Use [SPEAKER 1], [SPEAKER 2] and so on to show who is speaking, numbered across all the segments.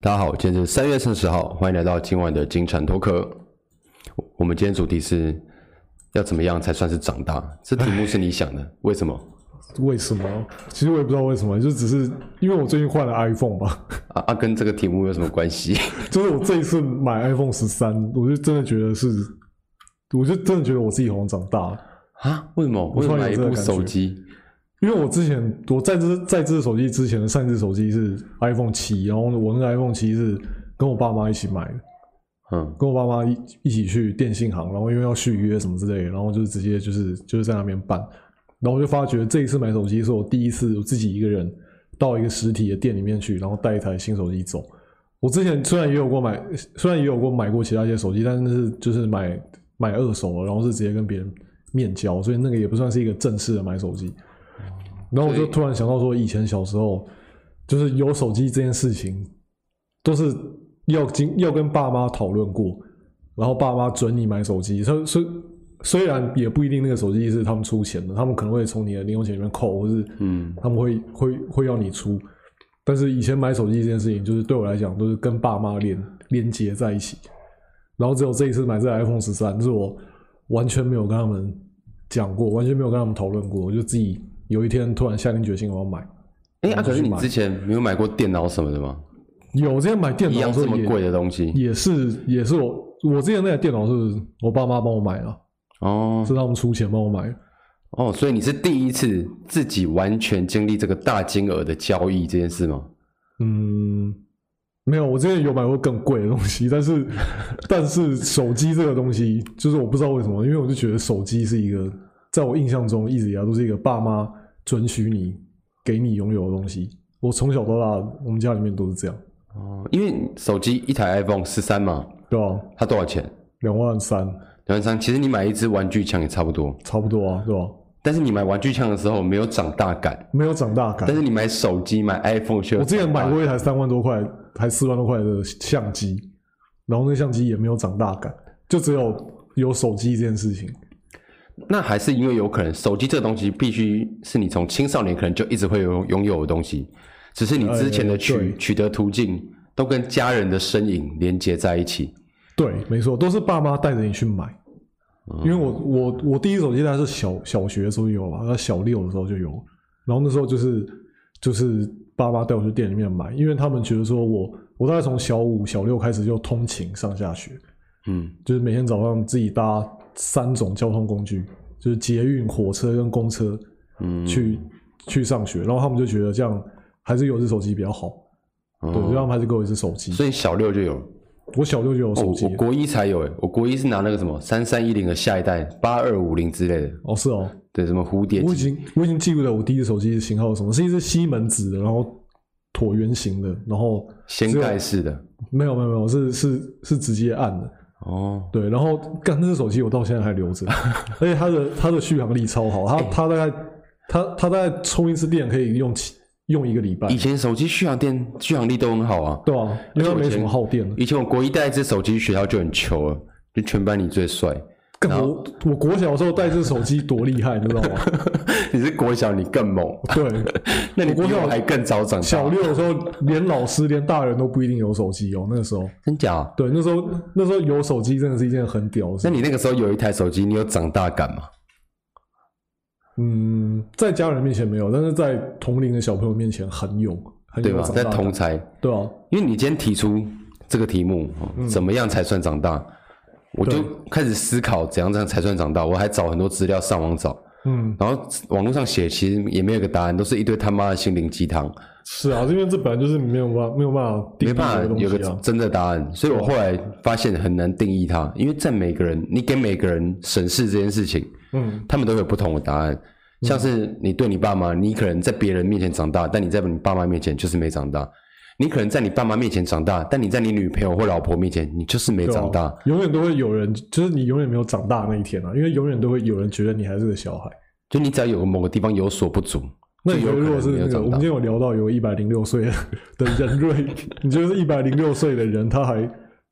[SPEAKER 1] 大家好，今天是三月三十号，欢迎来到今晚的金蝉脱壳。我我们今天主题是要怎么样才算是长大？这题目是你想的，为什么？
[SPEAKER 2] 为什么？其实我也不知道为什么，就只是因为我最近换了 iPhone 吧，
[SPEAKER 1] 啊啊，跟这个题目有什么关 系？
[SPEAKER 2] 就是我这一次买 iPhone 十三，我就真的觉得是，我就真的觉得我自己好像长大了，
[SPEAKER 1] 啊？为什么？为什么买一部手机？
[SPEAKER 2] 因为我之前我在这在这手机之前的上一只手机是 iPhone 七，然后我那个 iPhone 七是跟我爸妈一起买的，
[SPEAKER 1] 嗯，
[SPEAKER 2] 跟我爸妈一一起去电信行，然后因为要续约什么之类的，然后就直接就是就是在那边办，然后我就发觉这一次买手机是我第一次我自己一个人到一个实体的店里面去，然后带一台新手机走。我之前虽然也有过买，虽然也有过买过其他一些手机，但是就是买买二手了，然后是直接跟别人面交，所以那个也不算是一个正式的买手机。然后我就
[SPEAKER 1] 对
[SPEAKER 2] 突然想到说，以前小时候就是有手机这件事情，都是要经要跟爸妈讨论过，然后爸妈准你买手机。虽虽虽然也不一定那个手机是他们出钱的，他们可能会从你的零用钱里面扣，或是
[SPEAKER 1] 嗯
[SPEAKER 2] 他们会会会要你出。但是以前买手机这件事情，就是对我来讲都是跟爸妈连连接在一起。然后只有这一次买这台 iPhone 十三，是我完全没有跟他们讲过，完全没有跟他们讨论过，我就自己有一天突然下定决心我要买。
[SPEAKER 1] 哎、啊，可是你之前没有买过电脑什么的吗？
[SPEAKER 2] 有之前买电
[SPEAKER 1] 一
[SPEAKER 2] 脑
[SPEAKER 1] 样
[SPEAKER 2] 的时候
[SPEAKER 1] 这么
[SPEAKER 2] 也
[SPEAKER 1] 贵的东西
[SPEAKER 2] 也是也是我我之前那台电脑是我爸妈帮我买了，
[SPEAKER 1] 哦
[SPEAKER 2] 是他们出钱帮我买的。
[SPEAKER 1] 哦，所以你是第一次自己完全经历这个大金额的交易这件事吗？
[SPEAKER 2] 嗯，没有，我之前有买过更贵的东西，但是但是手机这个东西，就是我不知道为什么，因为我就觉得手机是一个在我印象中一直以来都是一个爸妈准许你给你拥有的东西。我从小到大，我们家里面都是这样，
[SPEAKER 1] 哦，因为手机一台 iPhone 十三嘛，
[SPEAKER 2] 对吧、
[SPEAKER 1] 它多少钱？
[SPEAKER 2] 两万三，
[SPEAKER 1] 两万三，其实你买一支玩具枪也差不多，
[SPEAKER 2] 差不多啊，对吧、
[SPEAKER 1] 但是你买玩具枪的时候没有长大感，
[SPEAKER 2] 没有长大感
[SPEAKER 1] 但。是你买手机买 iPhone 却有
[SPEAKER 2] 我之前
[SPEAKER 1] 长大
[SPEAKER 2] 买过一台三万多块，还四万多块的相机，然后那相机也没有长大感，就只有有手机这件事情。
[SPEAKER 1] 那还是因为有可能手机这个东西必须是你从青少年可能就一直会有拥有的东西，只是你之前的
[SPEAKER 2] 呃
[SPEAKER 1] 取、
[SPEAKER 2] 对
[SPEAKER 1] 取得途径都跟家人的身影连接在一起。
[SPEAKER 2] 对，没错，都是爸妈带着你去买。因为我我我第一手机大概是小小学的时候有了，那小六的时候就有，然后那时候就是就是爸妈带我去店里面买，因为他们觉得说我我大概从小五小六开始就通勤上下学，
[SPEAKER 1] 嗯，
[SPEAKER 2] 就是每天早上自己搭三种交通工具，就是捷运、火车跟公车，
[SPEAKER 1] 嗯
[SPEAKER 2] 去去上学，然后他们就觉得这样还是有一只手机比较好，对，
[SPEAKER 1] 哦
[SPEAKER 2] 就让他们还是给我一只手机。
[SPEAKER 1] 所以小六就有了。
[SPEAKER 2] 我小六就有
[SPEAKER 1] 哦
[SPEAKER 2] 手，机
[SPEAKER 1] 我
[SPEAKER 2] 了，
[SPEAKER 1] 国一才有诶，欸我国一是拿那个什么三三一零的下一代八二五零之类的，
[SPEAKER 2] 哦是哦，
[SPEAKER 1] 对，什么蝴蝶
[SPEAKER 2] 我已
[SPEAKER 1] 机，
[SPEAKER 2] 经我已经记不得我第一只手机的型号是什么，是一只西门子的，然后椭圆形的，然后
[SPEAKER 1] 掀盖式的。
[SPEAKER 2] 没有没有没有，是是是直接按的，
[SPEAKER 1] 哦，
[SPEAKER 2] 对，然后干那只手机我到现在还留 着，而且它的它的续航力超
[SPEAKER 1] 哎
[SPEAKER 2] 好，它它大概它它大概充一次电可以用七用一个礼拜
[SPEAKER 1] 以，前手机续航电续航力都很好啊。
[SPEAKER 2] 对啊，因为它
[SPEAKER 1] 而且我以
[SPEAKER 2] 没
[SPEAKER 1] 前
[SPEAKER 2] 什么耗电的。
[SPEAKER 1] 以前我国一带一只手机，学校就很糗了，就全班你最帅。
[SPEAKER 2] 干我我国小的时候带这手机多厉害，你知道吗？
[SPEAKER 1] 你是国小，你更猛，
[SPEAKER 2] 对，
[SPEAKER 1] 那你比
[SPEAKER 2] 我国
[SPEAKER 1] 我
[SPEAKER 2] 小
[SPEAKER 1] 还更早长
[SPEAKER 2] 小
[SPEAKER 1] 大，
[SPEAKER 2] 六的时候，连老师连大人都不一定有手机哦。那个时候，
[SPEAKER 1] 真假？
[SPEAKER 2] 对，那时候那时候有手机真的是一件很屌的
[SPEAKER 1] 那
[SPEAKER 2] 事。
[SPEAKER 1] 你那个时候有一台手机，你有长大感吗？
[SPEAKER 2] 嗯，在家人面前没有，但是在同龄的小朋友面前很有，很
[SPEAKER 1] 对
[SPEAKER 2] 有
[SPEAKER 1] 吧？
[SPEAKER 2] 长
[SPEAKER 1] 在
[SPEAKER 2] 大感。
[SPEAKER 1] 同才，
[SPEAKER 2] 对啊，
[SPEAKER 1] 因为你今天提出这个题目，哦
[SPEAKER 2] 嗯
[SPEAKER 1] 怎么样才算长大？我就开始思考怎样这样才算长大。我还找很多资料上网找，
[SPEAKER 2] 嗯，
[SPEAKER 1] 然后网络上写其实也没有一个答案，都是一堆他妈的心灵鸡汤。
[SPEAKER 2] 是啊，这边这本来就是没有办法没有办法定
[SPEAKER 1] 没
[SPEAKER 2] 义的
[SPEAKER 1] 办法
[SPEAKER 2] 东
[SPEAKER 1] 有个
[SPEAKER 2] 西啊。
[SPEAKER 1] 真的答案，所以我后来发现很难定义它，因为在每个人，你给每个人审视这件事情，
[SPEAKER 2] 嗯，
[SPEAKER 1] 他们都有不同的答案。像是你对你爸妈，你可能在别人面前长大，但你在你爸妈面前就是没长大；你可能在你爸妈面前长大，但你在你女朋友或老婆面前，你就是没
[SPEAKER 2] 对啊
[SPEAKER 1] 长大。
[SPEAKER 2] 永远都会有人，就是你永远没有长大那一天啊，因为永远都会有人觉得你还是个小孩。
[SPEAKER 1] 就你只要有某个地方有所不足，
[SPEAKER 2] 那你
[SPEAKER 1] 就
[SPEAKER 2] 觉
[SPEAKER 1] 有可
[SPEAKER 2] 得如
[SPEAKER 1] 能
[SPEAKER 2] 果是
[SPEAKER 1] 没有
[SPEAKER 2] 那个，
[SPEAKER 1] 长
[SPEAKER 2] 我们
[SPEAKER 1] 大
[SPEAKER 2] 今。天有聊到有一百零六岁的人瑞， 你觉得是一百零六岁的人，他还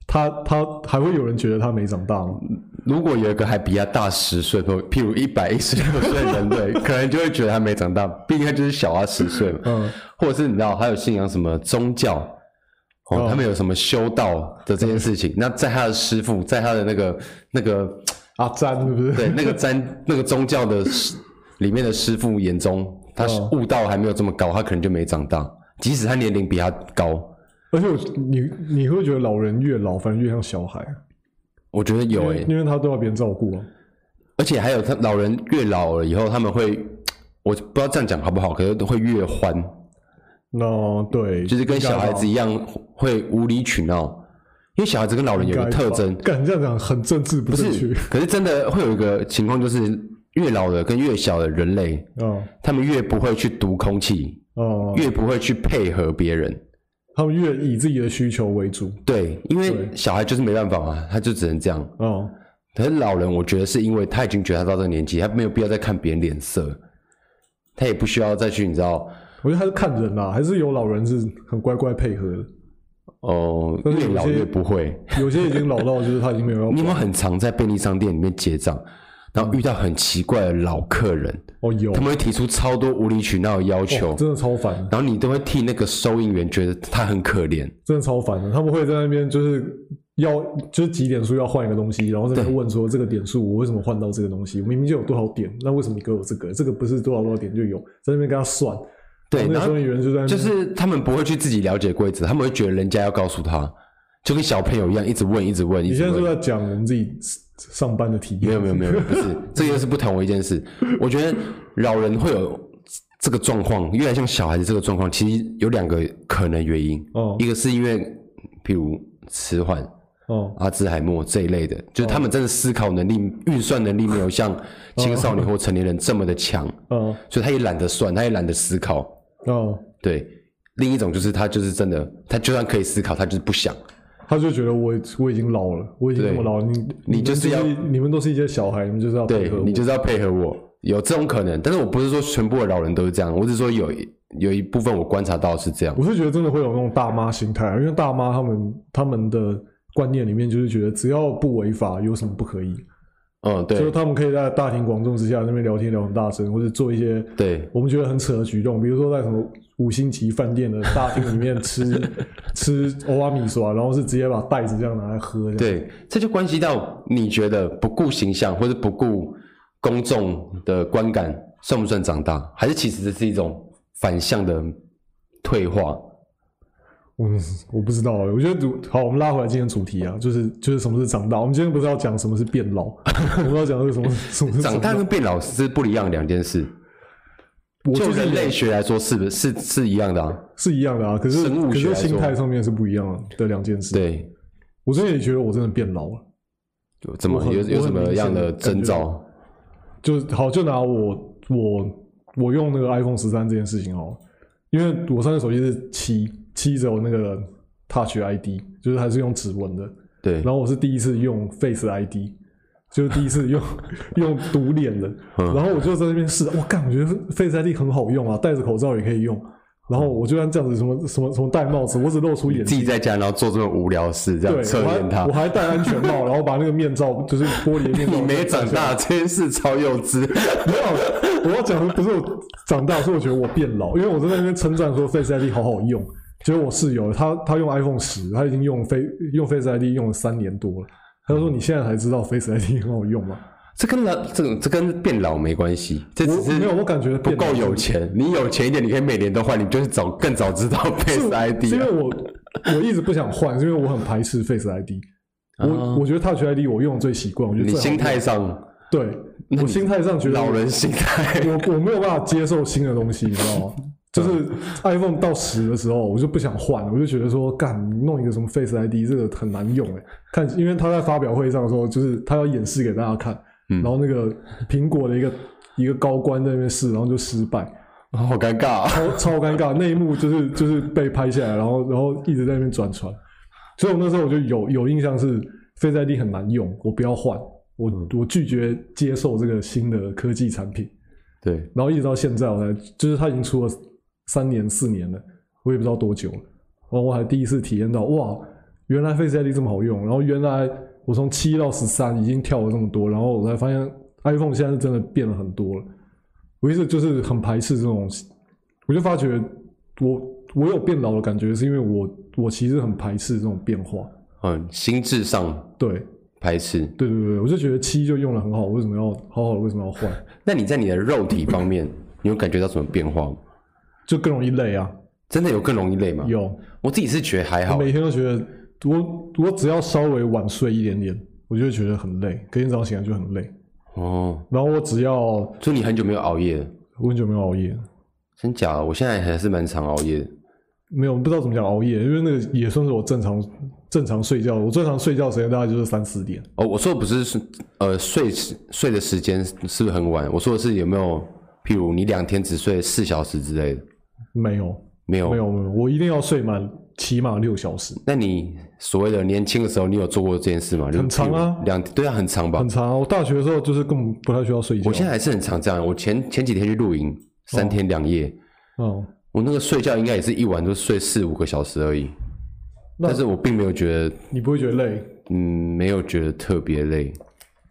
[SPEAKER 2] 他他还会有人觉得他没长大吗？
[SPEAKER 1] 如果有一个还比他大十岁，譬如一百一十六岁的人类，可能就会觉得他没长 大，毕竟他就是小他十岁嘛。
[SPEAKER 2] 嗯，
[SPEAKER 1] 或者是你知道还有信仰什么宗教，哦
[SPEAKER 2] 哦，
[SPEAKER 1] 他们有什么修道的这件事情？那在他的师傅，在他的那个那 个
[SPEAKER 2] 阿詹是不是？
[SPEAKER 1] 对那个占那个宗教的师里面的师傅眼中，他
[SPEAKER 2] 哦
[SPEAKER 1] 悟道还没有这么高，他可能就没长大。即使他年龄比他高，
[SPEAKER 2] 而且我你你会觉得老人越老，反正越像小孩，
[SPEAKER 1] 我觉得有欸诶、
[SPEAKER 2] 因为他都要别人照顾啊。
[SPEAKER 1] 而且还有他老人越老了以后，他们会，我不知道这样讲好不好，可是会越欢，
[SPEAKER 2] 那对，
[SPEAKER 1] 就是跟小孩
[SPEAKER 2] 应该吧
[SPEAKER 1] 子一样会无理取闹，因为小孩子跟老人有
[SPEAKER 2] 应
[SPEAKER 1] 个
[SPEAKER 2] 该吧
[SPEAKER 1] 特征，
[SPEAKER 2] 干这样讲很政治不
[SPEAKER 1] 不
[SPEAKER 2] 正
[SPEAKER 1] 是
[SPEAKER 2] 确，
[SPEAKER 1] 可是真的会有一个情况，就是越老的跟越小的人类，
[SPEAKER 2] 啊
[SPEAKER 1] 他们越不会去读空气，
[SPEAKER 2] 啊！
[SPEAKER 1] 越不会去配合别人。
[SPEAKER 2] 他们越以自己的需求为主
[SPEAKER 1] 对，因为
[SPEAKER 2] 对
[SPEAKER 1] 小孩就是没办法嘛，他就只能这样。
[SPEAKER 2] 啊。
[SPEAKER 1] 可是老人，我觉得是因为他已经觉得他到这个年纪，他没有必要再看别人脸色，他也不需要再去，你知道，
[SPEAKER 2] 我觉得还是看人啦，还是有老人是很乖乖配合的，
[SPEAKER 1] 哦、
[SPEAKER 2] 但是
[SPEAKER 1] 越
[SPEAKER 2] 有
[SPEAKER 1] 老
[SPEAKER 2] 些
[SPEAKER 1] 越不会。
[SPEAKER 2] 有些已经老到就是他已经没有要
[SPEAKER 1] 你有没有很常在便利商店里面结账，然后遇到很奇怪的老客人，
[SPEAKER 2] 哦有
[SPEAKER 1] 他们会提出超多无理取闹的要求，
[SPEAKER 2] 真的超烦，
[SPEAKER 1] 然后你都会替那个收银员觉得他很可怜。
[SPEAKER 2] 真的超烦的。他们会在那边就是要就是几点数要换一个东西，然后在那边问说这个点数我为什么换到这个东西？我明明就有多少点，那为什么你给我这个？这个不是多少多少点就有，在那边跟他算。
[SPEAKER 1] 对，
[SPEAKER 2] 哦那
[SPEAKER 1] 然
[SPEAKER 2] 时候
[SPEAKER 1] 后
[SPEAKER 2] 有人就在那边
[SPEAKER 1] 就是他们不会去自己了解规则，他们会觉得人家要告诉他，就跟小朋友一样，一直问，一直问，一
[SPEAKER 2] 你
[SPEAKER 1] 直
[SPEAKER 2] 现在是
[SPEAKER 1] 问。
[SPEAKER 2] 在讲我们自己上班的体验？
[SPEAKER 1] 没有没有没有，不是，这又是不同的一件事。我觉得老人会有这个状况，越来像小孩子这个状况，其实有两个可能原因，
[SPEAKER 2] 哦
[SPEAKER 1] 一个是因为譬如迟缓，
[SPEAKER 2] 哦
[SPEAKER 1] 阿兹海默这一类的，就是他们真的思考能力、运算能力没有像青少年或成年人这么的强，
[SPEAKER 2] 哦
[SPEAKER 1] 所以他也懒得算，他也懒得思考。
[SPEAKER 2] 哦，
[SPEAKER 1] 对，另一种就是他就是真的，他就算可以思考，他就是不想。
[SPEAKER 2] 他就觉得我我已经老了，我已经这么老了，你
[SPEAKER 1] 你就是要
[SPEAKER 2] 你们你们都是一些小孩，你们就是要配
[SPEAKER 1] 对
[SPEAKER 2] 合我
[SPEAKER 1] 你就是要配合我，有这种可能。但是我不是说全部的老人都是这样，我只是说有一有一部分我观察到是这样。
[SPEAKER 2] 我是觉得真的会有那种大妈心态啊，因为大妈他们他们的观念里面就是觉得只要不违法，有什么不可以？
[SPEAKER 1] 嗯，
[SPEAKER 2] 就是
[SPEAKER 1] 对
[SPEAKER 2] 他们可以在大庭广众之下那边聊天聊很大声，或者做一些
[SPEAKER 1] 对，
[SPEAKER 2] 我们觉得很扯的举动，比如说在什么五星级饭店的大厅里 面吃吃欧阿米索啊，然后是直接把袋子这样拿来喝这样。
[SPEAKER 1] 对，这就关系到你觉得不顾形象或者不顾公众的观感，算不算长大？还是其实这是一种反向的退化？
[SPEAKER 2] 嗯，我不知道欸，我觉得主好，我们拉回来今天主题啊，就是就是什么是长大。我们今天不是要讲什么是变老， 我们要讲的是什么什么是
[SPEAKER 1] 长大跟变老是不一样的两件事。
[SPEAKER 2] 我
[SPEAKER 1] 就
[SPEAKER 2] 就是
[SPEAKER 1] 人类学来说，是不是是是一样的、啊？
[SPEAKER 2] 是一样的啊，可是
[SPEAKER 1] 生物
[SPEAKER 2] 可
[SPEAKER 1] 学来
[SPEAKER 2] 是
[SPEAKER 1] 说
[SPEAKER 2] 心态上面是不一样的两件事。
[SPEAKER 1] 对，
[SPEAKER 2] 我最近也觉得我真的变老了，
[SPEAKER 1] 有怎么
[SPEAKER 2] 我很
[SPEAKER 1] 有有什
[SPEAKER 2] 我很
[SPEAKER 1] 么
[SPEAKER 2] 明
[SPEAKER 1] 样
[SPEAKER 2] 显
[SPEAKER 1] 的
[SPEAKER 2] 地感
[SPEAKER 1] 征
[SPEAKER 2] 觉
[SPEAKER 1] 兆？
[SPEAKER 2] 就好就拿我我我用那个 iPhone 十三这件事情哦，因为我上次手机是七七只有那个 Touch ID，就是还是用指纹的，
[SPEAKER 1] 对
[SPEAKER 2] 然，后我是第一次用 Face ID。就是第一次用 用读脸的，
[SPEAKER 1] 嗯
[SPEAKER 2] 然后我就在那边试，我干，我觉得 Face ID 很好用啊，戴着口罩也可以用。然后我就算这样子，什么什么什么戴帽子，我只露出眼
[SPEAKER 1] 自
[SPEAKER 2] 睛，
[SPEAKER 1] 己在家然后做这么无聊的事，这样
[SPEAKER 2] 对，
[SPEAKER 1] 测
[SPEAKER 2] 我还
[SPEAKER 1] 验它
[SPEAKER 2] 我。还戴安 全帽，然后把那个面罩就是玻璃的面罩。
[SPEAKER 1] 你没长大，这件事超幼稚。
[SPEAKER 2] 没有， 我要讲的不是我长大，是我觉得我变老，因为我在那边称赞说 Face ID 好好用。结果我室友他他用 iPhone 十，他已经用 Face 用 Face ID 用了三年多了。他说：“你现在才知道 Face ID 很好用吗
[SPEAKER 1] 这跟老这个这跟变老没关系，这？”只
[SPEAKER 2] 我没有，
[SPEAKER 1] 是
[SPEAKER 2] 我感觉
[SPEAKER 1] 不
[SPEAKER 2] 变
[SPEAKER 1] 够
[SPEAKER 2] 老
[SPEAKER 1] 有钱。你有钱一点，你可以每年都换，你就是早更早知道 Face
[SPEAKER 2] 是
[SPEAKER 1] ID
[SPEAKER 2] 因为
[SPEAKER 1] 啊。
[SPEAKER 2] 我我一直不想换，是因为我很排斥 Face ID。我我觉得 Touch ID 我用最习惯，我觉得
[SPEAKER 1] 哦你
[SPEAKER 2] 最好
[SPEAKER 1] 心
[SPEAKER 2] 用
[SPEAKER 1] 态上，
[SPEAKER 2] 对，我心态上觉得
[SPEAKER 1] 老人心态，
[SPEAKER 2] 我我没有办法接受新的东西，你知道吗？就是 iPhone 到十的时候，我就不想换，我就觉得说，干你弄一个什么 Face ID 这个很难用哎、看，因为他在发表会上的时候，就是他要演示给大家看，然后那个苹果的一个一个高官在那边试，然后就失败，
[SPEAKER 1] 好尴尬啊。
[SPEAKER 2] 超超尴尬，那一幕就是就是被拍下来，然后然后一直在那边转传，所以我那时候我就有有印象是 Face ID 很难用，我不要换，我我拒绝接受这个新的科技产品。
[SPEAKER 1] 对，
[SPEAKER 2] 然后一直到现在，我才就是它已经出了三年四年了，我也不知道多久了。然后我还第一次体验到，哇，原来 Face ID 这么好用。然后原来我从七到十三已经跳了这么多，然后我才发现 iPhone 现在是真的变了很多了。我一直就是很排斥这种，我就发觉我我有变老的感觉，是因为我我其实很排斥这种变化。
[SPEAKER 1] 嗯，心智上
[SPEAKER 2] 对
[SPEAKER 1] 排斥。
[SPEAKER 2] 对对对，我就觉得七就用的很好，为什么要好好的为什么要换？
[SPEAKER 1] 那你在你的肉体方面，你有感觉到什么变化吗？
[SPEAKER 2] 就更容易累啊。
[SPEAKER 1] 真的有更容易累吗？
[SPEAKER 2] 有，
[SPEAKER 1] 我自己是觉得还好，
[SPEAKER 2] 每天都觉得我我只要稍微晚睡一点点，我就会觉得很累，隔天早上起来就很累。
[SPEAKER 1] 哦，
[SPEAKER 2] 然后我只要
[SPEAKER 1] 所以你很久没有熬夜了，
[SPEAKER 2] 我很久没有熬夜，
[SPEAKER 1] 真假的？我现在还是蛮常熬夜的。
[SPEAKER 2] 没有不知道怎么讲熬夜，因为那个也算是我正常正常睡觉，我正常睡觉时间大概就是三四点。
[SPEAKER 1] 哦，我说的不是是呃睡时睡的时间是是不是很晚？我说的是有没有，譬如你两天只睡四小时之类的，
[SPEAKER 2] 没有，
[SPEAKER 1] 没有？
[SPEAKER 2] 没有，没有，我一定要睡满起码六小时，
[SPEAKER 1] 那你所谓的年轻的时候，你有做过这件事吗？就是
[SPEAKER 2] 很长啊
[SPEAKER 1] 譬如两对啊，很长吧
[SPEAKER 2] 很？长啊。我大学的时候就是根本不太需要睡觉
[SPEAKER 1] 我。现在还是很常这样。我前前几天去露营，
[SPEAKER 2] 哦
[SPEAKER 1] 三天两夜，
[SPEAKER 2] 嗯，
[SPEAKER 1] 我那个睡觉应该也是一晚就睡四五个小时而已，
[SPEAKER 2] 那
[SPEAKER 1] 但是我并没有觉得，
[SPEAKER 2] 你不会觉得累？
[SPEAKER 1] 嗯，没有觉得特别累。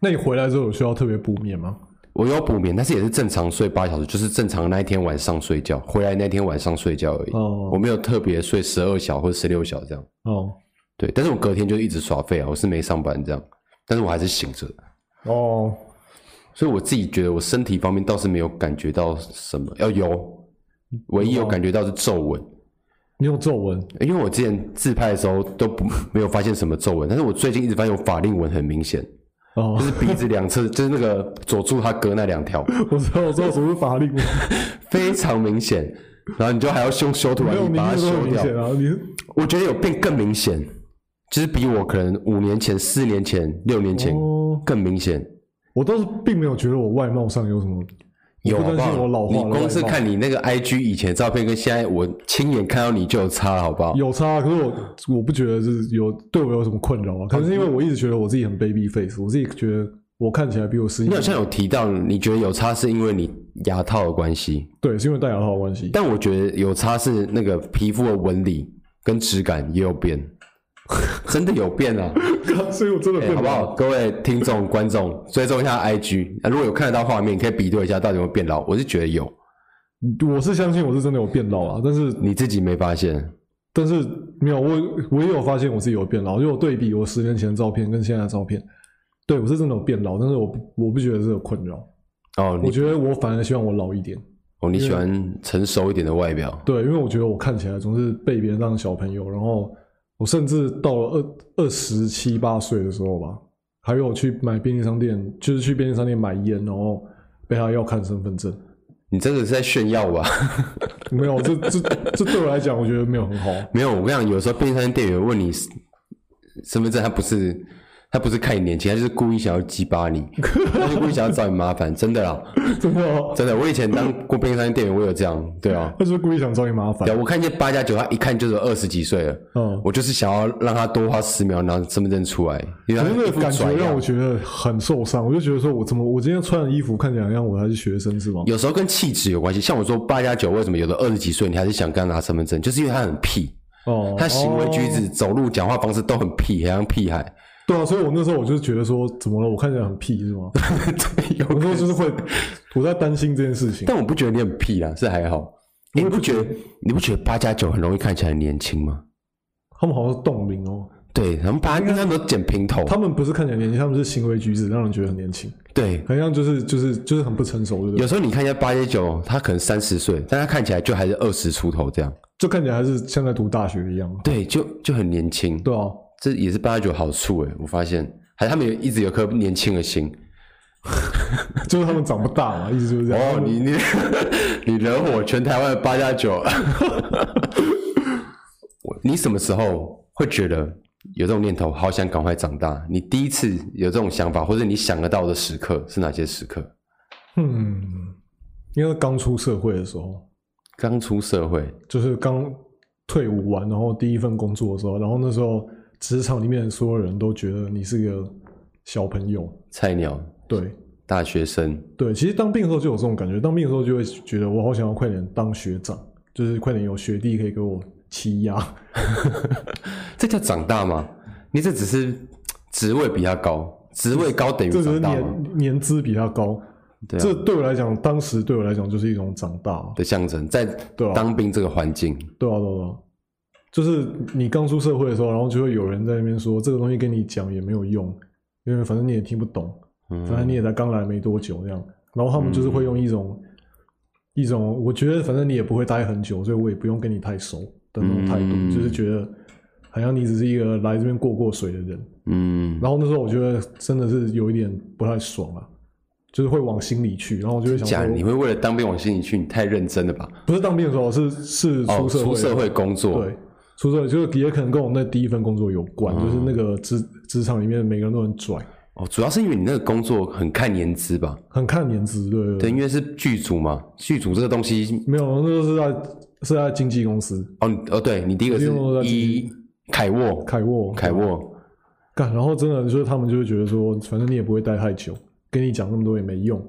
[SPEAKER 2] 那你回来之后有需要特别补眠吗？
[SPEAKER 1] 我有补眠，但是也是正常睡八小时，就是正常那一天晚上睡觉，回来那天晚上睡觉而已。
[SPEAKER 2] 哦
[SPEAKER 1] 我没有特别睡十二小或十六小这样。
[SPEAKER 2] 哦
[SPEAKER 1] 对，但是我隔天就一直耍废啊，我是没上班这样，但是我还是醒着的。
[SPEAKER 2] 哦，
[SPEAKER 1] 所以我自己觉得我身体方面倒是没有感觉到什么，要有，唯一有感觉到是皱纹，
[SPEAKER 2] 你有皱纹，
[SPEAKER 1] 因为我之前自拍的时候都不没有发现什么皱纹，但是我最近一直发现我法令纹很明显，
[SPEAKER 2] 哦
[SPEAKER 1] 就，是鼻子两侧， 就是那个佐助他哥那两条，
[SPEAKER 2] 我知道，我知道什么是法令纹，
[SPEAKER 1] 非常明显。然后你就还要修修图啊，
[SPEAKER 2] 没有
[SPEAKER 1] 你
[SPEAKER 2] 明
[SPEAKER 1] 把它
[SPEAKER 2] 显都
[SPEAKER 1] 修
[SPEAKER 2] 很明
[SPEAKER 1] 掉。
[SPEAKER 2] 显啊。你
[SPEAKER 1] 我觉得有变更明显，就是比我可能五年前、四年前、六年前
[SPEAKER 2] 哦，
[SPEAKER 1] 更明显。
[SPEAKER 2] 我倒是并没有觉得我外貌上有什么，
[SPEAKER 1] 有
[SPEAKER 2] 我不
[SPEAKER 1] 好不
[SPEAKER 2] 担心
[SPEAKER 1] 好？
[SPEAKER 2] 我老化
[SPEAKER 1] 你
[SPEAKER 2] 的
[SPEAKER 1] 光是
[SPEAKER 2] 外貌
[SPEAKER 1] 看你那个 IG 以前的照片跟现在，我亲眼看到你就有差，好不好？
[SPEAKER 2] 有差，可是我我不觉得是有对我有什么困扰啊。可能是因为我一直觉得我自己很 baby face，我自己觉得我看起来比我实际
[SPEAKER 1] 你好像有提到，你觉得有差是因为你牙套的关系，
[SPEAKER 2] 对，是因为戴牙套的 关系。
[SPEAKER 1] 但我觉得有差是那个皮肤的纹理跟质感也有变， 真的有变啊！
[SPEAKER 2] 所以我真的
[SPEAKER 1] 哎
[SPEAKER 2] 变
[SPEAKER 1] 好不
[SPEAKER 2] 老。
[SPEAKER 1] 好？各位听众、观众，追踪一下 IG，、啊、如果有看得到画面，你可以比对一下到底有没有变老。我是觉得有，
[SPEAKER 2] 我是相信我是真的有变老啊，但是
[SPEAKER 1] 你自己没发现？
[SPEAKER 2] 但是没有我我也有发现我自己有变老，因为我对比我十年前的照片跟现在的照片，对我是真的有变老，但是我不我不觉得这有困扰，
[SPEAKER 1] 哦，
[SPEAKER 2] 我
[SPEAKER 1] 你
[SPEAKER 2] 觉得我反而希望我老一点。
[SPEAKER 1] 哦，你喜欢成熟一点的外表，
[SPEAKER 2] 对，因为我觉得我看起来总是被别人当小朋友，然后我甚至到了二二十七八岁的时候吧，还有去买便利商店，就是去便利商店买烟，然后被他要看身份证。
[SPEAKER 1] 你真的是在炫耀吧？
[SPEAKER 2] 没有，这这这对我来讲，我觉得没有很好。
[SPEAKER 1] 没有，我跟你讲，有时候便利商店店员问你身份证，他不是他不是看你年轻，他就是故意想要激巴你，他就故意想要找你麻烦，真的啦，
[SPEAKER 2] 真的哦，
[SPEAKER 1] 真的。我以前当过便利商店店员，我有这样，对啊，
[SPEAKER 2] 他就是故意想找你麻烦
[SPEAKER 1] 对。啊我看见八加九，他一看就是二十几岁了，
[SPEAKER 2] 嗯，
[SPEAKER 1] 我就是想要让他多花十秒拿身份证出来，因为他
[SPEAKER 2] 可是那
[SPEAKER 1] 一
[SPEAKER 2] 个
[SPEAKER 1] 副
[SPEAKER 2] 感觉
[SPEAKER 1] 拽啊
[SPEAKER 2] 让
[SPEAKER 1] 样
[SPEAKER 2] 我觉得很受伤，我就觉得说我怎么我今天穿的衣服看起来好像我还是学生是吗？
[SPEAKER 1] 有时候跟气质有关系，像我说八加九，为什么有的二十几岁你还是想跟他拿身份证，就是因为他很屁，
[SPEAKER 2] 哦，
[SPEAKER 1] 他行为举
[SPEAKER 2] 哦
[SPEAKER 1] 止、走路、讲话方式都很屁，很像屁 孩。
[SPEAKER 2] 对啊，所以我那时候我就是觉得说怎么了，我看起来很屁是吗？
[SPEAKER 1] 对，有
[SPEAKER 2] 我那时候就是会，我在担心这件事情。
[SPEAKER 1] 但我不觉得你很屁啦，是还好。欸你不觉得你不觉得八加九很容易看起来年轻吗？
[SPEAKER 2] 他们好像是冻龄哦，
[SPEAKER 1] 对，他们八，因为他们都剪平头，
[SPEAKER 2] 他们不是看起来年轻，他们是行为举止让人觉得很年轻，
[SPEAKER 1] 对。
[SPEAKER 2] 好像就是就是就是很不成熟，对不对？
[SPEAKER 1] 有时候你看一下八加九，他可能三十岁，但他看起来就还是二十出头这样，
[SPEAKER 2] 就看起来还是像在读大学一样。
[SPEAKER 1] 对，就就很年轻。
[SPEAKER 2] 对啊，
[SPEAKER 1] 这也是八加九好处欸诶，我发现，还是他们有一直有颗年轻的心。
[SPEAKER 2] 就是他们长不大嘛，意 思就是这样。
[SPEAKER 1] 哦，你你你惹火全台湾的八加九，我你什么时候会觉得有这种念头，好想赶快长大？你第一次有这种想法，或者你想得到的时刻是哪些时刻？
[SPEAKER 2] 嗯，因为刚出社会的时候，
[SPEAKER 1] 刚出社会，
[SPEAKER 2] 就是刚退伍完，然后第一份工作的时候，然后那时候职场里面所有人都觉得你是个小朋友，
[SPEAKER 1] 菜鸟，
[SPEAKER 2] 对。
[SPEAKER 1] 大学生，
[SPEAKER 2] 对，其实当兵的时候就有这种感觉，当兵的时候就会觉得我好想要快点当学长，就是快点有学弟可以给我欺压。
[SPEAKER 1] 这叫长大吗？你这只是职位比他高，职位高等于
[SPEAKER 2] 这只是
[SPEAKER 1] 长大吗？
[SPEAKER 2] 年年资比他高，
[SPEAKER 1] 对啊
[SPEAKER 2] 这对我来讲，当时对我来讲就是一种长大啊，
[SPEAKER 1] 的象征，在
[SPEAKER 2] 对啊
[SPEAKER 1] 当兵这个环境，
[SPEAKER 2] 对啊，对啊，对啊就是你刚出社会的时候，然后就会有人在那边说这个东西跟你讲也没有用，因为反正你也听不懂，反正
[SPEAKER 1] 嗯，
[SPEAKER 2] 你也才刚来没多久这样。然后他们就是会用一种、一种，我觉得反正你也不会待很久，所以我也不用跟你太熟的那种态度，
[SPEAKER 1] 嗯
[SPEAKER 2] 就是觉得好像你只是一个来这边过过水的人。
[SPEAKER 1] 嗯，
[SPEAKER 2] 然后那时候我觉得真的是有一点不太爽啊，就是会往心里去，然后我就会想
[SPEAKER 1] 假，
[SPEAKER 2] 说，
[SPEAKER 1] 你会为了当兵往心里去，你太认真了吧？
[SPEAKER 2] 不是当兵的时候，是是
[SPEAKER 1] 哦，
[SPEAKER 2] 出社会的时候、
[SPEAKER 1] 出社会工作，
[SPEAKER 2] 对，出社会就是也可能跟我那第一份工作有关，就是
[SPEAKER 1] 嗯
[SPEAKER 2] 那个职职场里面每个人都很拽，
[SPEAKER 1] 哦，主要是因为你那个工作很看年资吧？
[SPEAKER 2] 很看颜值，对对对。
[SPEAKER 1] 对，因为是剧组嘛，剧组这个东西，
[SPEAKER 2] 没有，那时候是在是在经纪公司，
[SPEAKER 1] 哦，你哦，对你第一个是
[SPEAKER 2] 因为我在
[SPEAKER 1] 一凯沃，
[SPEAKER 2] 凯沃
[SPEAKER 1] 凯沃，
[SPEAKER 2] 干，然后真的就是他们就会觉得说，反正你也不会待太久，跟你讲那么多也没用，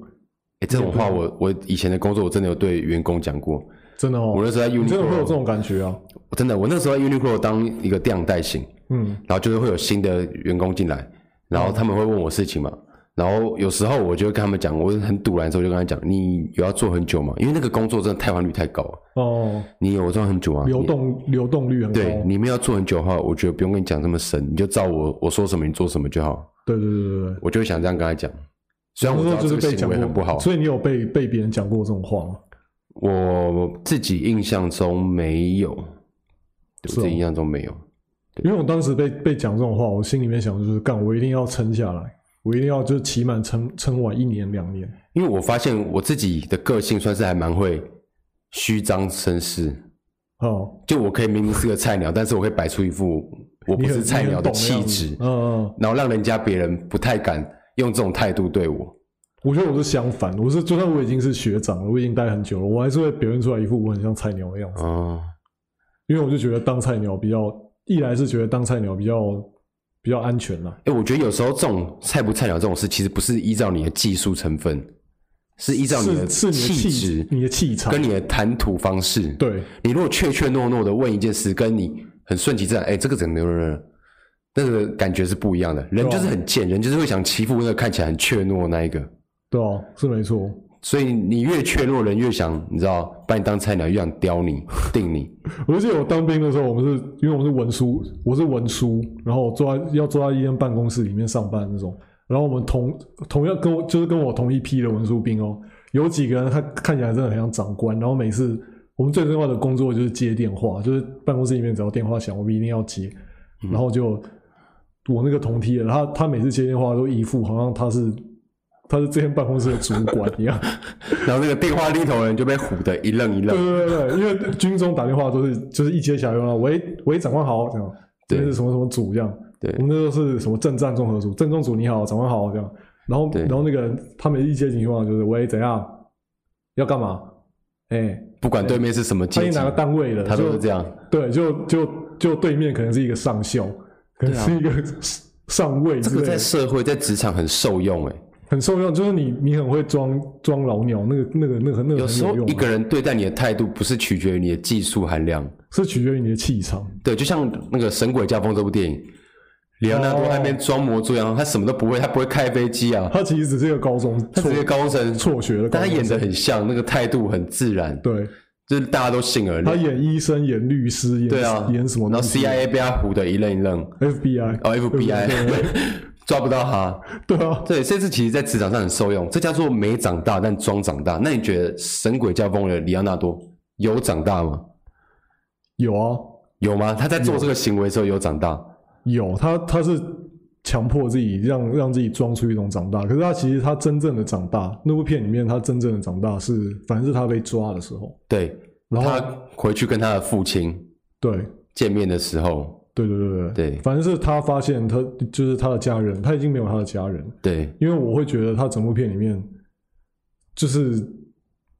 [SPEAKER 1] 哎，这种话我我以前的工作我真的有对员工讲过，
[SPEAKER 2] 真的哦。
[SPEAKER 1] 我那时候在
[SPEAKER 2] 你真的会有这
[SPEAKER 1] Uniqlo，
[SPEAKER 2] 种感觉啊？
[SPEAKER 1] 我真的我那时候在 Uniqlo 当一个电养代行，
[SPEAKER 2] 嗯，
[SPEAKER 1] 然后就是会有新的员工进来，然后他们会问我事情嘛，然后有时候我就会跟他们讲，我很堵然的时候我就跟他讲，你有要做很久吗？因为那个工作真的太换率太高了，
[SPEAKER 2] 哦，
[SPEAKER 1] 你有做很久吗？
[SPEAKER 2] 流
[SPEAKER 1] 你
[SPEAKER 2] 动流动率很高，
[SPEAKER 1] 对，你们要做很久的话，我觉得不用跟你讲这么深，你就照我我说什么你做什么就好。
[SPEAKER 2] 对对对对对。
[SPEAKER 1] 我就会想这样跟他讲，虽然我
[SPEAKER 2] 那
[SPEAKER 1] 知
[SPEAKER 2] 时候
[SPEAKER 1] 道
[SPEAKER 2] 就
[SPEAKER 1] 这
[SPEAKER 2] 是
[SPEAKER 1] 个
[SPEAKER 2] 被
[SPEAKER 1] 行
[SPEAKER 2] 讲
[SPEAKER 1] 为
[SPEAKER 2] 过
[SPEAKER 1] 很不好，
[SPEAKER 2] 所以你有被被别人讲过这种话吗？
[SPEAKER 1] 我自己印象中没有，对我
[SPEAKER 2] 哦
[SPEAKER 1] 自己印象中没有。
[SPEAKER 2] 因为我当时被被讲这种话，我心里面想的就是干，我一定要撑下来，我一定要就是起码撑撑完一年两年。
[SPEAKER 1] 因为我发现我自己的个性算是还蛮会虚张声势，
[SPEAKER 2] 哦，
[SPEAKER 1] 就我可以明明是个菜鸟，但是我会摆出一副我不
[SPEAKER 2] 你
[SPEAKER 1] 是
[SPEAKER 2] 很
[SPEAKER 1] 菜
[SPEAKER 2] 你很
[SPEAKER 1] 鸟的
[SPEAKER 2] 懂那
[SPEAKER 1] 气
[SPEAKER 2] 样子
[SPEAKER 1] 质，
[SPEAKER 2] 嗯嗯，
[SPEAKER 1] 然后让人家别人不太敢用这种态度对我。
[SPEAKER 2] 我觉得我是相反，我是就算我已经是学长了，我已经待很久了，我还是会表现出来一副我很像菜鸟的样子，
[SPEAKER 1] 哦，
[SPEAKER 2] 因为我就觉得当菜鸟比较，一来是觉得当菜鸟比较比较安全啦，
[SPEAKER 1] 哎，我觉得有时候这种菜不菜鸟这种事，其实不是依照你的技术成分，是依照你的
[SPEAKER 2] 是是你的
[SPEAKER 1] 气
[SPEAKER 2] 气
[SPEAKER 1] 质，
[SPEAKER 2] 你的气场，
[SPEAKER 1] 跟你的谈吐方式。，
[SPEAKER 2] 对
[SPEAKER 1] 你如果怯怯懦懦的问一件事，跟你很顺其自然，哎、这个怎么怎么怎么那个感觉是不一样的。人就是很贱，人就是会想欺负那个看起来很怯懦的那一个。
[SPEAKER 2] 对啊，是没错，
[SPEAKER 1] 所以你越怯懦，人越想，你知道，把你当菜鸟，越想刁你、 定你。
[SPEAKER 2] 我记得我当兵的时候，我们是因为我们是文书，我是文书，然后我坐在要坐在一间办公室里面上班那种。然后我们同同样跟我就是跟我同一批的文书兵哦，有几个人他看起来真的很像长官。然后每次我们最重要的工作就是接电话，就是办公室里面只要电话响，我们一定要接。然后就我那个同梯的，他他每次接电话都一副好像他是他是这间办公室的主管一样。
[SPEAKER 1] 然后那个电话另一头的人就被唬得一愣一愣。
[SPEAKER 2] 对对对，因为军中打电话都是就是一接起来用了，喂喂，长官好，这样，这
[SPEAKER 1] 对
[SPEAKER 2] 边是什么什么组这样，
[SPEAKER 1] 对
[SPEAKER 2] 我们那时候是什么正战综合组，正中组你好，长官好这样，然后
[SPEAKER 1] 对
[SPEAKER 2] 然后那个人他们一接起电话就是喂怎样，要干嘛？哎、
[SPEAKER 1] 不管对面是什么
[SPEAKER 2] 他
[SPEAKER 1] 阶
[SPEAKER 2] 一
[SPEAKER 1] 级
[SPEAKER 2] 哪，个单位的，
[SPEAKER 1] 他都
[SPEAKER 2] 就是
[SPEAKER 1] 这样。
[SPEAKER 2] 对，就就就对面可能是一个上校，可能是一个上尉
[SPEAKER 1] 这
[SPEAKER 2] 之
[SPEAKER 1] 个
[SPEAKER 2] 类的，
[SPEAKER 1] 在社会、在职场很受用、哎。
[SPEAKER 2] 很受用。就是你你很会装装老鸟，那个那个那个那个
[SPEAKER 1] 有
[SPEAKER 2] 很
[SPEAKER 1] 时候
[SPEAKER 2] 有用
[SPEAKER 1] 一
[SPEAKER 2] 啊、
[SPEAKER 1] 个人对待你的态度，不是取决于你的技术含量。
[SPEAKER 2] 是取决于你的气场。
[SPEAKER 1] 对，就像那个《神鬼驾崩》这部电影，里奥纳多
[SPEAKER 2] 哦
[SPEAKER 1] 在那边装模作样，他什么都不会，他不会开飞机啊，
[SPEAKER 2] 他其实只是一个高中
[SPEAKER 1] 他
[SPEAKER 2] 错
[SPEAKER 1] 直接高中生，
[SPEAKER 2] 辍学的高
[SPEAKER 1] 但
[SPEAKER 2] 中
[SPEAKER 1] 他
[SPEAKER 2] 生，
[SPEAKER 1] 演的很像，那个态度很自然，
[SPEAKER 2] 对，
[SPEAKER 1] 就是大家都信而
[SPEAKER 2] 他
[SPEAKER 1] 立。
[SPEAKER 2] 演医生，演律师，演
[SPEAKER 1] 对啊，
[SPEAKER 2] 演什么
[SPEAKER 1] 然后
[SPEAKER 2] 东西
[SPEAKER 1] CIA 被他唬得一愣一愣，
[SPEAKER 2] ？FBI，
[SPEAKER 1] 然后 FBI
[SPEAKER 2] 对对
[SPEAKER 1] 抓不到他。
[SPEAKER 2] 对对啊，
[SPEAKER 1] 对，所以这其实，在职场上很受用。这叫做没长大但装长大。那你觉得《神鬼驾崩》的里奥纳多有长大吗？
[SPEAKER 2] 有啊，
[SPEAKER 1] 有吗？他在做这个行为的时候有长大？
[SPEAKER 2] 有他他是强迫自己让让自己装出一种长大，可是他其实他真正的长大，那部片里面他真正的长大是，反正是他被抓的时候，
[SPEAKER 1] 对，
[SPEAKER 2] 然后
[SPEAKER 1] 他回去跟他的父亲
[SPEAKER 2] 对。
[SPEAKER 1] 见面的时候，
[SPEAKER 2] 对对对对
[SPEAKER 1] 对
[SPEAKER 2] 反正是他发现他就是他的家人，他已经没有他的家人，
[SPEAKER 1] 对，
[SPEAKER 2] 因为我会觉得他整部片里面，就是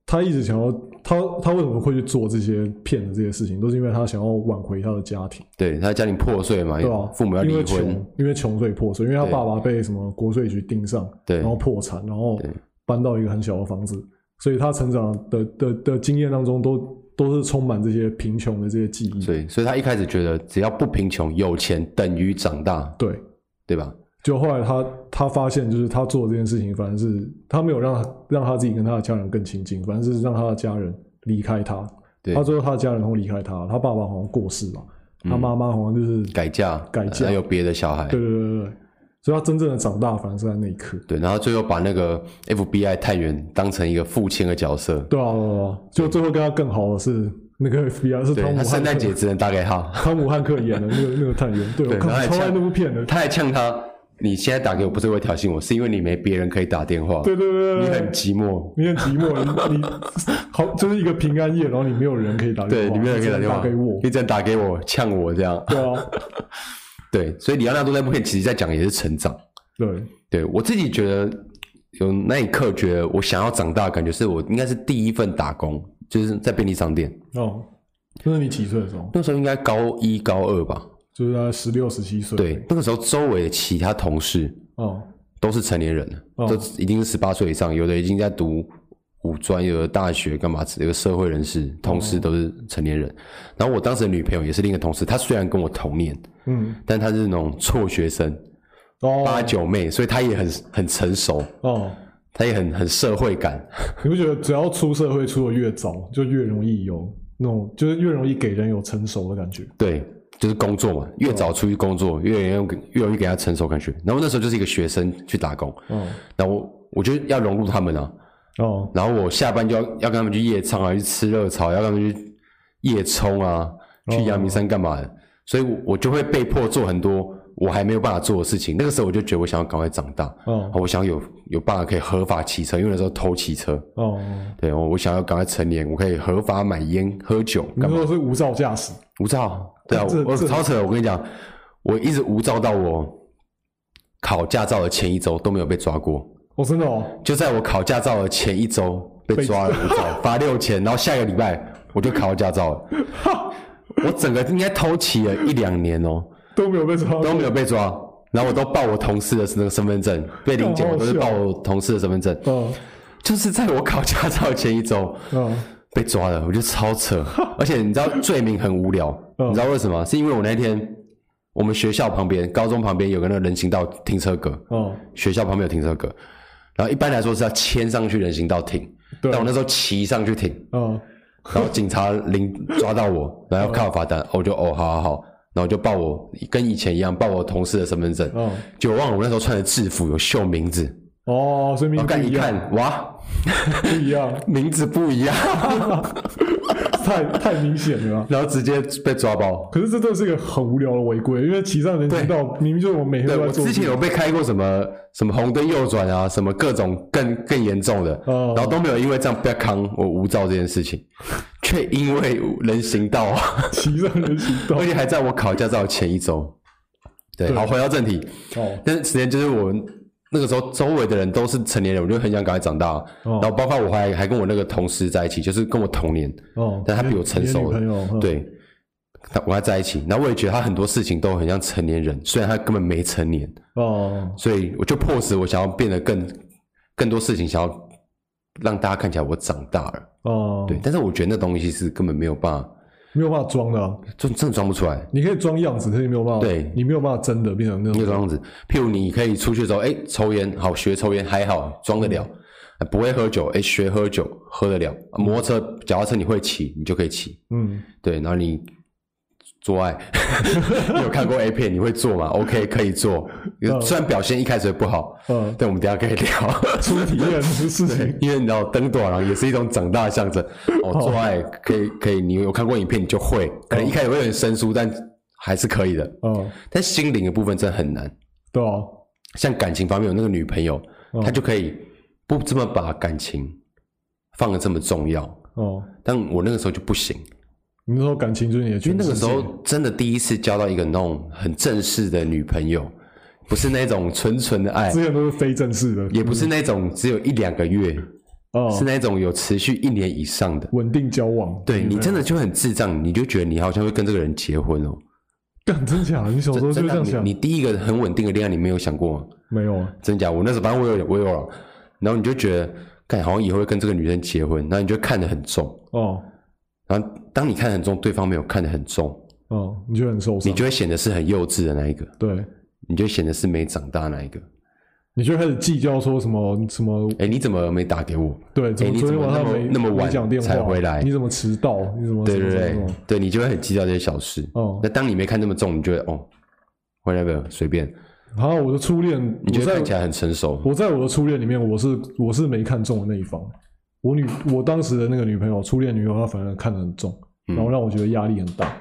[SPEAKER 2] 他一直想要他他为什么会去做这些骗的这些事情，都是因为他想要挽回他的家庭，
[SPEAKER 1] 对他家庭破碎嘛，
[SPEAKER 2] 对吧、
[SPEAKER 1] 哎父母要
[SPEAKER 2] 因
[SPEAKER 1] 离
[SPEAKER 2] 为
[SPEAKER 1] 婚
[SPEAKER 2] 穷，，因为穷所以破碎，因为他
[SPEAKER 1] 对
[SPEAKER 2] 爸爸被什么国税局盯上，
[SPEAKER 1] 对
[SPEAKER 2] 然后破产，然后
[SPEAKER 1] 对
[SPEAKER 2] 搬到一个很小的房子，所以他成长的的的经验当中都都是充满这些贫穷的这些记忆，
[SPEAKER 1] 所以所以他一开始觉得只要不贫穷，有钱等于长大，
[SPEAKER 2] 对。
[SPEAKER 1] 对吧？
[SPEAKER 2] 就后来他他发现，就是他做这件事情，反正是他没有让他让他自己跟他的家人更亲近，反正是让他的家人离开他。
[SPEAKER 1] 对
[SPEAKER 2] 他最后他的家人都离开他，他爸爸好像过世了，他妈妈好像就是，
[SPEAKER 1] 改嫁，呃
[SPEAKER 2] 改嫁
[SPEAKER 1] 还有别的小孩，
[SPEAKER 2] 对对对对对，所以他真正的长大，反正是在那一刻。
[SPEAKER 1] 对，然后最后把那个 FBI 探员当成一个父亲的角色，
[SPEAKER 2] 对啊，对啊对啊就最后跟他更好的是那个 FBI 是
[SPEAKER 1] 对
[SPEAKER 2] 汤姆
[SPEAKER 1] 他
[SPEAKER 2] 汉
[SPEAKER 1] 圣诞
[SPEAKER 2] 克，
[SPEAKER 1] 节只能打给他，
[SPEAKER 2] 汤姆汉克演的那个那个探员，对
[SPEAKER 1] 对
[SPEAKER 2] 我看
[SPEAKER 1] 然后还
[SPEAKER 2] 超爱
[SPEAKER 1] 呛
[SPEAKER 2] 那部片的，
[SPEAKER 1] 他还呛他，你现在打给我不是为挑衅我，是因为你没别人可以打电话，
[SPEAKER 2] 对对对
[SPEAKER 1] 你
[SPEAKER 2] 对
[SPEAKER 1] 很
[SPEAKER 2] 对，
[SPEAKER 1] 寂寞，
[SPEAKER 2] 你很寂寞，你你好就是一个平安夜，然后你没有人可以打电
[SPEAKER 1] 对，
[SPEAKER 2] 话，
[SPEAKER 1] 你没有人可以打
[SPEAKER 2] 只
[SPEAKER 1] 电
[SPEAKER 2] 能
[SPEAKER 1] 话
[SPEAKER 2] 给我，
[SPEAKER 1] 你只能打给我呛我这 样，
[SPEAKER 2] 对啊，
[SPEAKER 1] 对，所以里奥纳多那部片其实在讲也是成长，
[SPEAKER 2] 对，
[SPEAKER 1] 对我自己觉得有那一刻觉得我想要长大，的感觉是我应该是第一份打工，就是在便利商店，
[SPEAKER 2] 哦，那是你几岁的时候？
[SPEAKER 1] 那时候应该高一高二吧，
[SPEAKER 2] 就是大概十六、十七岁。
[SPEAKER 1] 对，，那个时候周围其他同事
[SPEAKER 2] 哦，
[SPEAKER 1] 都是成年人了，
[SPEAKER 2] 哦
[SPEAKER 1] 都已经是十八岁以上，有的已经在读五专，有的大学干嘛，有的社会人
[SPEAKER 2] 哦
[SPEAKER 1] 士，同事都是成年人。然后我当时的女朋友也是另一个同事，她虽然跟我同年，
[SPEAKER 2] 嗯，
[SPEAKER 1] 但她是那种辍学生，八
[SPEAKER 2] 哦
[SPEAKER 1] 九妹，所以她也很很成熟，
[SPEAKER 2] 哦，
[SPEAKER 1] 她也很很社会感。
[SPEAKER 2] 你不觉得只要出社会出的越早，就越容易有那种，就是越容易给人有成熟的感觉？
[SPEAKER 1] 对，就是工作嘛，越早出去工作，
[SPEAKER 2] 哦
[SPEAKER 1] 越容易越容易给她成熟感觉。然后那时候就是一个学生去打工，
[SPEAKER 2] 哦
[SPEAKER 1] 然后我我觉得要融入他们啊，
[SPEAKER 2] 哦，
[SPEAKER 1] 然后我下班就要要跟他们去夜唱啊，去吃热炒，要跟他们去夜冲
[SPEAKER 2] 哦
[SPEAKER 1] 啊，去阳明山干嘛的，所以我我就会被迫做很多我还没有办法做的事情。那个时候我就觉得我想要赶快长大，
[SPEAKER 2] 哦
[SPEAKER 1] 我想要有有办法可以合法骑车，因为那时候偷骑车，
[SPEAKER 2] 哦，
[SPEAKER 1] 对我我想要赶快成年，我可以合法买烟喝酒
[SPEAKER 2] 你
[SPEAKER 1] 干嘛？
[SPEAKER 2] 说是无照驾驶？
[SPEAKER 1] 无照，对啊，
[SPEAKER 2] 嗯这
[SPEAKER 1] 我我
[SPEAKER 2] 这
[SPEAKER 1] 超扯的，我跟你讲，我一直无照到我考驾照的前一周都没有被抓过。
[SPEAKER 2] 哦，真的哦，
[SPEAKER 1] 就在我考驾照的前一周被抓了，五照罚六千，然后下个礼拜我就考驾照了。我整个应该偷骑了一两年哦，
[SPEAKER 2] 都没有被抓。
[SPEAKER 1] 都没有被抓，然后我都报我同事的那个身份证，被临检
[SPEAKER 2] 好
[SPEAKER 1] 我
[SPEAKER 2] 好
[SPEAKER 1] 都是
[SPEAKER 2] 笑
[SPEAKER 1] 报我同事的身份证，
[SPEAKER 2] 嗯
[SPEAKER 1] 就是在我考驾照的前一周
[SPEAKER 2] 嗯
[SPEAKER 1] 被抓了，我就超扯。而且你知道罪名很无聊，
[SPEAKER 2] 嗯
[SPEAKER 1] 你知道为什么？是因为我那天我们学校旁边、高中旁边有个那个人行道停车格，
[SPEAKER 2] 哦，
[SPEAKER 1] 学校旁边有停车格，然后一般来说是要牵上去人行道停，
[SPEAKER 2] 对
[SPEAKER 1] 但我那时候骑上 去停，
[SPEAKER 2] 嗯
[SPEAKER 1] 然后警察临抓到我，然后要看我罚单，我就哦好好好，然后就报我跟以前一样报我同事的身份证，
[SPEAKER 2] 嗯
[SPEAKER 1] 就我忘了我那时候穿的制服有绣名字，
[SPEAKER 2] 哦，所以
[SPEAKER 1] 我
[SPEAKER 2] 名字
[SPEAKER 1] 看
[SPEAKER 2] 不
[SPEAKER 1] 一
[SPEAKER 2] 一样，
[SPEAKER 1] 看哇，
[SPEAKER 2] 不一样，
[SPEAKER 1] 名字不一样，
[SPEAKER 2] 太太明显了啊。
[SPEAKER 1] 然后直接被抓包。
[SPEAKER 2] 可是这真的是一个很无聊的违规，因为骑上人行道明明就是我们每天
[SPEAKER 1] 对
[SPEAKER 2] 都在
[SPEAKER 1] 我
[SPEAKER 2] 做的
[SPEAKER 1] 之
[SPEAKER 2] 事情。
[SPEAKER 1] 前有被开过什么什么红灯右转啊，什么各种更更严重的，
[SPEAKER 2] 哦
[SPEAKER 1] 然后都没有因为这样被康我无照这件事情，却因为人行道啊，
[SPEAKER 2] 骑上人行 道
[SPEAKER 1] 而且还在我考驾照前一周。对，
[SPEAKER 2] 对
[SPEAKER 1] 好，回到正题，
[SPEAKER 2] 哦，
[SPEAKER 1] 但是时间就是我们那个时候周围的人都是成年人，我就很想赶快长大。
[SPEAKER 2] 哦
[SPEAKER 1] 然后包括我还还跟我那个同事在一起，就是跟我同年，
[SPEAKER 2] 哦，
[SPEAKER 1] 但他比我成熟
[SPEAKER 2] 你的女朋友，嗯，
[SPEAKER 1] 对，他我还在一起。然后我也觉得他很多事情都很像成年人，虽然他根本没成年。
[SPEAKER 2] 哦，
[SPEAKER 1] 所以我就迫使我想要变得更更多事情，想要让大家看起来我长大了。
[SPEAKER 2] 哦，
[SPEAKER 1] 对，，但是我觉得那东西是根本没有办法，
[SPEAKER 2] 没有办法装的啊、
[SPEAKER 1] 就真的装不出来。
[SPEAKER 2] 你可以装样子，但是你没有办法，
[SPEAKER 1] 对
[SPEAKER 2] 你没有办法真的变成那
[SPEAKER 1] 你
[SPEAKER 2] 种
[SPEAKER 1] 有这样子，譬如你可以出去的时候，哎、抽烟好学抽烟还好装得了，不会喝酒，哎、学喝酒喝得了。摩托车、脚踏车你会骑，你就可以骑。
[SPEAKER 2] 嗯，
[SPEAKER 1] 对，然后你做爱， 你有看过 A 片，你会做吗？OK，可以做，虽然表现一开始会不好，
[SPEAKER 2] 嗯
[SPEAKER 1] 但我们等一下可以聊。
[SPEAKER 2] 初体验的事情，
[SPEAKER 1] 因为你知道灯短郎也是一种长大的象征。哦，做爱可以可以，你有看过影片你就会，可能一开始会有点生疏，但还是可以的。
[SPEAKER 2] 哦，
[SPEAKER 1] 但心灵的部分真的很难，
[SPEAKER 2] 对啊，
[SPEAKER 1] 像感情方面，有那个女朋友，
[SPEAKER 2] 嗯
[SPEAKER 1] 她就可以不这么把感情放的这么重要。
[SPEAKER 2] 哦，
[SPEAKER 1] 但我那个时候就不行，
[SPEAKER 2] 你那时候感情就是你的
[SPEAKER 1] 因
[SPEAKER 2] 全
[SPEAKER 1] 为
[SPEAKER 2] 世
[SPEAKER 1] 那个
[SPEAKER 2] 界，
[SPEAKER 1] 时候真的第一次交到一个那种很正式的女朋友，不是那种纯纯的爱，
[SPEAKER 2] 之前都是非正式的，
[SPEAKER 1] 也不是那种只有一两个月，是
[SPEAKER 2] 哦，
[SPEAKER 1] 那种有持续一年以上的。
[SPEAKER 2] 稳定交往，
[SPEAKER 1] 对你真的就很智障，你就觉得你好像会跟这个人结婚哦。
[SPEAKER 2] 干真假的？你小时候就
[SPEAKER 1] 真
[SPEAKER 2] 这
[SPEAKER 1] 的啊，
[SPEAKER 2] 样想
[SPEAKER 1] 你？你第一个很稳定的恋爱，你没有想过吗？
[SPEAKER 2] 没有啊，
[SPEAKER 1] 真假？我那时候反正我有我有了，然后你就觉得，干好像以后会跟这个女生结婚，然后你就看得很重，
[SPEAKER 2] 哦
[SPEAKER 1] 然后当你看得很重，对方没有看得很重，
[SPEAKER 2] 哦，你就很受伤
[SPEAKER 1] 你，就会显得是很幼稚的那一个。
[SPEAKER 2] 对，
[SPEAKER 1] 你就显得是没长大那一个。
[SPEAKER 2] 你就开始计较说什么什么
[SPEAKER 1] 哎，你怎么没打给我？
[SPEAKER 2] 对，怎
[SPEAKER 1] 哎
[SPEAKER 2] 么
[SPEAKER 1] 你
[SPEAKER 2] 昨
[SPEAKER 1] 怎
[SPEAKER 2] 天
[SPEAKER 1] 么
[SPEAKER 2] 晚上
[SPEAKER 1] 那么
[SPEAKER 2] 没
[SPEAKER 1] 那么
[SPEAKER 2] 没
[SPEAKER 1] 晚
[SPEAKER 2] 讲电话
[SPEAKER 1] 才回来
[SPEAKER 2] 你怎么迟到？你怎么
[SPEAKER 1] 对
[SPEAKER 2] 什么
[SPEAKER 1] 对
[SPEAKER 2] 什么
[SPEAKER 1] 对
[SPEAKER 2] 什么，
[SPEAKER 1] 对，你就会很计较这些小事。
[SPEAKER 2] 哦
[SPEAKER 1] 那当你没看那么重，你就会哦，whatever，随便，
[SPEAKER 2] 然后我的初恋，
[SPEAKER 1] 你就
[SPEAKER 2] 我
[SPEAKER 1] 会
[SPEAKER 2] 在
[SPEAKER 1] 看起来很成熟。
[SPEAKER 2] 我在我的初恋里面，我是我是没看中的那一方。我女我当时的那个女朋友，初恋女友，她反而看得很重，
[SPEAKER 1] 嗯
[SPEAKER 2] 然后让我觉得压力很大。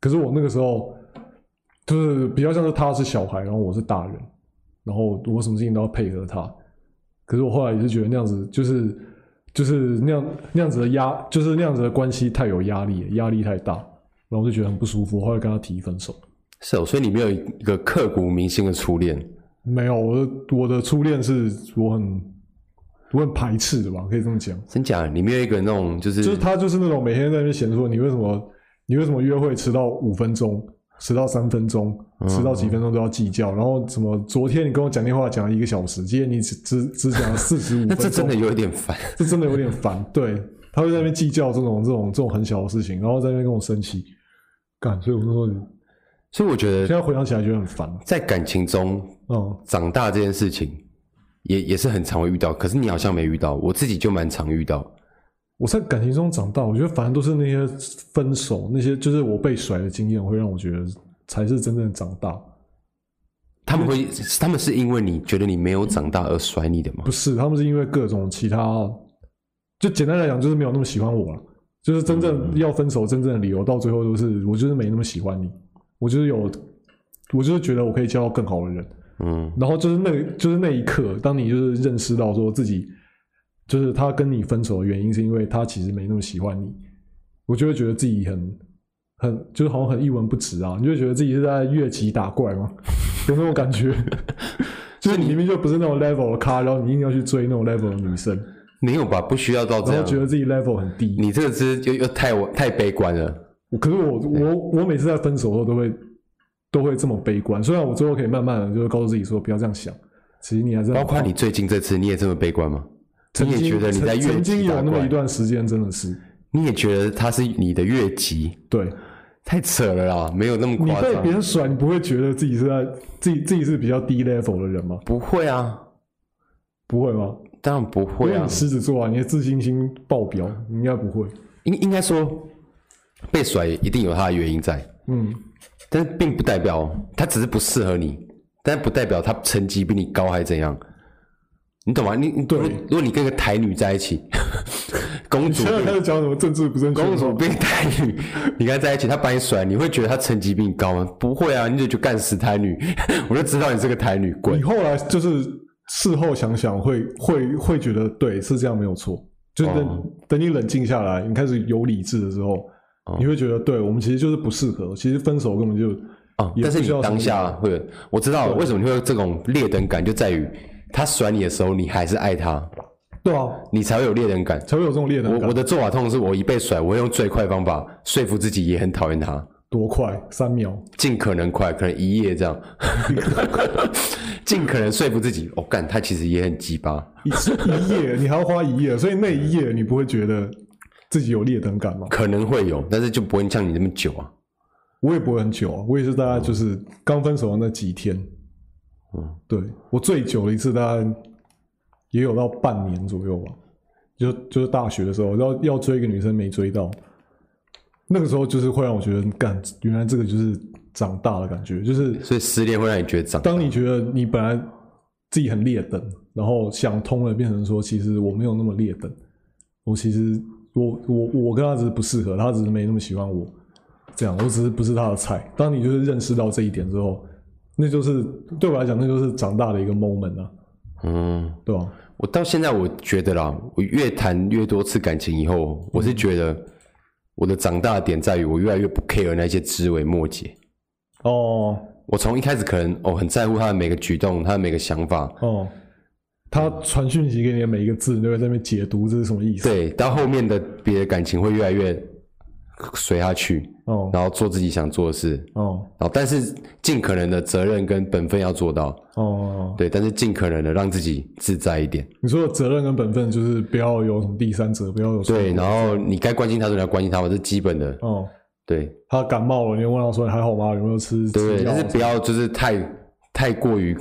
[SPEAKER 2] 可是我那个时候就是比较像是她是小孩，然后我是大人，然后我什么事情都要配合她。可是我后来也是觉得那样子就是就是那样那样子的压，就是那样子的关系太有压力了，压力太大，然后我就觉得很不舒服。我后来跟她提分手。
[SPEAKER 1] 是哦，所以你没有一个刻骨铭心的初恋。
[SPEAKER 2] 没有，我的我的初恋是我很我很排斥的吧，可以这么讲。
[SPEAKER 1] 真假的？你没有一个那种就是
[SPEAKER 2] 就是他就是那种每天在那边嫌说你为什么你为什么约会迟到五分钟，迟到三分钟，
[SPEAKER 1] 嗯
[SPEAKER 2] 迟到几分钟都要计较，然后什么昨天你跟我讲电话讲了一个小时，今天你只只只讲了四十五
[SPEAKER 1] 那
[SPEAKER 2] 分
[SPEAKER 1] 这真
[SPEAKER 2] 钟，
[SPEAKER 1] 的有一点烦。
[SPEAKER 2] 这真的有点烦。对，他会在那边计较这种这种这种很小的事情，然后在那边跟我生气，干，所以我那时候
[SPEAKER 1] 所以我觉
[SPEAKER 2] 现
[SPEAKER 1] 得
[SPEAKER 2] 在回想起来觉得很烦。
[SPEAKER 1] 在感情中
[SPEAKER 2] 嗯，
[SPEAKER 1] 长大这件事情也也是很常会遇到，可是你好像没遇到，我自己就蛮常遇到。
[SPEAKER 2] 我在感情中长大，我觉得反正都是那些分手，那些就是我被甩的经验，会让我觉得才是真正长大。
[SPEAKER 1] 他们会，他们是因为你觉得你没有长大而甩你的吗
[SPEAKER 2] 不？是，他们是因为各种其他，就简单来讲，就是没有那么喜欢我了。就是真正要分手，真正的理由到最后都是我就是没那么喜欢你，我就是有，我就是觉得我可以交到更好的人。
[SPEAKER 1] 嗯，
[SPEAKER 2] 然后就是那个，就是那一刻，当你就是认识到说自己，就是他跟你分手的原因是因为他其实没那么喜欢你，我就会觉得自己很很就是好像很一文不值啊，你就会觉得自己是在越级打怪嘛，有那种感觉。 就是你明明就不是那种 level 的咖，然后你硬要去追那种 level 的女生，
[SPEAKER 1] 没有吧？不需要到这
[SPEAKER 2] 然后觉
[SPEAKER 1] 样。
[SPEAKER 2] 得自己 level 很低。
[SPEAKER 1] 你这个是又又太我太悲观了。
[SPEAKER 2] 可是我我我每次在分手后都会都会这么悲观，虽然我最后可以慢慢的就是告诉自己说不要这样想，其实你还是很
[SPEAKER 1] 包括
[SPEAKER 2] 棒
[SPEAKER 1] 你最近这次，你也这么悲观吗？
[SPEAKER 2] 曾
[SPEAKER 1] 你
[SPEAKER 2] 经
[SPEAKER 1] 也觉得你在
[SPEAKER 2] 曾
[SPEAKER 1] 越
[SPEAKER 2] 曾经
[SPEAKER 1] 级
[SPEAKER 2] 有
[SPEAKER 1] 打
[SPEAKER 2] 那么
[SPEAKER 1] 怪
[SPEAKER 2] 一，段时间，真的是
[SPEAKER 1] 你也觉得他是你的越级，
[SPEAKER 2] 对
[SPEAKER 1] 太扯了啦，没有那么
[SPEAKER 2] 你
[SPEAKER 1] 夸
[SPEAKER 2] 被别
[SPEAKER 1] 张。
[SPEAKER 2] 人甩，你不会觉得自己是在自己自己是比较低 level 的人吗？
[SPEAKER 1] 不会啊，
[SPEAKER 2] 不会吗？
[SPEAKER 1] 当然不
[SPEAKER 2] 因
[SPEAKER 1] 会
[SPEAKER 2] 为
[SPEAKER 1] 啊
[SPEAKER 2] 你。狮子座啊，你的自信心爆表，你应该不会。
[SPEAKER 1] 应应该说，被甩一定有他的原因在，
[SPEAKER 2] 嗯，
[SPEAKER 1] 但是并不代表他只是不适合你，但不代表他成绩比你高还怎样，你懂吗？你你
[SPEAKER 2] 对
[SPEAKER 1] 如如果你跟一个台女在一起， 公 主
[SPEAKER 2] 现在开始讲什么政治不正确？
[SPEAKER 1] 公主变台女，你跟她在一起，她把你甩，你会觉得她成绩比你高吗？不会啊，你就去干死台女， 我就知道你是个台女，滚
[SPEAKER 2] 你！后来就是事后想想会，会会觉得对是这样没有错。就是等、
[SPEAKER 1] 哦
[SPEAKER 2] 等你冷静下来，你开始有理智的时候，
[SPEAKER 1] 哦
[SPEAKER 2] 你会觉得对我们其实就是不适合，其实分手根本就
[SPEAKER 1] 啊！
[SPEAKER 2] 也
[SPEAKER 1] 但是
[SPEAKER 2] 不
[SPEAKER 1] 你
[SPEAKER 2] 需要什么
[SPEAKER 1] 当下会有，我知道为什么你会有这种劣等感，就在于她甩你的时候，你还是爱她，
[SPEAKER 2] 对啊，
[SPEAKER 1] 你才会有劣等感。
[SPEAKER 2] 才会有这种劣等感
[SPEAKER 1] 我。我的做法通常是我一被甩，我会用最快方法说服自己也很讨厌他，
[SPEAKER 2] 多快，三秒，
[SPEAKER 1] 尽可能快，可能一夜这样， 尽可能说服自己，哦，干他其实也很鸡巴，
[SPEAKER 2] 一 一夜，你还要花一夜，所以那一夜你不会觉得自己有劣等感吗？
[SPEAKER 1] 可能会有，但是就不会像你那么久啊。
[SPEAKER 2] 我也不会很久啊，我也是大概就是刚分手的那几天，
[SPEAKER 1] 嗯，
[SPEAKER 2] 对我最久的一次大概也有到半年左右吧，就就是大学的时候，要要追一个女生没追到，那个时候就是会让我觉得，干，原来这个就是长大的感觉，就是
[SPEAKER 1] 所以失恋会让你觉得长，
[SPEAKER 2] 当你觉得你本来自己很劣等，然后想通了，变成说其实我没有那么劣等，我其实我我我跟他只是不适合，他只是没那么喜欢我，这样我只是不是他的菜。当你就是认识到这一点之后，那就是对我来讲，那就是长大的一个 moment 啊，
[SPEAKER 1] 嗯，
[SPEAKER 2] 对吧、
[SPEAKER 1] 我到现在我觉得啦，我越谈越多次感情以后，我是觉得我的长大的点在于我越来越不 care 那些枝微末节。
[SPEAKER 2] 哦
[SPEAKER 1] 我从一开始可能哦很在乎他的每个举动，他的每个想法，
[SPEAKER 2] 哦，他传讯息给你的每一个字，你都会在那边解读这是什么意思？
[SPEAKER 1] 对，到后面的别的感情会越来越随他去，
[SPEAKER 2] 哦
[SPEAKER 1] 然后做自己想做的事，
[SPEAKER 2] 哦
[SPEAKER 1] 然后但是尽可能的责任跟本分要做到，
[SPEAKER 2] 哦哦，
[SPEAKER 1] 对，但是尽可能的让自己自在一点，
[SPEAKER 2] 你说的责任跟本分就是不要有什么第三者，不要有什么
[SPEAKER 1] 对，然后你该关心他的时候你要关心他嘛，这是基本的，
[SPEAKER 2] 哦。
[SPEAKER 1] 对
[SPEAKER 2] 他感冒了，你就问他说你还好吗？有没有吃吃
[SPEAKER 1] 对，
[SPEAKER 2] 药
[SPEAKER 1] 但是？不要就是太太过于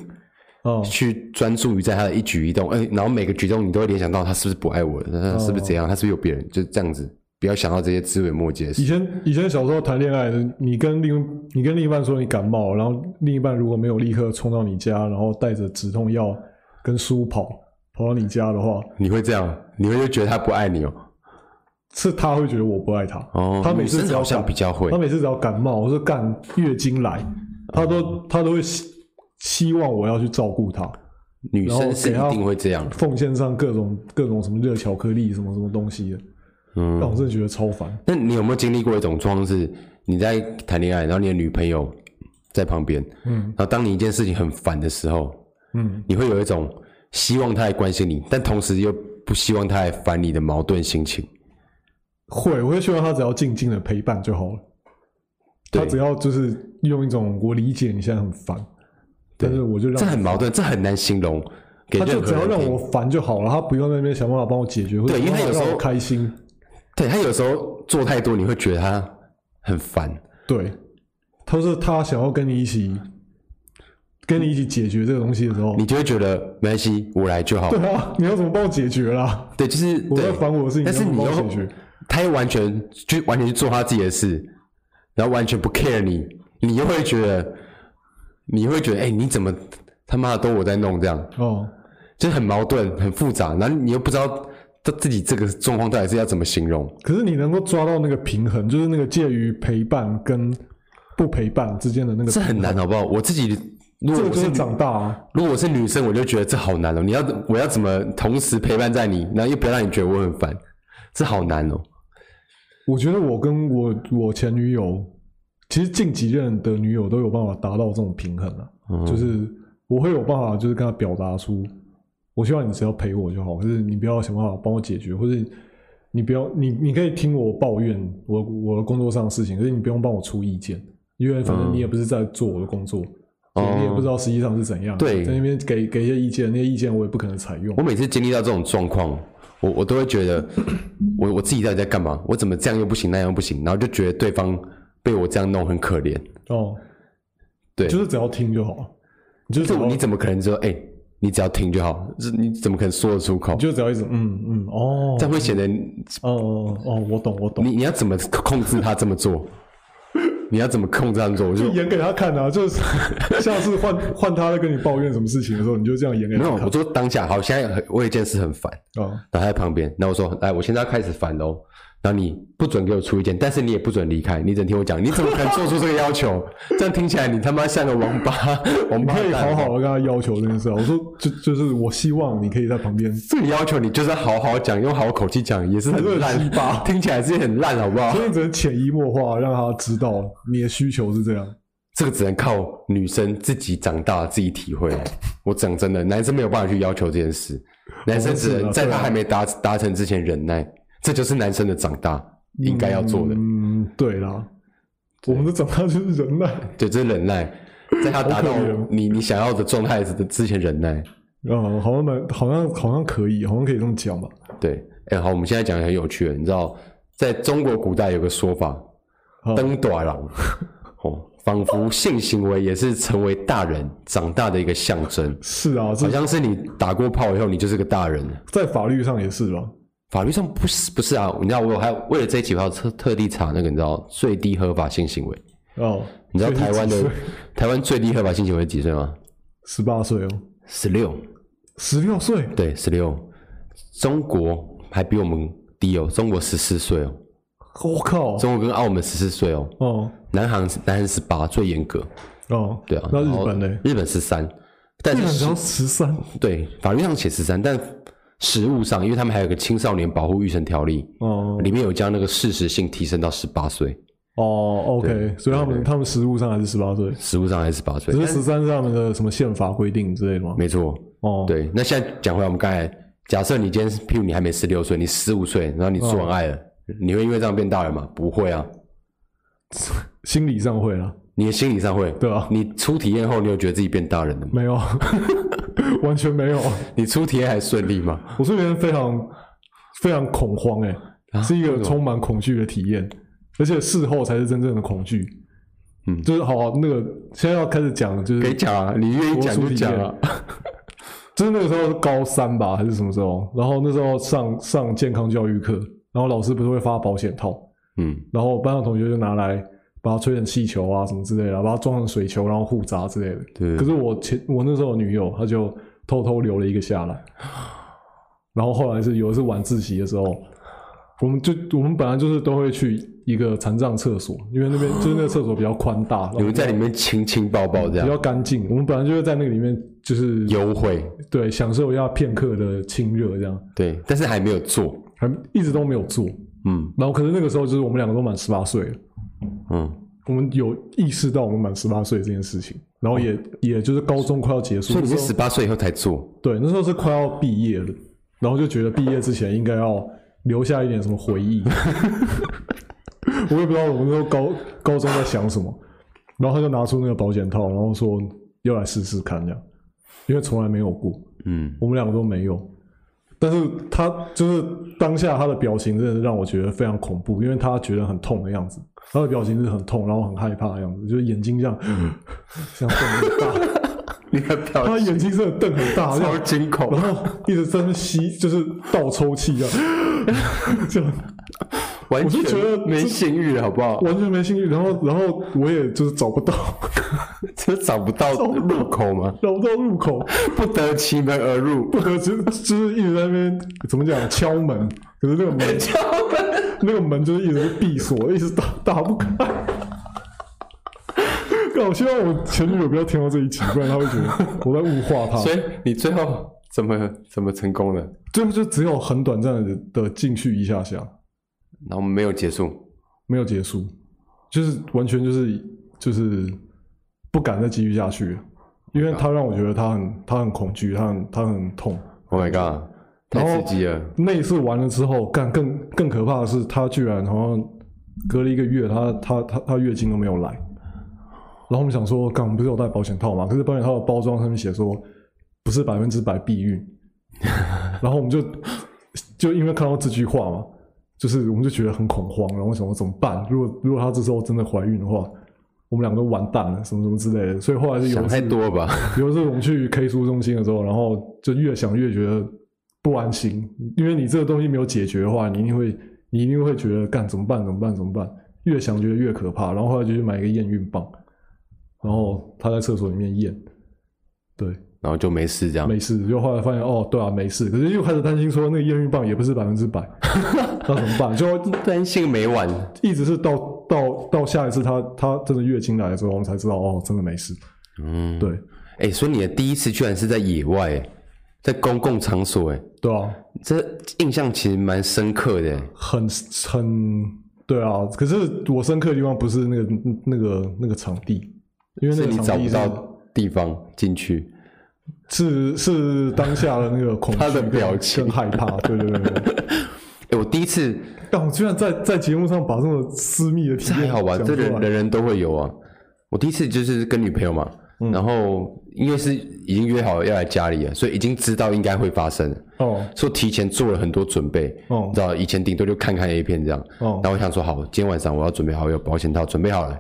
[SPEAKER 2] 哦，
[SPEAKER 1] 去专注于在他的一举一动，哎、然后每个举动你都会联想到他是不是不爱我了，他是不是怎
[SPEAKER 2] 哦
[SPEAKER 1] 样，他是不是有别人，就这样子，不要想到这些枝微末节的
[SPEAKER 2] 以
[SPEAKER 1] 事。
[SPEAKER 2] 前以前小时候谈恋爱，你跟另你跟另一半说你感冒，然后另一半如果没有立刻冲到你家，然后带着止痛药跟书跑跑到你家的话，
[SPEAKER 1] 你会这样，你会就觉得他不爱你哦。
[SPEAKER 2] 是他会觉得我不爱他。
[SPEAKER 1] 哦，
[SPEAKER 2] 他每
[SPEAKER 1] 女
[SPEAKER 2] 次
[SPEAKER 1] 生
[SPEAKER 2] 只要
[SPEAKER 1] 好像
[SPEAKER 2] 感
[SPEAKER 1] 比较会
[SPEAKER 2] 他，每次只要感冒，我说干月经来，他都他都会希希望我要去照顾他，
[SPEAKER 1] 女
[SPEAKER 2] 然后
[SPEAKER 1] 生是
[SPEAKER 2] 给他
[SPEAKER 1] 一定会这样。
[SPEAKER 2] 奉献上各种各种什么热巧克力什么什么东西的，
[SPEAKER 1] 嗯，
[SPEAKER 2] 让我真的觉得超烦。
[SPEAKER 1] 那你有没有经历过一种状况是，你在谈恋爱，然后你的女朋友在旁边，嗯，然后当你一件事情很烦的时候，
[SPEAKER 2] 嗯，
[SPEAKER 1] 你会有一种希望她来关心你，但同时又不希望她来烦你的矛盾心情。
[SPEAKER 2] 会，我会希望他只要静静的陪伴就好了。
[SPEAKER 1] 对
[SPEAKER 2] 他只要就是用一种我理解你现在很烦，但是我就让
[SPEAKER 1] 这很矛盾，这很难形容给
[SPEAKER 2] 他
[SPEAKER 1] 任
[SPEAKER 2] 嗯就
[SPEAKER 1] 何
[SPEAKER 2] 只要
[SPEAKER 1] 人
[SPEAKER 2] 让
[SPEAKER 1] 听。
[SPEAKER 2] 我烦就好了，他不用在那边想办法帮我解决，或者
[SPEAKER 1] 对因为他有时候
[SPEAKER 2] 让我开心。
[SPEAKER 1] 对他有时候做太多，你会觉得他很烦。
[SPEAKER 2] 对，他说他想要跟你一起跟你一起解决这个东西的时候，
[SPEAKER 1] 你就会觉得没关系，我来就好。
[SPEAKER 2] 对啊，你要怎么帮我解决啦？
[SPEAKER 1] 对，就是
[SPEAKER 2] 我在
[SPEAKER 1] 对，
[SPEAKER 2] 烦我的事情，
[SPEAKER 1] 但是
[SPEAKER 2] 你
[SPEAKER 1] 你
[SPEAKER 2] 要怎
[SPEAKER 1] 又
[SPEAKER 2] 么帮我解决。
[SPEAKER 1] 他又完全就完全去做他自己的事，然后完全不 care 你，你又会觉得，你会觉得，哎、你怎么他妈的都我在弄这样，
[SPEAKER 2] 哦，
[SPEAKER 1] 就是很矛盾、很复杂，然后你又不知道他自己这个状况到底是要怎么形容。
[SPEAKER 2] 可是你能够抓到那个平衡，就是那个介于陪伴跟不陪伴之间的那个
[SPEAKER 1] 这
[SPEAKER 2] 平衡，
[SPEAKER 1] 很难，好不好？我自己如
[SPEAKER 2] 这
[SPEAKER 1] 果我
[SPEAKER 2] 个就是是
[SPEAKER 1] 女
[SPEAKER 2] 长大啊。
[SPEAKER 1] 如果我是女生，我就觉得这好难哦。你要我要怎么同时陪伴在你，然后又不要让你觉得我很烦，这好难哦。
[SPEAKER 2] 我觉得我跟我我前女友，其实近几任的女友都有办法达到这种平衡啊，
[SPEAKER 1] 嗯
[SPEAKER 2] 就是我会有办法，就是跟她表达出，我希望你只要陪我就好，可是你不要想办法帮我解决，或者你不要你你可以听我抱怨我我的工作上的事情，可是你不用帮我出意见，因为反
[SPEAKER 1] 嗯
[SPEAKER 2] 正你也不是在做我的工作。所以你也不知道实际上是怎样，
[SPEAKER 1] 哦对
[SPEAKER 2] 在那边给给一些意见，那些意见我也不可能采用
[SPEAKER 1] 我。每次经历到这种状况，我我都会觉得，我我自己到底在干嘛？我怎么这样又不行，那样又不行，然后就觉得对方被我这样弄很可怜。
[SPEAKER 2] 哦，
[SPEAKER 1] 对
[SPEAKER 2] 就是只要听就好了，你就
[SPEAKER 1] 这
[SPEAKER 2] 只要
[SPEAKER 1] 你怎么可能说，哎、你只要听就好？这你怎么可能说得出口
[SPEAKER 2] 你？就只要一直嗯嗯哦
[SPEAKER 1] 这，样会显得
[SPEAKER 2] 哦哦哦，我懂我懂，
[SPEAKER 1] 你你要怎么控制他这么做？你要怎么控制他这么做？我就
[SPEAKER 2] 演给他看啊，就是 下次换换他在跟你抱怨什么事情的时候，你就这样演给
[SPEAKER 1] 没
[SPEAKER 2] 他
[SPEAKER 1] 有，
[SPEAKER 2] 看
[SPEAKER 1] 我说当下好，现在很我有一件事很烦，
[SPEAKER 2] 啊。
[SPEAKER 1] 然后他在旁边，然后我说，哎，我现在要开始烦喽。然后你不准给我出意见，但是你也不准离开，你只能听我讲。你怎么可能做出这个要求？这样听起来你他妈像个王 八王
[SPEAKER 2] 你
[SPEAKER 1] 八
[SPEAKER 2] 可以
[SPEAKER 1] 蛋。
[SPEAKER 2] 好好的跟他要求这件事啊。我说就就是我希望你可以在 旁边，
[SPEAKER 1] 这个要求你就是好好讲，用好口气讲，也是
[SPEAKER 2] 这
[SPEAKER 1] 很
[SPEAKER 2] 个
[SPEAKER 1] 烂
[SPEAKER 2] 鸡巴，
[SPEAKER 1] 听起来是很烂，好不好
[SPEAKER 2] 所？以你只能潜移默化让他知道你的需求是这样。
[SPEAKER 1] 这个只能靠女生自己长大自己体会。我讲真的，男生没有办法去要求这件事，男生只
[SPEAKER 2] 是
[SPEAKER 1] 能
[SPEAKER 2] 啊
[SPEAKER 1] 在
[SPEAKER 2] 对
[SPEAKER 1] 他
[SPEAKER 2] 啊
[SPEAKER 1] 还没达达成之前忍耐，这就是男生的长大应该要做的。
[SPEAKER 2] 嗯，对啦，我们的长大就是忍耐
[SPEAKER 1] 对，这是忍 耐，在他达到
[SPEAKER 2] 好可怜哦
[SPEAKER 1] 你你想要的状态之之前忍耐。
[SPEAKER 2] 嗯，好像蛮，好像好像可以，好像可以这么讲吧。
[SPEAKER 1] 对，哎、好，我们现在讲的很有趣了，你知道，在中国古代有个说法
[SPEAKER 2] 好，
[SPEAKER 1] 登短郎，哦，仿佛性行为也是成为大人长大的一个象征，
[SPEAKER 2] 是啊，
[SPEAKER 1] 好
[SPEAKER 2] 这
[SPEAKER 1] 像是你打过炮以后，你就是个大人了。
[SPEAKER 2] 在法律上也是吧？
[SPEAKER 1] 法律上不是不是啊，你知道我还为了这一起，我还有特特地查那个你知道最低合法性行为，
[SPEAKER 2] 哦，
[SPEAKER 1] 你知道台湾的
[SPEAKER 2] 所以
[SPEAKER 1] 台湾最低合法性行为几岁吗？
[SPEAKER 2] 十八岁哦，
[SPEAKER 1] 十六，
[SPEAKER 2] 十六岁
[SPEAKER 1] 对，十六。中国还比我们低哦，中国十四岁哦，
[SPEAKER 2] 我靠！
[SPEAKER 1] 中国跟澳门十四岁哦，
[SPEAKER 2] 哦
[SPEAKER 1] 南韩南韩十八最严格，
[SPEAKER 2] 哦，
[SPEAKER 1] 对啊。
[SPEAKER 2] 那
[SPEAKER 1] 然
[SPEAKER 2] 日
[SPEAKER 1] 后
[SPEAKER 2] 本嘞？
[SPEAKER 1] 日本十三，但
[SPEAKER 2] 日本只
[SPEAKER 1] 是
[SPEAKER 2] 要十三
[SPEAKER 1] 对法律上写十三，但实务上，因为他们还有个青少年保护育成条例，
[SPEAKER 2] 哦
[SPEAKER 1] 里面有将那个事实性提升到十八岁，
[SPEAKER 2] 哦，OK，所以他们他们实务上还是十八岁，
[SPEAKER 1] 实务上还是十八岁
[SPEAKER 2] 只，是十三是他们的什么宪法规定之类的吗？
[SPEAKER 1] 没错。
[SPEAKER 2] 哦，
[SPEAKER 1] 对，那现在讲回来，我们刚才假设你今天，譬如你还没十六岁，你十五岁，然后你做
[SPEAKER 2] 哦
[SPEAKER 1] 完爱了，你会因为这样变大人吗？不会啊，
[SPEAKER 2] 心理上会啦，
[SPEAKER 1] 你的心理上会。
[SPEAKER 2] 对啊
[SPEAKER 1] 你初体验后，你有觉得自己变大人了吗？
[SPEAKER 2] 没有， 完全没有。
[SPEAKER 1] 你初体验还顺利吗？
[SPEAKER 2] 我睡眠非常非常恐慌、
[SPEAKER 1] 啊
[SPEAKER 2] 欸，哎、是一个充满恐惧的体验，而且事后才是真正的恐惧。
[SPEAKER 1] 嗯
[SPEAKER 2] 就是好、啊、那个现在要开始讲了，就是
[SPEAKER 1] 可以讲啊，你愿意讲就讲啊。
[SPEAKER 2] 就是那个时候高三吧，还是什么时候？然后那时候上上健康教育课，然后老师不是会发保险套，
[SPEAKER 1] 嗯，
[SPEAKER 2] 然后班上同学就拿来把它吹成气球啊什么之类的，把它装成水球，然后互砸之类的。
[SPEAKER 1] 对。
[SPEAKER 2] 可是我前我那时候的女友，她就偷偷留了一个下来，然后后来是有一次晚自习的时候，我们就我们本来就是都会去一个残障厕所，因为那边就是那个厕所比较宽大，然后
[SPEAKER 1] 你们在里面亲亲抱抱这
[SPEAKER 2] 比较
[SPEAKER 1] 样，
[SPEAKER 2] 干净。我们本来就是在那个里面，就是
[SPEAKER 1] 优惠
[SPEAKER 2] 对享受一下片刻的亲热，这样
[SPEAKER 1] 对，但是还没有做，
[SPEAKER 2] 还一直都没有做。
[SPEAKER 1] 嗯
[SPEAKER 2] 然后可是那个时候就是我们两个都满十八岁了。
[SPEAKER 1] 嗯，
[SPEAKER 2] 我们有意识到我们满十八岁这件事情，然后也、也就是高中快要结
[SPEAKER 1] 哦
[SPEAKER 2] 束
[SPEAKER 1] 所以
[SPEAKER 2] 的
[SPEAKER 1] 你
[SPEAKER 2] 时
[SPEAKER 1] 是
[SPEAKER 2] 候，
[SPEAKER 1] 十八岁以后才做，
[SPEAKER 2] 对，那时候是快要毕业了，然后就觉得毕业之前应该要留下一点什么 回忆。我也不知道我那时候高高中在想什么，然后他就拿出那个保险套，然后说要来试试看这样，因为从来没有过，
[SPEAKER 1] 嗯
[SPEAKER 2] 我们两个都没有。但是他就是当下他的表情真的是让我觉得非常恐怖，因为他觉得很痛的样子，他的表情是很痛，然后很害怕的样子，就是眼睛这 样、这样瞪很大，
[SPEAKER 1] 你的表
[SPEAKER 2] 他眼睛真的瞪很大，这样
[SPEAKER 1] 超惊恐，
[SPEAKER 2] 然后一直在那吸，就是倒抽气这样， 这样
[SPEAKER 1] 完
[SPEAKER 2] 我就觉得
[SPEAKER 1] 全没性欲，好不好？
[SPEAKER 2] 完全没兴趣。然后然后我也就是找不到
[SPEAKER 1] 这找不到入口吗？
[SPEAKER 2] 找不到入口，
[SPEAKER 1] 不得其门而入，
[SPEAKER 2] 不得知就是一直在那边怎么讲敲门，可是那个 门
[SPEAKER 1] 敲门，
[SPEAKER 2] 那个门就是一直是闭锁，一直打打不开。干我希望我前女友不要听到这一集，不然她会觉得我在物化 她。
[SPEAKER 1] 所以你最后怎么怎么成功了？
[SPEAKER 2] 最后就只有很短暂的的进去一下下，
[SPEAKER 1] 然后没有结束，
[SPEAKER 2] 没有结束，就是完全就是就是不敢再继续下去了，因为她让我觉得她很她很恐惧，她很她很痛。
[SPEAKER 1] ，Oh my god，太
[SPEAKER 2] 然后
[SPEAKER 1] 刺激了，
[SPEAKER 2] 那一次完了之后，干更更可怕的是，她居然好像隔了一个月，她她她她月经都没有来。然后我们想说，干，我们不是有带保险套吗？可是保险套的包装上面写说不是百分之百避孕。然后我们就就因为看到这句话嘛，就是我们就觉得很恐慌，然后想说怎么办？如果如果她这时候真的怀孕的话，我们两个都完蛋了，什么什么之类的。所以后来就有
[SPEAKER 1] 想
[SPEAKER 2] 一
[SPEAKER 1] 太
[SPEAKER 2] 次
[SPEAKER 1] 多了吧？
[SPEAKER 2] 有一次我们去 K 书中心的时候，然后就越想越觉得不安心，因为你这个东西没有解决的话，你一定会你一定会觉得干怎么办怎么办怎么办，越想觉得越可怕。然后后来就去买一个验孕棒，然后他在厕所里面验，对，
[SPEAKER 1] 然后就没事这样，
[SPEAKER 2] 没事。就后来发现哦，对啊，没事。可是又开始担心说那个验孕棒也不是百分之百， 那怎么办？就
[SPEAKER 1] 担心没完，
[SPEAKER 2] 一直是到到到下一次她她真的月经来的时候，我们才知道哦，真的没事。
[SPEAKER 1] 嗯，
[SPEAKER 2] 对
[SPEAKER 1] 哎、所以你的第一次居然是在野外、欸，在公共场所、欸，哎，
[SPEAKER 2] 对啊，
[SPEAKER 1] 这印象其实蛮深刻的、欸。
[SPEAKER 2] 很很对啊，可是我深刻的地方不是那个那个那个场地，因为那
[SPEAKER 1] 是
[SPEAKER 2] 个
[SPEAKER 1] 你找
[SPEAKER 2] 场地
[SPEAKER 1] 不
[SPEAKER 2] 是
[SPEAKER 1] 到地方进去，
[SPEAKER 2] 是是当下的那个恐惧
[SPEAKER 1] 他
[SPEAKER 2] 跟、
[SPEAKER 1] 的表情
[SPEAKER 2] 跟害怕，对对对 对。
[SPEAKER 1] 哎、我第一次
[SPEAKER 2] 但我居然在在节目上把这种私密的体
[SPEAKER 1] 这还
[SPEAKER 2] 验
[SPEAKER 1] 好吧，
[SPEAKER 2] 讲
[SPEAKER 1] 这
[SPEAKER 2] 出来
[SPEAKER 1] 人人人都会有啊。我第一次就是跟女朋友嘛，
[SPEAKER 2] 嗯
[SPEAKER 1] 然后因为是已经约好要来家里了，所以已经知道应该会发生，
[SPEAKER 2] 哦
[SPEAKER 1] 所以提前做了很多准备。
[SPEAKER 2] 哦
[SPEAKER 1] 你知道以前顶多就看看 A 片这样，
[SPEAKER 2] 哦
[SPEAKER 1] 然后我想说好，今天晚上我要准备好有保险套，准备好了，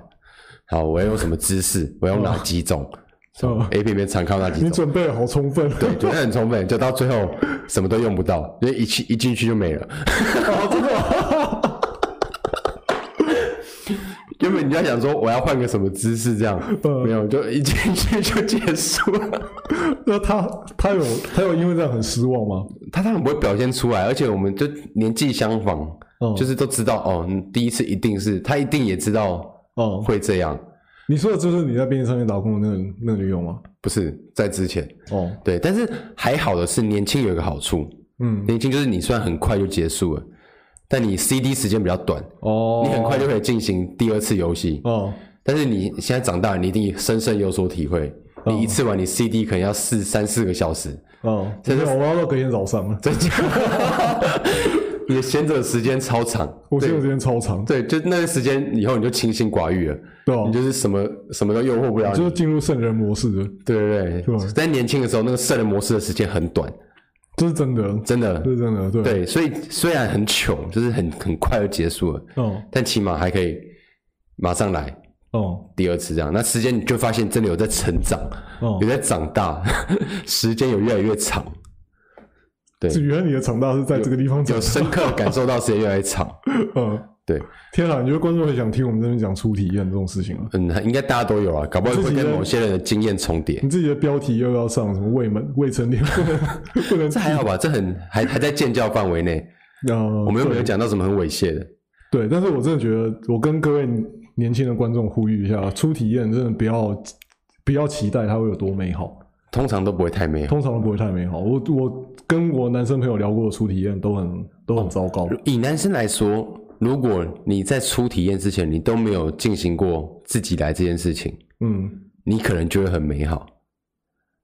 [SPEAKER 1] 好我要用什么姿势，我要用哪几种、
[SPEAKER 2] 哦
[SPEAKER 1] a 片里面常看到哪几
[SPEAKER 2] 你
[SPEAKER 1] 种，
[SPEAKER 2] 准备得好充分，
[SPEAKER 1] 对，觉得很充分，就到最后什么都用不到，因为一去一进去就没了。
[SPEAKER 2] 哦，真的啊
[SPEAKER 1] 原本你要想说我要换个什么姿势这样，
[SPEAKER 2] 嗯
[SPEAKER 1] 没有，就一进去就结束了。
[SPEAKER 2] 那他他有他有因为这样很失望吗？
[SPEAKER 1] 他他很不会表现出来，而且我们就年纪相仿，
[SPEAKER 2] 哦
[SPEAKER 1] 就是都知道哦，你第一次一定是他一定也知道
[SPEAKER 2] 哦，
[SPEAKER 1] 会这样，
[SPEAKER 2] 你说的就是你在便利商店打工的那个那个女友吗？
[SPEAKER 1] 不是在之前。
[SPEAKER 2] 哦，
[SPEAKER 1] 对，但是还好的是，年轻有一个好处，
[SPEAKER 2] 嗯，
[SPEAKER 1] 年轻就是你虽然很快就结束了，但你 CD 时间比较短，
[SPEAKER 2] 哦，
[SPEAKER 1] 你很快就可以进行第二次游戏。
[SPEAKER 2] 哦，
[SPEAKER 1] 但是你现在长大了，你一定深深有所体会，你一次玩你 CD 可能要四三四个小时，
[SPEAKER 2] 哦，真的，我要到隔天早上了，
[SPEAKER 1] 真假？你的闲着时间超长，
[SPEAKER 2] 我现在时间超长，
[SPEAKER 1] 对，就那个时间以后你就清心寡欲了，
[SPEAKER 2] 对啊
[SPEAKER 1] 你就是什么什么都诱惑不了你，
[SPEAKER 2] 就是进入圣人模式了，
[SPEAKER 1] 对对
[SPEAKER 2] 对
[SPEAKER 1] 对。在年轻的时候，那个圣人模式的时间很短，
[SPEAKER 2] 这是真的，
[SPEAKER 1] 真的，
[SPEAKER 2] 这是真的，对，啊
[SPEAKER 1] 对，所以虽然很糗，就是很很快就结束了，
[SPEAKER 2] 哦，
[SPEAKER 1] 但起码还可以马上来，
[SPEAKER 2] 哦
[SPEAKER 1] 第二次这样。那时间你就发现真的有在成长，
[SPEAKER 2] 哦
[SPEAKER 1] 有，在长大， 时间有越来越长，对
[SPEAKER 2] 原来你的长大是在这个地方长
[SPEAKER 1] 有深刻地感受到时间越来越长。
[SPEAKER 2] 大。嗯，
[SPEAKER 1] 对，
[SPEAKER 2] 天啊，你觉得观众会想听我们这边讲初体验这种事情吗？
[SPEAKER 1] 嗯，应该大家都有啊，搞不好
[SPEAKER 2] 自
[SPEAKER 1] 会
[SPEAKER 2] 己
[SPEAKER 1] 跟
[SPEAKER 2] 的
[SPEAKER 1] 某些人的经验重叠
[SPEAKER 2] 你。自己的标题又要上什么未满未成年不 能不能
[SPEAKER 1] 这还好吧？这很还还在建教范围内，
[SPEAKER 2] 呃，
[SPEAKER 1] 我们又没有
[SPEAKER 2] 对
[SPEAKER 1] 讲到什么很猥亵的。
[SPEAKER 2] 对，但是我真的觉得，我跟各位年轻的观众呼吁一下，初体验真的不要不要期待它会有多美好，
[SPEAKER 1] 通常都不会太美好。
[SPEAKER 2] 通常都不会太美好。我我跟我男生朋友聊过的初体验都很都很糟糕，
[SPEAKER 1] 以男生来说，如果你在初体验之前，你都没有进行过自己来这件事情，
[SPEAKER 2] 嗯，
[SPEAKER 1] 你可能就会很美好。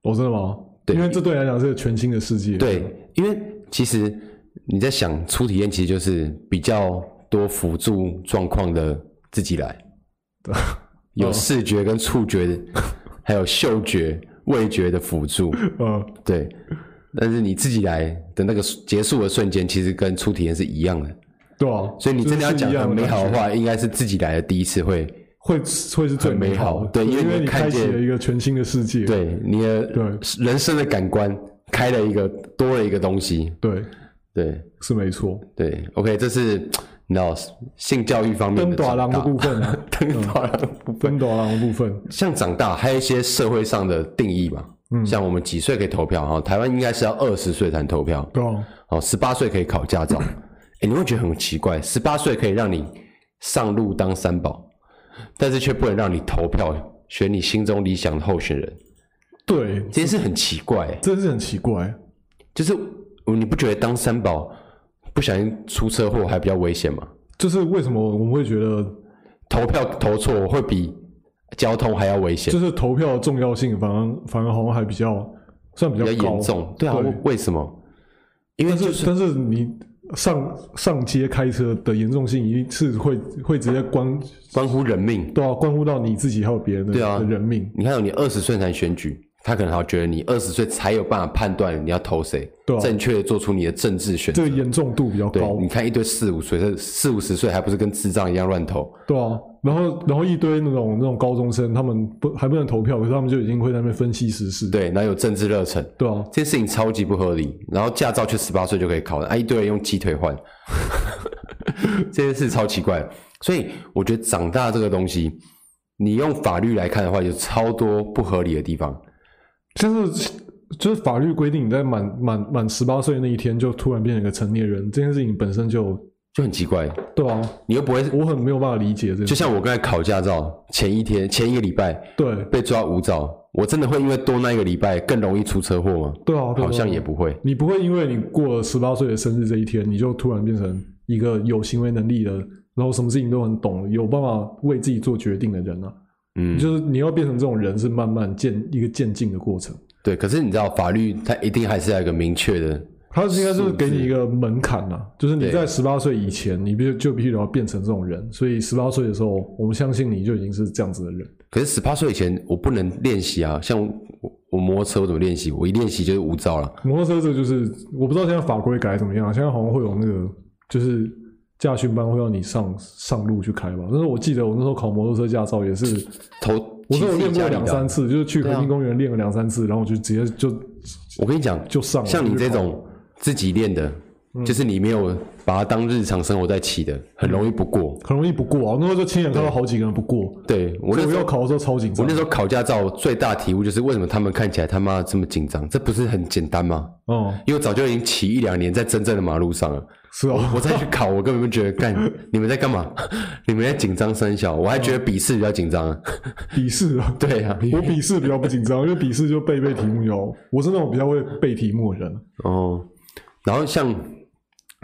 [SPEAKER 2] 我、哦真的吗？
[SPEAKER 1] 对
[SPEAKER 2] 因为这对你来讲是个全新的世界。
[SPEAKER 1] 对，因为其实你在想初体验，其实就是比较多辅助状况的自己 来，有视觉跟触觉，还有嗅觉、味觉的辅助。
[SPEAKER 2] 呃，
[SPEAKER 1] 对，但是你自己来的那个结束的瞬间，其实跟初体验是一样的。
[SPEAKER 2] 对啊，
[SPEAKER 1] 所以你真的要
[SPEAKER 2] 就是
[SPEAKER 1] 讲
[SPEAKER 2] 一样
[SPEAKER 1] 很美好的
[SPEAKER 2] 感觉，
[SPEAKER 1] 话，应该是自己来的第一次会，
[SPEAKER 2] 会会是最
[SPEAKER 1] 很美
[SPEAKER 2] 好
[SPEAKER 1] 好
[SPEAKER 2] 的，
[SPEAKER 1] 对因为
[SPEAKER 2] 因
[SPEAKER 1] 你
[SPEAKER 2] 你
[SPEAKER 1] 看
[SPEAKER 2] 开启
[SPEAKER 1] 见
[SPEAKER 2] 了一个全新的世界。
[SPEAKER 1] 对你的
[SPEAKER 2] 对
[SPEAKER 1] 人生的感官开了一个多了一个东西。
[SPEAKER 2] 对，
[SPEAKER 1] 对
[SPEAKER 2] 是没错。
[SPEAKER 1] 对，OK，这是你知道性教育方面
[SPEAKER 2] 登
[SPEAKER 1] 的
[SPEAKER 2] 短
[SPEAKER 1] 长
[SPEAKER 2] 廊的
[SPEAKER 1] 大，
[SPEAKER 2] 部分啊，
[SPEAKER 1] 登短郎部分
[SPEAKER 2] 登短廊的部 分，
[SPEAKER 1] 像长大还有一些社会上的定义嘛，
[SPEAKER 2] 嗯
[SPEAKER 1] 像我们几岁可以投票啊？台湾应该是要二十岁才能投票，
[SPEAKER 2] 对啊，
[SPEAKER 1] 哦，十八岁可以考驾照。 哎，你会觉得很奇怪，十八岁可以让你上路当三宝，但是却不能让你投票选你心中理想的候选人，
[SPEAKER 2] 对，
[SPEAKER 1] 这件事很奇怪、欸
[SPEAKER 2] 真是很奇怪。
[SPEAKER 1] 就是你不觉得当三宝不小心出车祸还比较危险吗？
[SPEAKER 2] 就是为什么我们会觉得，
[SPEAKER 1] 投票投错会比交通还要危险
[SPEAKER 2] 就，是投票的重要性反而反而好像还比较算比
[SPEAKER 1] 比较
[SPEAKER 2] 高
[SPEAKER 1] 严重。对啊，为为什么？因为
[SPEAKER 2] 但
[SPEAKER 1] 就是是
[SPEAKER 2] 但是你上上街开车的严重性一定是会会直接关
[SPEAKER 1] 关乎人命。
[SPEAKER 2] 对啊，关乎到你自己还有别人的
[SPEAKER 1] 对啊
[SPEAKER 2] 的人命，
[SPEAKER 1] 你看，你二十岁才选举，他可能还觉得你二十岁才有办法判断你要投谁，
[SPEAKER 2] 对啊
[SPEAKER 1] 正确的做出你的政治选择
[SPEAKER 2] 这。个严重度比较
[SPEAKER 1] 对，
[SPEAKER 2] 高，
[SPEAKER 1] 你看一堆四五岁、甚至四五十岁，还不是跟智障一样乱投？
[SPEAKER 2] 对啊。然后然后一堆那种那种高中生，他们不还不能投票，可是他们就已经会在那边分析时事，
[SPEAKER 1] 对，哪有政治热忱？
[SPEAKER 2] 对啊，
[SPEAKER 1] 这件事情超级不合理。然后驾照却十八岁就可以考了，啊，一堆人用鸡腿换， 这件事超奇怪。所以我觉得长大这个东西，你用法律来看的话，有超多不合理的地方。
[SPEAKER 2] 就是就是法律规定，你在满满满十八岁那一天就突然变成一个成年人，这件事情本身就
[SPEAKER 1] 就很奇怪，
[SPEAKER 2] 对啊，
[SPEAKER 1] 你又不会，
[SPEAKER 2] 我很没有办法理解这件
[SPEAKER 1] 就
[SPEAKER 2] 事。
[SPEAKER 1] 像我刚才考驾照前一天、前一个礼拜
[SPEAKER 2] 对
[SPEAKER 1] 被抓无照，我真的会因为多那一个礼拜更容易出车祸吗？
[SPEAKER 2] 对啊，对啊
[SPEAKER 1] 好像也不会。
[SPEAKER 2] 你不会因为你过了十八岁的生日这一天，你就突然变成一个有行为能力的，然后什么事情都很懂，有办法为自己做决定的人啊。
[SPEAKER 1] 嗯，
[SPEAKER 2] 就是你要变成这种人，是慢慢渐一个渐进的过程。
[SPEAKER 1] 对，可是你知道，法律它一定还是要有一个明确的，
[SPEAKER 2] 它是应该就是给
[SPEAKER 1] 素
[SPEAKER 2] 你
[SPEAKER 1] 质
[SPEAKER 2] 一个门槛呐、就是你
[SPEAKER 1] 对
[SPEAKER 2] 在十八岁以前，你必须就必须要变成这种人。所以十八岁的时候，我们相信你就已经是这样子的人。
[SPEAKER 1] 可是十八岁以前我不能练习啊，像我我摩托车我怎么练习？我一练习就是无照了。
[SPEAKER 2] 摩托车这个就是我不知道现在法规改怎么样，啊现在好像会有那个就是驾训班会让你上上路去开吧。但是我记得我那时候考摩托车驾照也是，
[SPEAKER 1] 头
[SPEAKER 2] 我
[SPEAKER 1] 骑
[SPEAKER 2] 都有
[SPEAKER 1] 自己
[SPEAKER 2] 练
[SPEAKER 1] 家
[SPEAKER 2] 过
[SPEAKER 1] 里的啊啊
[SPEAKER 2] 两三次，就是去
[SPEAKER 1] 对啊
[SPEAKER 2] 和平公园练了两三次，然后我就直接就
[SPEAKER 1] 我跟你讲，
[SPEAKER 2] 就上了。嗯
[SPEAKER 1] 像你
[SPEAKER 2] 就去
[SPEAKER 1] 这
[SPEAKER 2] 考
[SPEAKER 1] 种自己练的，就是你没有把它当日常生活在骑的，很容易不过。
[SPEAKER 2] 很容易不过啊，我那时候就亲眼看到好几个人不过，
[SPEAKER 1] 对我
[SPEAKER 2] 所
[SPEAKER 1] 那
[SPEAKER 2] 以我
[SPEAKER 1] 时候
[SPEAKER 2] 要。考的时候超紧
[SPEAKER 1] 我
[SPEAKER 2] 张
[SPEAKER 1] 那。时候考驾照最大体悟就是为什么他们看起来他妈这么紧张？这不是很简单吗？
[SPEAKER 2] 哦、
[SPEAKER 1] 因为我早就已经骑一两年在真正的马路上了，
[SPEAKER 2] 是哦，
[SPEAKER 1] 我再去考，我根本不觉得干，你们在干嘛？ 你们在紧张三小，我还觉得
[SPEAKER 2] 嗯
[SPEAKER 1] 笔试比较紧张啊。
[SPEAKER 2] 笔试啊。
[SPEAKER 1] 对啊，
[SPEAKER 2] 我笔试比较不紧张，因为笔试就背背题目哟。我是那种比较会背题目的人。
[SPEAKER 1] 哦，然后像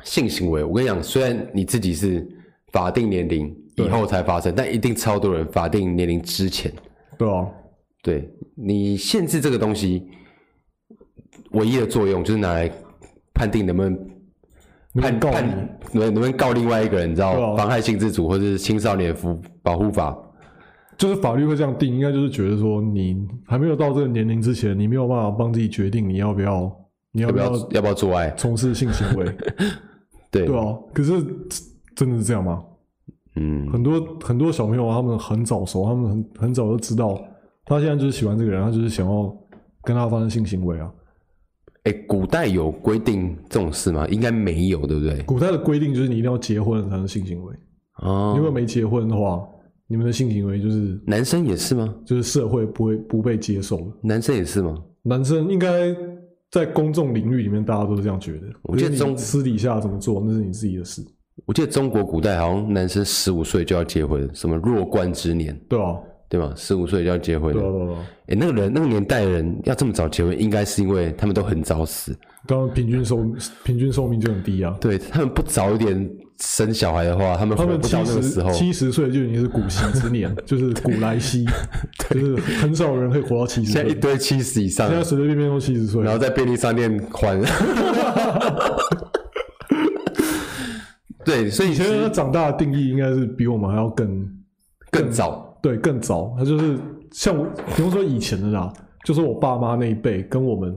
[SPEAKER 1] 性行为，我跟你讲，虽然你自己是法定年龄以后才发生，但一定超多人法定年龄之前。
[SPEAKER 2] 对啊，
[SPEAKER 1] 对你限制这个东西，唯一的作用就是拿来判定能不能
[SPEAKER 2] 能
[SPEAKER 1] 判
[SPEAKER 2] 告
[SPEAKER 1] 判
[SPEAKER 2] 你，
[SPEAKER 1] 能能不能告另外一个人，你知
[SPEAKER 2] 对
[SPEAKER 1] 道、
[SPEAKER 2] 啊
[SPEAKER 1] 妨害性自主或者是青少年服保护法。
[SPEAKER 2] 就是法律会这样定，应该就是觉得说你还没有到这个年龄之前，你没有办法帮自己决定你要不要，你要
[SPEAKER 1] 要
[SPEAKER 2] 不
[SPEAKER 1] 不要
[SPEAKER 2] 要
[SPEAKER 1] 要不要做爱？
[SPEAKER 2] 从事性行为，
[SPEAKER 1] 对，
[SPEAKER 2] 对啊。可是真的是这样吗？
[SPEAKER 1] 嗯，
[SPEAKER 2] 很多很多小朋友啊他们很早熟，他们很很早就知道，他现在就是喜欢这个人，他就是想要跟他发生性行为啊。
[SPEAKER 1] 哎、古代有规定这种事吗？应该没有，对不对？
[SPEAKER 2] 古代的规定就是你一定要结婚才能性行为，
[SPEAKER 1] 哦，
[SPEAKER 2] 如果没结婚的话，你们的性行为就是
[SPEAKER 1] 男生也是吗？
[SPEAKER 2] 就是社会不会不被接受的。
[SPEAKER 1] 男生也是吗？
[SPEAKER 2] 男生应该在公众领域里面，大家都是这样觉得。
[SPEAKER 1] 我觉得
[SPEAKER 2] 就是你
[SPEAKER 1] 中
[SPEAKER 2] 私底下怎么做，那是你自己的事，
[SPEAKER 1] 我记得中国古代好像男生十五岁就要结婚，什么弱冠之年，
[SPEAKER 2] 对吧、啊？
[SPEAKER 1] 对吧？十五岁就要结婚
[SPEAKER 2] 对啊，
[SPEAKER 1] 了。
[SPEAKER 2] 对啊，对啊。
[SPEAKER 1] 哎、那个人那个年代的人要这么早结婚，应该是因为他们都很早死。
[SPEAKER 2] 当然，平均寿平均寿命就很低啊。
[SPEAKER 1] 对他们不早一点生小孩的话，他们
[SPEAKER 2] 他
[SPEAKER 1] 活
[SPEAKER 2] 们
[SPEAKER 1] 不到
[SPEAKER 2] 七
[SPEAKER 1] 那个时候
[SPEAKER 2] 十。七十岁就已经是古稀之年，就是古来稀，就是很少有人可以活到七十岁。
[SPEAKER 1] 现在一
[SPEAKER 2] 现
[SPEAKER 1] 堆七十以上的，
[SPEAKER 2] 在随随便便都七十岁
[SPEAKER 1] 然
[SPEAKER 2] 了，
[SPEAKER 1] 后在便利商店还。对，所以
[SPEAKER 2] 以前人
[SPEAKER 1] 是
[SPEAKER 2] 他长大的定义应该是比我们还要更
[SPEAKER 1] 更早，
[SPEAKER 2] 对，更早，他就是像我，不用说以前的啦，就是我爸妈那一辈跟我们，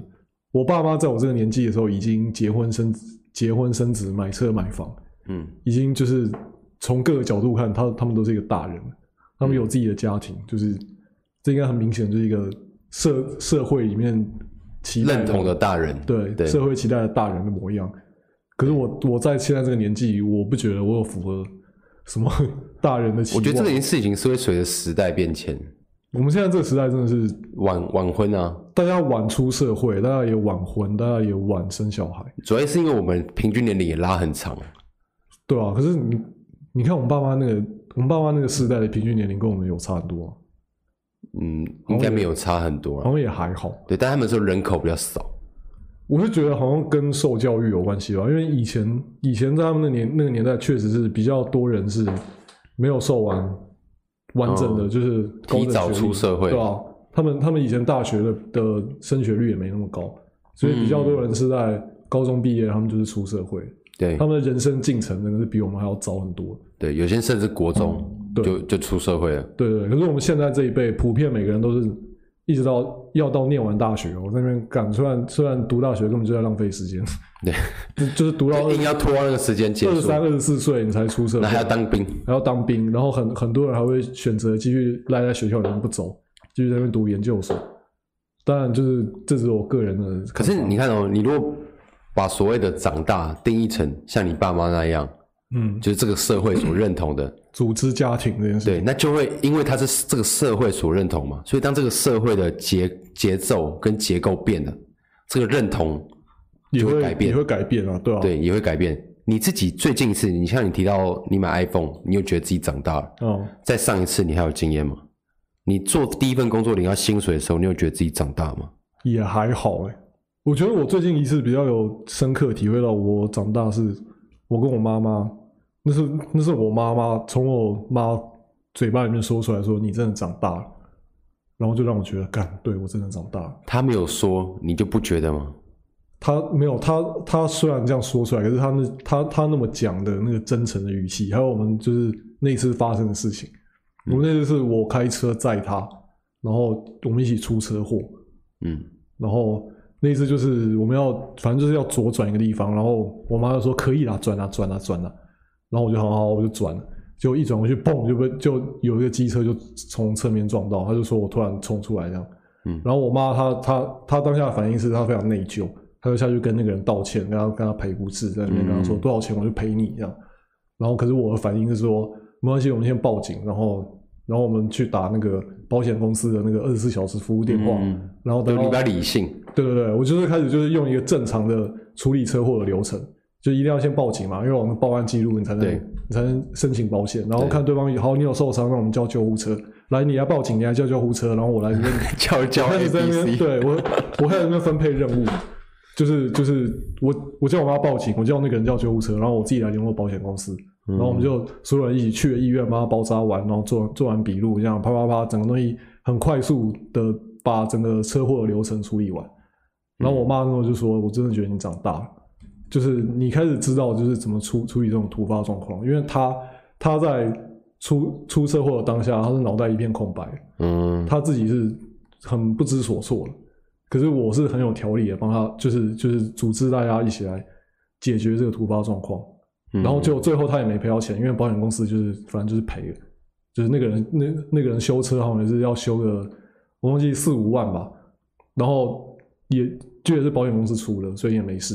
[SPEAKER 2] 我爸妈在我这个年纪的时候已经结婚生子结婚生子、买车买房，
[SPEAKER 1] 嗯，
[SPEAKER 2] 已经就是从各个角度看，他他们都是一个大人，他们有自己的家庭，就是这应该很明显就是一个社社会里面期待
[SPEAKER 1] 认同的大人，
[SPEAKER 2] 对
[SPEAKER 1] 对
[SPEAKER 2] 社会期待的大人的模样。可是我我在现在这个年纪，我不觉得我有符合什么 大人的期
[SPEAKER 1] 我
[SPEAKER 2] 望。
[SPEAKER 1] 觉得这件事情是会随着时代变迁，
[SPEAKER 2] 我们现在这个时代真的是
[SPEAKER 1] 晚晚婚啊，
[SPEAKER 2] 大家晚出社会，大家也晚婚，大家也晚生小孩，
[SPEAKER 1] 主要是因为我们平均年龄也拉很长，
[SPEAKER 2] 对啊，可是你你看我们爸妈那个，我们爸妈那个世代的平均年龄跟我们有差很多、啊，
[SPEAKER 1] 嗯，
[SPEAKER 2] 哦
[SPEAKER 1] 应该没有差很多
[SPEAKER 2] 好
[SPEAKER 1] 啊。
[SPEAKER 2] 像也还好。
[SPEAKER 1] 对，但他们说人口比较少，
[SPEAKER 2] 我是觉得好像跟受教育有关系吧，因为以前以前在他们那年那个年代，确实是比较多人是没有受完完整的，
[SPEAKER 1] 嗯
[SPEAKER 2] 就是高等
[SPEAKER 1] 提早
[SPEAKER 2] 学历
[SPEAKER 1] 出社会
[SPEAKER 2] 对啊？他们他们以前大学的的升学率也没那么高，所以比较多人是在高中毕业，他们就是出社会。
[SPEAKER 1] 对
[SPEAKER 2] 他们的人生进程真的是比我们还要早很多。
[SPEAKER 1] 对，有些甚至国中
[SPEAKER 2] 哦对
[SPEAKER 1] 就就出社会了，
[SPEAKER 2] 对对，对可是我们现在这一辈，普遍每个人都是一直到要到念完大学，我在那边干，虽然虽然读大学根本就在浪费时间，
[SPEAKER 1] 对，
[SPEAKER 2] 就就是读到
[SPEAKER 1] 就
[SPEAKER 2] 二
[SPEAKER 1] 硬要拖那个时间结
[SPEAKER 2] 哦二
[SPEAKER 1] 束，
[SPEAKER 2] 三、二十四岁你才出社会，
[SPEAKER 1] 那还要
[SPEAKER 2] 还
[SPEAKER 1] 当兵，
[SPEAKER 2] 要当兵，然后很很多人还会选择继续赖在学校里面不走，继续在那边读研究所。当然，就是这只是我个人的
[SPEAKER 1] 可
[SPEAKER 2] 看法，
[SPEAKER 1] 是你看哦，你如果把所谓的长大定义成像你爸妈那样，
[SPEAKER 2] 嗯，
[SPEAKER 1] 就是这个社会所认同的，
[SPEAKER 2] 组织家庭这件事，
[SPEAKER 1] 对，那就会因为它是这个社会所认同嘛，所以当这个社会的节节奏跟结构变了，这个认同
[SPEAKER 2] 也
[SPEAKER 1] 就会
[SPEAKER 2] 会
[SPEAKER 1] 改变
[SPEAKER 2] 也会改变啊，对啊，
[SPEAKER 1] 对也会改变。你自己最近一次，你像你提到你买 iPhone，你又觉得自己长大了，
[SPEAKER 2] 嗯，
[SPEAKER 1] 在上一次你还有经验吗？你做第一份工作领到薪水的时候，你有觉得自己长大吗？
[SPEAKER 2] 也还好哎、我觉得我最近一次比较有深刻体会到，我长大是，我跟我妈妈，那是那是我妈妈从我妈嘴巴里面说出来说你真的长大了，然后就让我觉得，干，对我真的长大了。
[SPEAKER 1] 他没有说，你就不觉得吗？
[SPEAKER 2] 她没有，她她虽然这样说出来，可是她那她她那么讲的那个真诚的语气，还有我们就是那次发生的事情，我们那次是我开车载她，然后我们一起出车祸，
[SPEAKER 1] 嗯，
[SPEAKER 2] 然后那一次就是我们要，反正就是要左转一个地方，然后我妈就说可以啦，转啦，转啦，转啦，然后我就好好好，我就转了，结果一转过去，嘣，就被就有一个机车就从侧面撞到，她就说我突然冲出来这样，
[SPEAKER 1] 嗯
[SPEAKER 2] 然后我妈她她她当下的反应是她非常内疚，她就下去跟那个人道歉，跟他跟他赔不是，在那边跟他说
[SPEAKER 1] 嗯
[SPEAKER 2] 多少钱我就赔你这样，然后可是我的反应是说没关系，我们先报警，然后。然后我们去打那个保险公司的那个二十四小时服务电话，
[SPEAKER 1] 嗯
[SPEAKER 2] 然后
[SPEAKER 1] 就
[SPEAKER 2] 等
[SPEAKER 1] 你
[SPEAKER 2] 到
[SPEAKER 1] 比较理性，
[SPEAKER 2] 对对对，我就是开始就是用一个正常的处理车祸的流程，就一定要先报警嘛，因为我们报案记录你才能
[SPEAKER 1] 对
[SPEAKER 2] 你才能申请保险，然后
[SPEAKER 1] 对
[SPEAKER 2] 看对方好你有受伤，那我们叫救护车，来你来报警，你来叫救护车，然后我来这边
[SPEAKER 1] 教教
[SPEAKER 2] 我开
[SPEAKER 1] A
[SPEAKER 2] 始在
[SPEAKER 1] B
[SPEAKER 2] 那边
[SPEAKER 1] C，
[SPEAKER 2] 对我我开始在那边分配任务，就是就是我我叫我妈报警，我叫那个人叫救护车，然后我自己来联络保险公司，然后我们就所有人一起去了医院帮他包扎完，然后做做完笔录，这样啪啪啪，整个东西很快速的把整个车祸的流程处理完。然后我妈那时候就说：“我真的觉得你长大了，就是你开始知道就是怎么处处理这种突发状况，因为她她在出出车祸的当下，她是脑袋一片空白，
[SPEAKER 1] 嗯，
[SPEAKER 2] 她自己是很不知所措的。可是我是很有条理的，帮她就是就是组织大家一起来解决这个突发状况。
[SPEAKER 1] 嗯
[SPEAKER 2] 然后就最后他也没赔到钱，因为保险公司就是反正就是赔了，就是那个人那那个人修车好像也是要修个我忘记四五万吧，然后也这也是保险公司出的，所以也没事，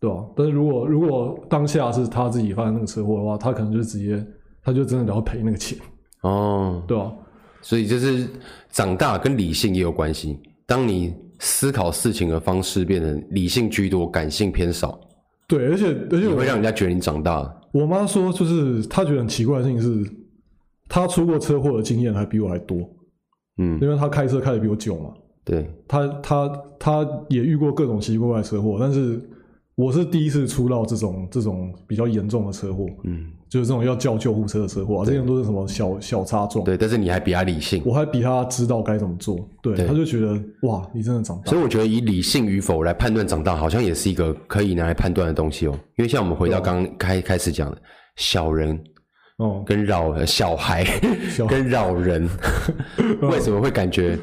[SPEAKER 2] 对吧、但是如果如果当下是他自己发生那个车祸的话，他可能就直接他就真的得要赔那个钱，
[SPEAKER 1] 哦，
[SPEAKER 2] 对吧、
[SPEAKER 1] 所以就是长大跟理性也有关系。当你思考事情的方式变成理性居多，感性偏少，
[SPEAKER 2] 对，而且而且
[SPEAKER 1] 也
[SPEAKER 2] 我
[SPEAKER 1] 会让人家觉得你长大了。
[SPEAKER 2] 我妈说，就是她觉得很奇怪的事情是，她出过车祸的经验还比我还多，
[SPEAKER 1] 嗯，
[SPEAKER 2] 因为她开车开的比我久嘛。
[SPEAKER 1] 对，
[SPEAKER 2] 她她她也遇过各种奇奇怪怪的车祸，但是我是第一次出到这种这种比较严重的车祸，
[SPEAKER 1] 嗯，
[SPEAKER 2] 就是这种要叫救护车的车祸、啊，这种都是什么小小擦撞。
[SPEAKER 1] 对，但是你还比他理性，
[SPEAKER 2] 我还比她知道该怎么做，对，
[SPEAKER 1] 对
[SPEAKER 2] 她就觉得哇，你真的长大
[SPEAKER 1] 所，以我觉得以理性与否来判断长大，好像也是一个可以拿来判断的东西哦。因为像我们回到刚刚开开始讲的，小人
[SPEAKER 2] 哦、
[SPEAKER 1] 跟扰人小 孩
[SPEAKER 2] 小
[SPEAKER 1] 跟扰人， 为什么会感觉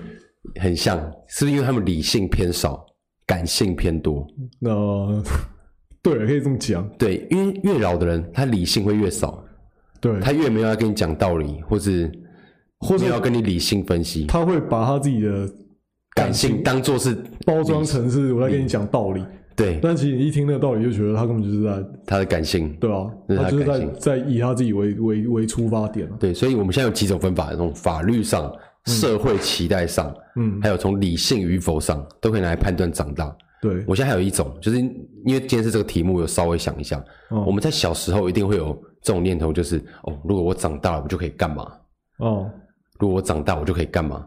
[SPEAKER 1] 很像？是不是因为他们理性偏少，感性偏多？
[SPEAKER 2] 那、对，可以这么讲，
[SPEAKER 1] 对，因为越扰的人，他理性会越少，
[SPEAKER 2] 对，
[SPEAKER 1] 他越没有要跟你讲道理，或是
[SPEAKER 2] 或
[SPEAKER 1] 没
[SPEAKER 2] 是
[SPEAKER 1] 有要跟你理性分析，
[SPEAKER 2] 她会把她自己的
[SPEAKER 1] 感性当做是
[SPEAKER 2] 包装成是我在跟你讲道理。
[SPEAKER 1] 对
[SPEAKER 2] 但其实你一听那个道理，就觉得他根本就是在
[SPEAKER 1] 他的感性。
[SPEAKER 2] 对啊，
[SPEAKER 1] 这是
[SPEAKER 2] 他
[SPEAKER 1] 他
[SPEAKER 2] 就是
[SPEAKER 1] 感
[SPEAKER 2] 在在以他自己为为为出发点啊。
[SPEAKER 1] 对，所以我们现在有几种分法，那种法律上、社会期待上，
[SPEAKER 2] 嗯，
[SPEAKER 1] 还有从理性与否上，都可以拿来判断长大。
[SPEAKER 2] 对，
[SPEAKER 1] 我现在还有一种，就是因为今天是这个题目，有稍微想一下，
[SPEAKER 2] 哦
[SPEAKER 1] 我们在小时候一定会有这种念头，就是哦，如果我长大了，我就可以干嘛？
[SPEAKER 2] 哦，
[SPEAKER 1] 如果我长大，我就可以干嘛？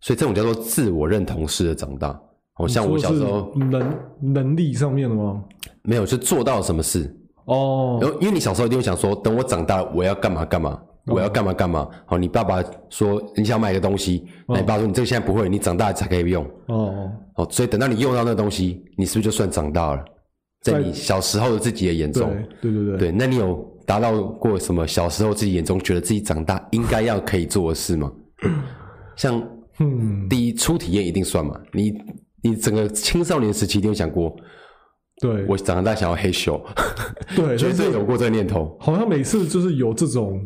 [SPEAKER 1] 所以这种叫做自我认同式的长大。哦，像我
[SPEAKER 2] 你
[SPEAKER 1] 小
[SPEAKER 2] 说
[SPEAKER 1] 时
[SPEAKER 2] 是
[SPEAKER 1] 候
[SPEAKER 2] 能能力上面的吗？
[SPEAKER 1] 没有，就做到什么事，
[SPEAKER 2] 哦，
[SPEAKER 1] 然后因为你小时候一定会想说，等我长大了我要干嘛干嘛，
[SPEAKER 2] 哦
[SPEAKER 1] 我要干嘛干嘛。好，你爸爸说你想买个东西，那你爸说你这个现在不会，你长大才可以用。
[SPEAKER 2] 哦，
[SPEAKER 1] 哦，所以等到你用到那个东西，你是不是就算长大了？在你小时候的自己的眼
[SPEAKER 2] 对
[SPEAKER 1] 中，
[SPEAKER 2] 对对对，
[SPEAKER 1] 对，那你有达到过什么小时候自己眼中觉得自己长大应该要可以做的事 吗？像
[SPEAKER 2] 嗯，
[SPEAKER 1] 第一初体验一定算嘛，你你整个青少年时期一定有想过，
[SPEAKER 2] 对，
[SPEAKER 1] 我长大想要黑咻，
[SPEAKER 2] 对，
[SPEAKER 1] 绝
[SPEAKER 2] 但是
[SPEAKER 1] 对 有过这个念头。
[SPEAKER 2] 好像每次就是有这种，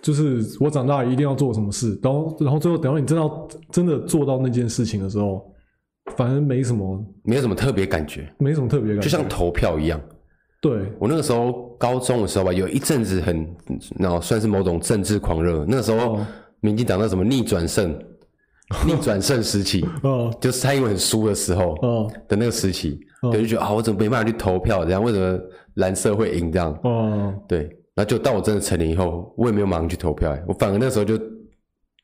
[SPEAKER 2] 就是我长大一定要做什么事，然后然后最后等到你真的要真的做到那件事情的时候，反正没什么
[SPEAKER 1] 没有什么特别感觉，
[SPEAKER 2] 没什么特别感觉，
[SPEAKER 1] 就像投票一样。
[SPEAKER 2] 对，
[SPEAKER 1] 我那个时候高中的时候吧，有一阵子很，然后算是某种政治狂热。那个时候
[SPEAKER 2] 哦，
[SPEAKER 1] 民进党那什么逆转 胜，逆转胜时期，
[SPEAKER 2] 哦
[SPEAKER 1] 就是蔡英文很输的时候
[SPEAKER 2] 哦
[SPEAKER 1] 的那个时期，对，就觉得啊，我怎么没办法去投票？这样为什么蓝色会赢？这样
[SPEAKER 2] 哦。
[SPEAKER 1] 对。然后就到我真的成年以后，我也没有马上去投票，欸我反而那时候就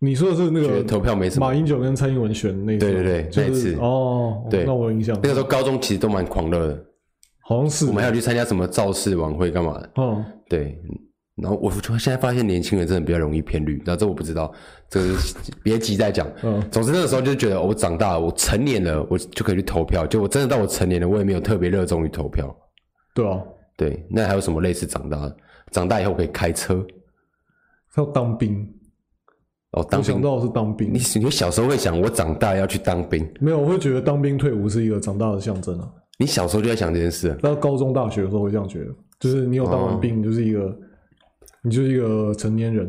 [SPEAKER 2] 你说的是那
[SPEAKER 1] 觉
[SPEAKER 2] 个
[SPEAKER 1] 得投票没什么
[SPEAKER 2] 马。英九跟蔡英文选那一次，
[SPEAKER 1] 对对对
[SPEAKER 2] 就是
[SPEAKER 1] 那一次
[SPEAKER 2] 哦，
[SPEAKER 1] 对
[SPEAKER 2] 那我有印象，
[SPEAKER 1] 那个时候高中其实都蛮狂热的，
[SPEAKER 2] 好像是
[SPEAKER 1] 我们还有去参加什么造势晚会干嘛的。
[SPEAKER 2] 哦，
[SPEAKER 1] 对，嗯然后我就现在发现年轻人真的比较容易偏绿，然后这我不知道，这个是 别急再讲。
[SPEAKER 2] 嗯
[SPEAKER 1] 总之那个时候就觉得、哦我长大了，我成年了，我就可以去投票。就我真的到我成年了，我也没有特别热衷于投票。
[SPEAKER 2] 对啊，
[SPEAKER 1] 对，那还有什么类似长大的？长大以后可以开车
[SPEAKER 2] 他要当兵，
[SPEAKER 1] 哦，当
[SPEAKER 2] 我想
[SPEAKER 1] 兵。
[SPEAKER 2] 到的是当兵
[SPEAKER 1] 你，你小时候会想我长大要去当兵，
[SPEAKER 2] 没有，我会觉得当兵退伍是一个长大的象征啊。
[SPEAKER 1] 你小时候就在想这件事了，
[SPEAKER 2] 到高中、大学的时候会这样觉得，就是你有当完
[SPEAKER 1] 哦
[SPEAKER 2] 兵，你就是一个，你就是一个成年人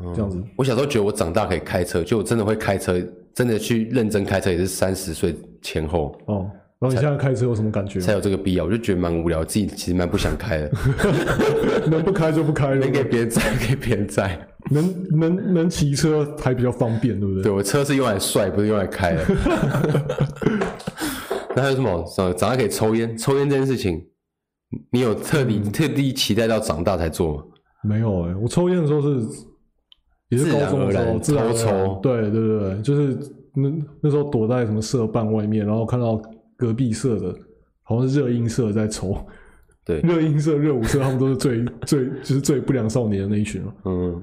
[SPEAKER 1] 嗯
[SPEAKER 2] 这样子。
[SPEAKER 1] 我小时候觉得我长大可以开车，就我真的会开车，真的去认真开车也是三十岁前后。
[SPEAKER 2] 哦，然后你现在开车有什么感觉？
[SPEAKER 1] 才有这个必要，我就觉得蛮无聊，自己其实蛮不想开的。
[SPEAKER 2] 能不开就不开了
[SPEAKER 1] 能，给别人载， 给别人载。
[SPEAKER 2] 能能能骑车还比较方便，对不对？
[SPEAKER 1] 对我车是用来帅，不是用来开的。 那还有什么？呃长大可以抽烟，抽烟这件事情，你有特地、
[SPEAKER 2] 嗯
[SPEAKER 1] 特地期待到长大才做吗？
[SPEAKER 2] 没有哎、我抽烟的时候是也是
[SPEAKER 1] 自
[SPEAKER 2] 高
[SPEAKER 1] 然
[SPEAKER 2] 中的时
[SPEAKER 1] 而
[SPEAKER 2] 候
[SPEAKER 1] 然
[SPEAKER 2] 自然而
[SPEAKER 1] 偷抽
[SPEAKER 2] 然对对对对，就是那那时候躲在什么社办外面，然后看到隔壁社的，好像是热音社在抽，
[SPEAKER 1] 对
[SPEAKER 2] 热音社、热舞社他们都是最 最就是最不良少年的那一群嘛，
[SPEAKER 1] 嗯，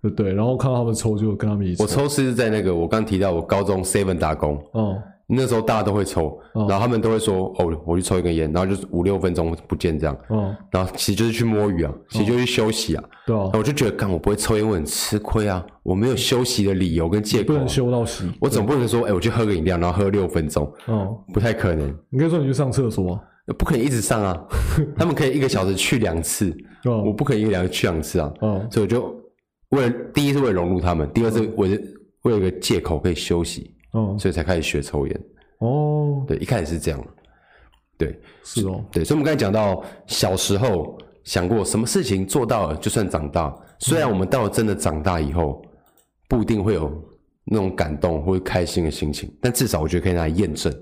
[SPEAKER 2] 对对，然后看到他们抽就跟他们一起
[SPEAKER 1] 我，抽是在那个我刚提到我高中 seven 打工，
[SPEAKER 2] 哦
[SPEAKER 1] 那时候大家都会抽，
[SPEAKER 2] 哦
[SPEAKER 1] 然后他们都会说哦，我去抽一根烟，然后就是五六分钟不见这样，
[SPEAKER 2] 哦，
[SPEAKER 1] 然后其实就是去摸鱼啊，其实就是去休息啊。
[SPEAKER 2] 对啊
[SPEAKER 1] 然后，我就觉得，干我不会抽烟，我很吃亏啊，我没有休息的理由跟借
[SPEAKER 2] 不
[SPEAKER 1] 口啊、
[SPEAKER 2] 能休到息，
[SPEAKER 1] 我总不能说，哎、我去喝个饮料，然后喝六分钟，
[SPEAKER 2] 哦，
[SPEAKER 1] 不太可能。
[SPEAKER 2] 你可以说你去上厕所啊，
[SPEAKER 1] 不可能一直上啊， 他们可以一个小时去两次，
[SPEAKER 2] 哦
[SPEAKER 1] 我不可以一个小时去两次啊，
[SPEAKER 2] 哦
[SPEAKER 1] 所以我就为了第一是为了融入他们，第二是为了为了一个借口可以休息，
[SPEAKER 2] 哦
[SPEAKER 1] 所以才开始学抽烟。
[SPEAKER 2] 哦，
[SPEAKER 1] 对，一开始是这样，对
[SPEAKER 2] 是哦，
[SPEAKER 1] 对，所以我们刚才讲到小时候想过什么事情做到了，就算长大，虽然我们到了真的长大以后，不一定会有那种感动或者开心的心情，但至少我觉得可以拿来验证。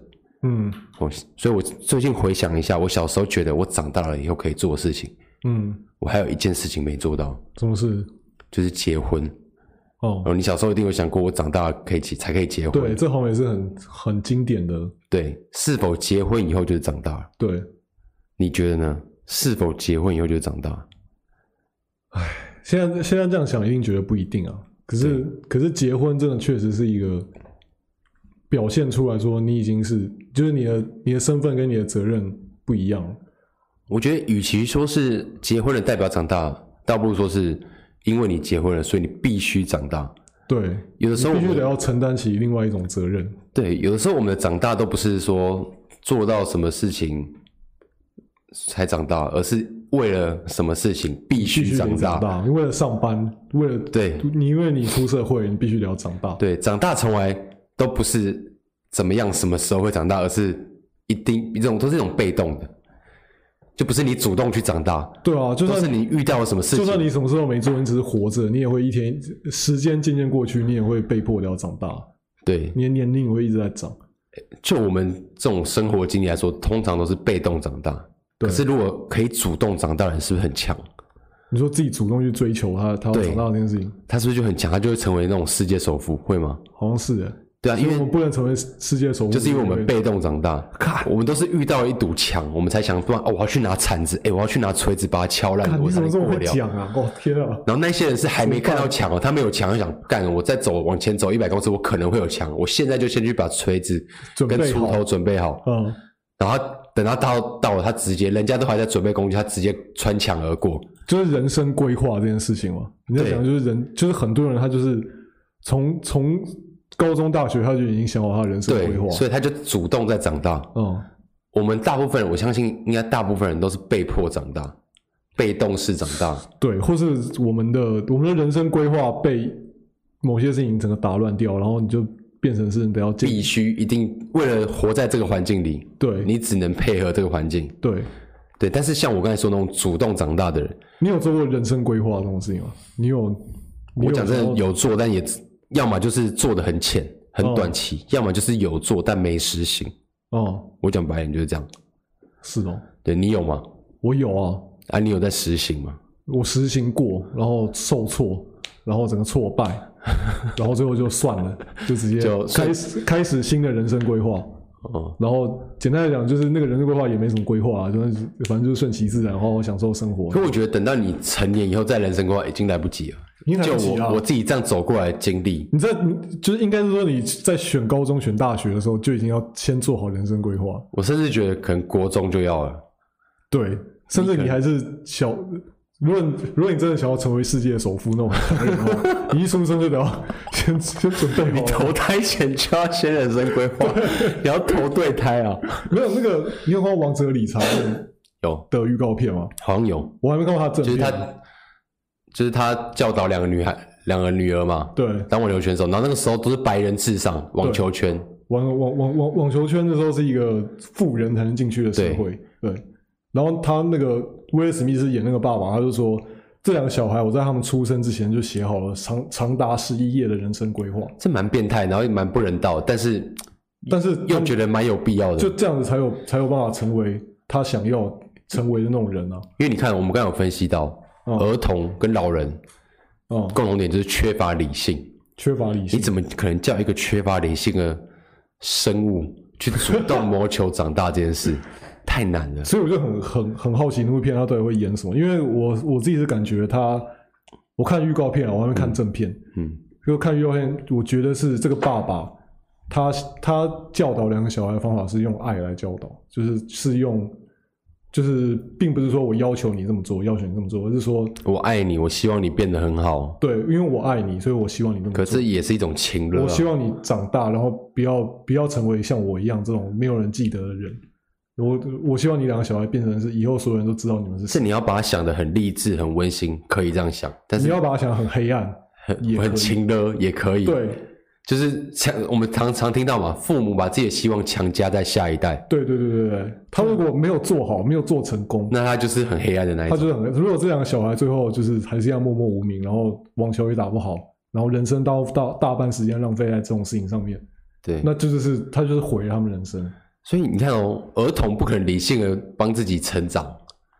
[SPEAKER 2] 嗯
[SPEAKER 1] 我所以，我最近回想一下，我小时候觉得我长大了以后可以做的事情，
[SPEAKER 2] 嗯，
[SPEAKER 1] 我还有一件事情没做到，
[SPEAKER 2] 什么事？
[SPEAKER 1] 就是结婚。
[SPEAKER 2] 哦，
[SPEAKER 1] 哦，你小时候一定有想过，我长大了可以结才可以结婚。
[SPEAKER 2] 对，这好像也是很很经典的，
[SPEAKER 1] 对，是否结婚以后就是长大了？
[SPEAKER 2] 对，
[SPEAKER 1] 你觉得呢？是否结婚以后就是长大？
[SPEAKER 2] 现在现在这样想，一定觉得不一定啊。可是可是结婚真的确实是一个表现出来说，你已经是就是你的你的身份跟你的责任不一样了。
[SPEAKER 1] 我觉得，与其说是结婚了代表长大，倒不如说是因为你结婚了，所以你必须长大。
[SPEAKER 2] 对，
[SPEAKER 1] 有的时候我
[SPEAKER 2] 必须
[SPEAKER 1] 们
[SPEAKER 2] 得要承担起另外一种责任。
[SPEAKER 1] 对，有的时候我们的长大都不是说做到什么事情才长大，而是为了什么事情必
[SPEAKER 2] 必须
[SPEAKER 1] 须
[SPEAKER 2] 得
[SPEAKER 1] 长大。
[SPEAKER 2] 大，你为了上班，为了
[SPEAKER 1] 对
[SPEAKER 2] 你因为你出社会，你必须得要长大。
[SPEAKER 1] 对，长大从来都不是怎么样、什么时候会长大，而是一定一种都是一种被动的，就不是你主动去长大，
[SPEAKER 2] 对啊，就
[SPEAKER 1] 都
[SPEAKER 2] 算
[SPEAKER 1] 是你遇到了什么事
[SPEAKER 2] 就
[SPEAKER 1] 情。
[SPEAKER 2] 算你什么时候没做，你只是活着，你也会一天时间渐渐过去，你也会被迫的要长大，
[SPEAKER 1] 对，
[SPEAKER 2] 你的年龄也会一直在长。
[SPEAKER 1] 就我们这种生活经历来说，通常都是被动长大。
[SPEAKER 2] 对
[SPEAKER 1] 可是如果可以主动长大的人，是不是很强？
[SPEAKER 2] 你说自己主动去追求他，他要
[SPEAKER 1] 对
[SPEAKER 2] 长大这件事情，
[SPEAKER 1] 他是不是就很强？他就会成为那种世界首富，会吗？
[SPEAKER 2] 好像是的，
[SPEAKER 1] 对啊，因
[SPEAKER 2] 因为我
[SPEAKER 1] 为
[SPEAKER 2] 们不能成为世界首富，
[SPEAKER 1] 就是因为我们
[SPEAKER 2] 对
[SPEAKER 1] 被动长
[SPEAKER 2] 嗯
[SPEAKER 1] 大，我们都是遇到了一堵墙，我们才想说，哦，我要去拿铲子，哎、我要去拿锤子把它敲烂，
[SPEAKER 2] 看
[SPEAKER 1] 我
[SPEAKER 2] 你
[SPEAKER 1] 才
[SPEAKER 2] 怎
[SPEAKER 1] 能
[SPEAKER 2] 么这
[SPEAKER 1] 过
[SPEAKER 2] 么会
[SPEAKER 1] 了。
[SPEAKER 2] 讲啊？哦天啊，
[SPEAKER 1] 然后那些人是还没看到墙哦，他没有墙，他想干，我再走往前走一百公尺，我可能会有墙，我现在就先去把锤子
[SPEAKER 2] 准备
[SPEAKER 1] 跟
[SPEAKER 2] 好
[SPEAKER 1] 锄头准备好，
[SPEAKER 2] 嗯，
[SPEAKER 1] 然后他等他到到了，他直接人家都还在准备工具，他直接穿墙而过。
[SPEAKER 2] 就是人生规划这件事情嘛。你在
[SPEAKER 1] 对
[SPEAKER 2] 讲就是人，就是很多人他就是从从高中大学他就已经想好他的人生
[SPEAKER 1] 对
[SPEAKER 2] 规划，，
[SPEAKER 1] 所以他就主动在长大。
[SPEAKER 2] 嗯，
[SPEAKER 1] 我们大部分人，我相信应该大部分人都是被迫长大，被动式长大。
[SPEAKER 2] 对，或是我们的我们的人生规划被某些事情整个打乱掉，然后你就变成是你得要建
[SPEAKER 1] 必须一定为了活在这个环境里，
[SPEAKER 2] 对
[SPEAKER 1] 你只能配合这个环境。
[SPEAKER 2] 对。
[SPEAKER 1] 对，但是像我刚才说那种主动长大的人，
[SPEAKER 2] 你有做过人生规划这种事情吗？你有？你
[SPEAKER 1] 我讲真
[SPEAKER 2] 想
[SPEAKER 1] 的
[SPEAKER 2] 要
[SPEAKER 1] 有做，但也只要么就是做的很浅、很短期，要么就是有做但没实行。
[SPEAKER 2] 哦，
[SPEAKER 1] 我讲白一点就是这样。
[SPEAKER 2] 是哦，
[SPEAKER 1] 对你有吗？
[SPEAKER 2] 我有啊，
[SPEAKER 1] 啊，你有在实行吗？
[SPEAKER 2] 我实行过，然后受挫，然后整个挫败，然后最后就算了，就直接
[SPEAKER 1] 就
[SPEAKER 2] 开始开始新的人生规划。
[SPEAKER 1] 哦，
[SPEAKER 2] 然后简单来讲，就是那个人生规划也没什么规划啊，就是反正就是顺其自然，然后享受生活
[SPEAKER 1] 可。我觉得等到你成年以后，在人生规划已经来不及了。
[SPEAKER 2] 你来
[SPEAKER 1] 就
[SPEAKER 2] 不及啊
[SPEAKER 1] 我我自己这样走过来的经历，
[SPEAKER 2] 你在你就是应该是说你在选高中、选大学的时候就已经要先做好人生规划，
[SPEAKER 1] 我甚至觉得可能国中就要了。
[SPEAKER 2] 对，甚至你还是小。如果你如果你真的想要成为世界首富那种强人的话，你一出生就得要先先准 备好了。
[SPEAKER 1] 投胎前就要先人生规划，你 要投对胎啊？
[SPEAKER 2] 没有那个，你有看过《王者理查》
[SPEAKER 1] 有，
[SPEAKER 2] 的预告片吗？
[SPEAKER 1] 好像有。
[SPEAKER 2] 我还没看过他正
[SPEAKER 1] 就是
[SPEAKER 2] 片。
[SPEAKER 1] 他，就是他教导两个女孩，两个女儿嘛，
[SPEAKER 2] 对
[SPEAKER 1] 当网球选手。然后那个时候都是白人至上，网球圈。
[SPEAKER 2] 网网网网网球圈那时候是一个富人才能进去的社会，对。然后他那个威尔史密斯演那个爸爸，他就说这两个小孩，我在他们出生之前就写好了长长达十一页的人生规划，
[SPEAKER 1] 这蛮变态，然后也蛮不人道，但是
[SPEAKER 2] 但是
[SPEAKER 1] 又觉得蛮有必要的。
[SPEAKER 2] 就这样子才有才有办法成为他想要成为的那种人啊。
[SPEAKER 1] 因为你看，我们刚刚有分析到，
[SPEAKER 2] 嗯
[SPEAKER 1] 儿童跟老人
[SPEAKER 2] 哦、
[SPEAKER 1] 共同点就是缺乏理性。
[SPEAKER 2] 缺乏理
[SPEAKER 1] 你
[SPEAKER 2] 性，
[SPEAKER 1] 怎么可能叫一个缺乏理性的生物去主动谋求长大这件事？ 太难了。
[SPEAKER 2] 所以我就很很很好奇那部片他到底会演什么，因为我我自己是感觉他，我看预告片啊，我还没看正片，
[SPEAKER 1] 嗯，
[SPEAKER 2] 就看预告片，我觉得是这个爸爸，他他教导两个小孩的方法是用爱来教导，就是是用，就是并不是说我要求你这么做，要求你这么做，而是说
[SPEAKER 1] 我爱你，我希望你变得很好，
[SPEAKER 2] 对，因为我爱你，所以我希望你这么
[SPEAKER 1] 可
[SPEAKER 2] 做。
[SPEAKER 1] 是也是一种情热、
[SPEAKER 2] 我希
[SPEAKER 1] 啊。
[SPEAKER 2] 望你长大，然后不要不要成为像我一样这种没有人记得的人。我我希望你两个小孩变成是以后所有人都知道你们是谁，
[SPEAKER 1] 是你要把它想的很励志、很温馨，可以这样想，但
[SPEAKER 2] 你
[SPEAKER 1] 是
[SPEAKER 2] 要把它想得很黑暗，
[SPEAKER 1] 很
[SPEAKER 2] 也可以
[SPEAKER 1] 很轻的也可以。
[SPEAKER 2] 对，
[SPEAKER 1] 就是像我们常常听到嘛，父母把自己的希望强加在下一代，
[SPEAKER 2] 对对对对对，他如果没有做好，没有做成功，
[SPEAKER 1] 那他就是很黑暗的那一
[SPEAKER 2] 他
[SPEAKER 1] 种。
[SPEAKER 2] 就是很，如果这两个小孩最后就是还是一样默默无名，然后网球也打不好，然后人生到大大半时间浪费在这种事情上面，
[SPEAKER 1] 对，
[SPEAKER 2] 那这就是他就是毁了他们人生，
[SPEAKER 1] 所以你看哦，儿童不可能理性的帮自己成长，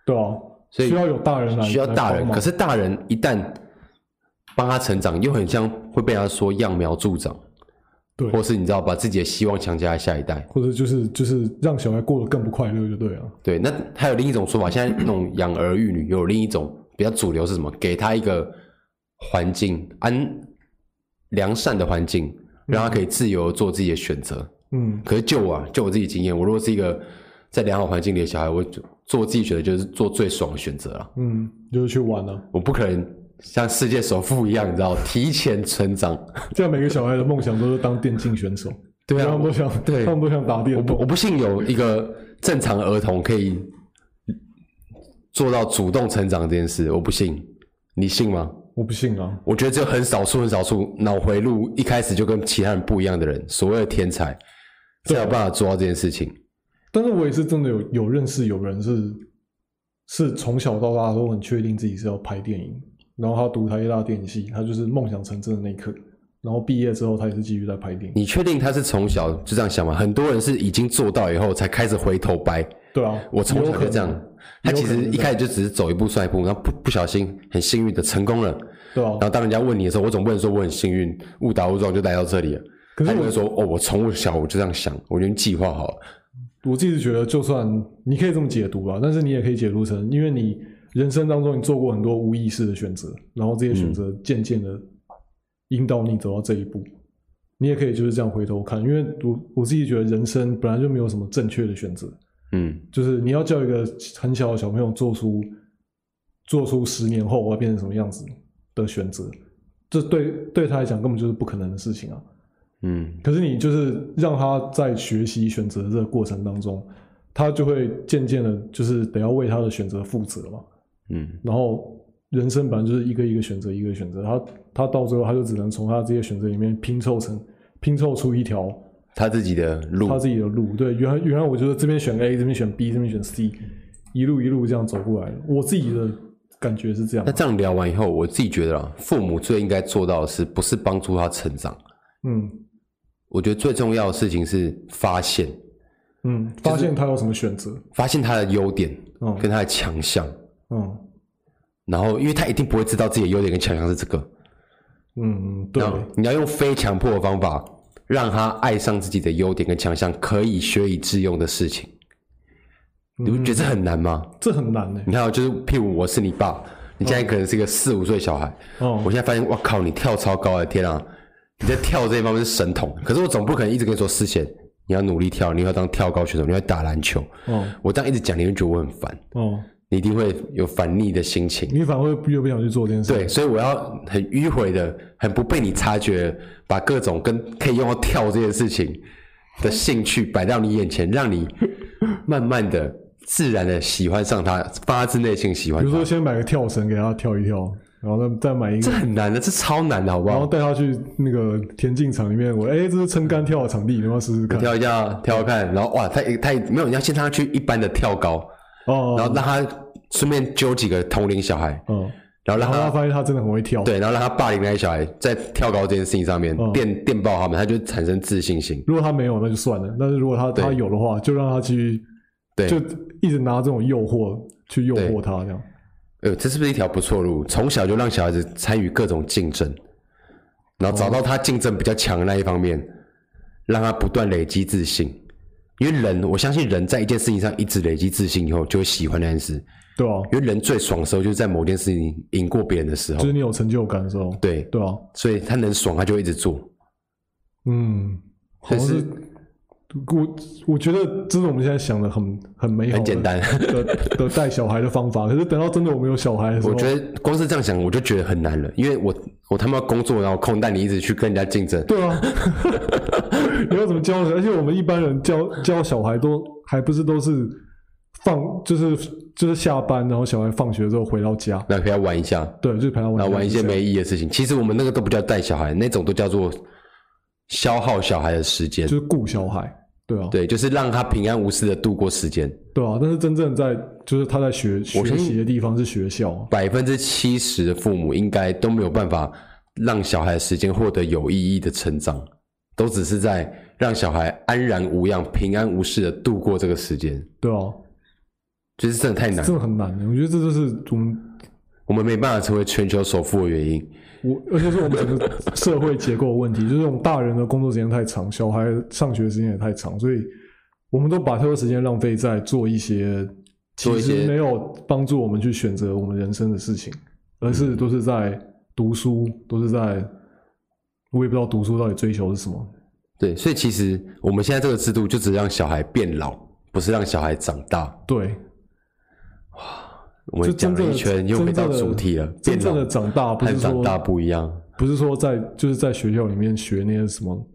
[SPEAKER 2] 对啊，
[SPEAKER 1] 所以
[SPEAKER 2] 需要有大人来
[SPEAKER 1] 需要大人。可
[SPEAKER 2] 是
[SPEAKER 1] 是大人一旦帮他成长，又很像会被他说揠苗助长，
[SPEAKER 2] 对，
[SPEAKER 1] 或是你知道把自己的希望强加在下一代。
[SPEAKER 2] 或者就是就是让小孩过得更不快乐就对了，
[SPEAKER 1] 对，那还有另一种说法，现在那种养儿育女，有另一种比较主流是什么？给他一个环境安良善的环境，让他可以自由做自己的选择。
[SPEAKER 2] 嗯，
[SPEAKER 1] 可是就我、啊，就我自己经验，我如果是一个在良好环境里的小孩，我就做自己选择就是做最爽的选择啊，
[SPEAKER 2] 嗯，就是去玩了、
[SPEAKER 1] 我不可能像世界首富一样，你知道，提前成长。
[SPEAKER 2] 这样每个小孩的梦想都是当电竞选手，
[SPEAKER 1] 对
[SPEAKER 2] 他
[SPEAKER 1] 啊
[SPEAKER 2] 们，都想，
[SPEAKER 1] 对
[SPEAKER 2] 他们都想打
[SPEAKER 1] 我
[SPEAKER 2] 电
[SPEAKER 1] 不
[SPEAKER 2] 动，
[SPEAKER 1] 我不信有一个正常儿童可以做到主动成长这件事，我不信，你信吗？
[SPEAKER 2] 我不信啊，
[SPEAKER 1] 我觉得只有很少数、很少数脑回路一开始就跟其他人不一样的人，所谓的天才，
[SPEAKER 2] 啊
[SPEAKER 1] 才有办法做到这件事情。
[SPEAKER 2] 但是我也是真的有有认识有人是是从小到大都很确定自己是要拍电影，然后他读台大电影系，他就是梦想成真的那一刻，然后毕业之后他也是继续在拍电影。
[SPEAKER 1] 你确定他是从小就这样想吗？很多人是已经做到以后才开始回头掰。
[SPEAKER 2] 对啊，
[SPEAKER 1] 我从小就这
[SPEAKER 2] 有
[SPEAKER 1] 样
[SPEAKER 2] 可能，
[SPEAKER 1] 他其
[SPEAKER 2] 有可
[SPEAKER 1] 实
[SPEAKER 2] 能
[SPEAKER 1] 一开始就只是走一步算一步，然后不不小心很幸运的成功了。
[SPEAKER 2] 对啊
[SPEAKER 1] 然，后当人家问你的时候，我总不能说我很幸运，误打误撞就来到这里了。
[SPEAKER 2] 可是
[SPEAKER 1] 他就
[SPEAKER 2] 我
[SPEAKER 1] 会说哦，我从小我就这样想，我已经计划好了。
[SPEAKER 2] 我自己是觉得，就算你可以这么解读吧，但是你也可以解读成，因为你人生当中你做过很多无意识的选择，然后这些选择渐渐的引导你走到这一步。你也可以就是这样回头看，因为我我自己觉得人生本来就没有什么正确的选择，
[SPEAKER 1] 嗯，
[SPEAKER 2] 就是你要叫一个很小的小朋友做出做出十年后我要变成什么样子的选择，这对对他来讲根本就是不可能的事情啊。
[SPEAKER 1] 嗯，
[SPEAKER 2] 可是你就是让他在学习选择的这个过程当中，他就会渐渐的，就是得要为他的选择负责嘛。
[SPEAKER 1] 嗯，
[SPEAKER 2] 然后人生本来就是一个一个选择，一个选择，他他到最后他就只能从他这些选择里面拼凑成拼凑出一条
[SPEAKER 1] 他自己的路
[SPEAKER 2] 他自己的路。对，原来原来我觉得这边选 A，这边选 B，这边选 C，一路一路这样走过来的。我自己的感觉是这样
[SPEAKER 1] 那。这样聊完以后，我自己觉得啊，父母最应该做到的是，不是帮助他成长？
[SPEAKER 2] 嗯
[SPEAKER 1] 我觉得最重要的事情是发现，
[SPEAKER 2] 嗯，发现他有什么选择。
[SPEAKER 1] 发现他的优点
[SPEAKER 2] 嗯
[SPEAKER 1] 跟他的强项，
[SPEAKER 2] 嗯
[SPEAKER 1] 然后因为他一定不会知道自己的优点跟强项是这个，
[SPEAKER 2] 嗯，对
[SPEAKER 1] 然后你要用非强迫的方法，让他爱上自己的优点跟强项，可以学以致用的事情。你不觉得这很难吗？
[SPEAKER 2] 这很难欸呢、
[SPEAKER 1] 你看哦，就是譬如我是你爸，你现在可能是个四五岁小孩，
[SPEAKER 2] 哦
[SPEAKER 1] 我现在发现，哇靠，你跳超高的，天啊！你在跳这一方面是神童，可是我总不可能一直跟你说思贤，你要努力跳，你要当跳高选手，你要打篮球。
[SPEAKER 2] 哦
[SPEAKER 1] 我这样一直讲，你会觉得我很烦，
[SPEAKER 2] 哦，
[SPEAKER 1] 你一定会有烦腻的心情。
[SPEAKER 2] 你反而会越不想去做这件事。
[SPEAKER 1] 对，所以我要很迂回的、很不被你察觉，把各种跟可以用到跳这件事情的兴趣摆到你眼前，让你慢慢的、自然的喜欢上它，发自内心喜欢
[SPEAKER 2] 比如
[SPEAKER 1] 它。
[SPEAKER 2] 说先买个跳绳给他跳一跳，然后再再买一
[SPEAKER 1] 这
[SPEAKER 2] 个，
[SPEAKER 1] 很难的，这超难的，好不
[SPEAKER 2] 然
[SPEAKER 1] 好
[SPEAKER 2] 后？带他去那个田径场里面，我哎、这是撑杆跳的场地，你要不要试试看？
[SPEAKER 1] 跳一下，跳跳看，然后哇，他他没有，你要先让他去一般的跳高，
[SPEAKER 2] 哦，
[SPEAKER 1] 然后让他顺便揪几个同龄小孩，
[SPEAKER 2] 嗯，
[SPEAKER 1] 然后
[SPEAKER 2] 然
[SPEAKER 1] 让
[SPEAKER 2] 后他
[SPEAKER 1] 他
[SPEAKER 2] 发现他真的很会跳。，
[SPEAKER 1] 对，然后让他霸凌那些小孩在跳高这件事情上面
[SPEAKER 2] 嗯
[SPEAKER 1] 电电爆他们，他就产生自信心。
[SPEAKER 2] 如果他没有那就算了，但是如果他他有的话，就让他去，
[SPEAKER 1] 对
[SPEAKER 2] 就一直拿这种诱惑去诱惑他这样。
[SPEAKER 1] 呃，这是不是一条不错的路？从小就让小孩子参与各种竞争，然后找到他竞争比较强的那一方面，让他不断累积自信。因为人，我相信人在一件事情上一直累积自信以后，就会喜欢那件事。
[SPEAKER 2] 对啊，
[SPEAKER 1] 因为人最爽的时候，就是在某件事情赢过别人的时候
[SPEAKER 2] 就。是你有成就感的时候。
[SPEAKER 1] 对，
[SPEAKER 2] 对啊，
[SPEAKER 1] 哦所以他能爽，他就一直做。
[SPEAKER 2] 嗯，好
[SPEAKER 1] 但
[SPEAKER 2] 像
[SPEAKER 1] 是
[SPEAKER 2] 是我我觉得这是我们现在想的很很美好的、
[SPEAKER 1] 很简单
[SPEAKER 2] 的的带小孩的方法。可是等到真的我们有小孩的时候，
[SPEAKER 1] 我觉得光是这样想，我就觉得很难了，因为我我他妈工作然后空但你一直去跟人家竞争，
[SPEAKER 2] 对啊， 你要怎么教呢？而且我们一般人教教小孩都还不是都是放，就是就是下班，然后小孩放学之后回到家，
[SPEAKER 1] 然后陪他玩一下，
[SPEAKER 2] 对，就是陪他玩，
[SPEAKER 1] 然后玩一些没意义的事情。其实我们那个都不叫带小孩，那种都叫做消耗小孩的时间
[SPEAKER 2] 就。是顾小孩，对啊，
[SPEAKER 1] 对，就是让他平安无事的度过时间。
[SPEAKER 2] 对啊。但是真正在就是他在学学
[SPEAKER 1] 我相信
[SPEAKER 2] 习的地方是学校啊，
[SPEAKER 1] 百分之七十的父母应该都没有办法让小孩的时间获得有意义的成长，都只是在让小孩安然无恙、平安无事的度过这个时间。
[SPEAKER 2] 对啊，
[SPEAKER 1] 就是真的太难
[SPEAKER 2] 这，很难的。我觉得这就是我们
[SPEAKER 1] 我们没办法成为全球首富的原因。
[SPEAKER 2] 我，而呃且是我们整个社会结构的问题，就是我们大人的工作时间太长，小孩上学时间也太长，所以我们都把太多时间浪费在做一些
[SPEAKER 1] 做
[SPEAKER 2] 其
[SPEAKER 1] 一
[SPEAKER 2] 实
[SPEAKER 1] 些
[SPEAKER 2] 没有帮助我们去选择我们人生的事情，而
[SPEAKER 1] 嗯
[SPEAKER 2] 是都是在读书，都是在我也不知道读书到底追求是什么。
[SPEAKER 1] 对，所以其实我们现在这个制度就只让小孩变老，不是让小孩长大。
[SPEAKER 2] 对，
[SPEAKER 1] 我
[SPEAKER 2] 就
[SPEAKER 1] 们讲
[SPEAKER 2] 真
[SPEAKER 1] 了
[SPEAKER 2] 正
[SPEAKER 1] 一
[SPEAKER 2] 的
[SPEAKER 1] 圈，又回到主题了。
[SPEAKER 2] 真
[SPEAKER 1] 变
[SPEAKER 2] 正的
[SPEAKER 1] 老
[SPEAKER 2] 长大不
[SPEAKER 1] 和
[SPEAKER 2] 是
[SPEAKER 1] 长
[SPEAKER 2] 说
[SPEAKER 1] 大不一样，
[SPEAKER 2] 不是说在就是在学校里面学那些什么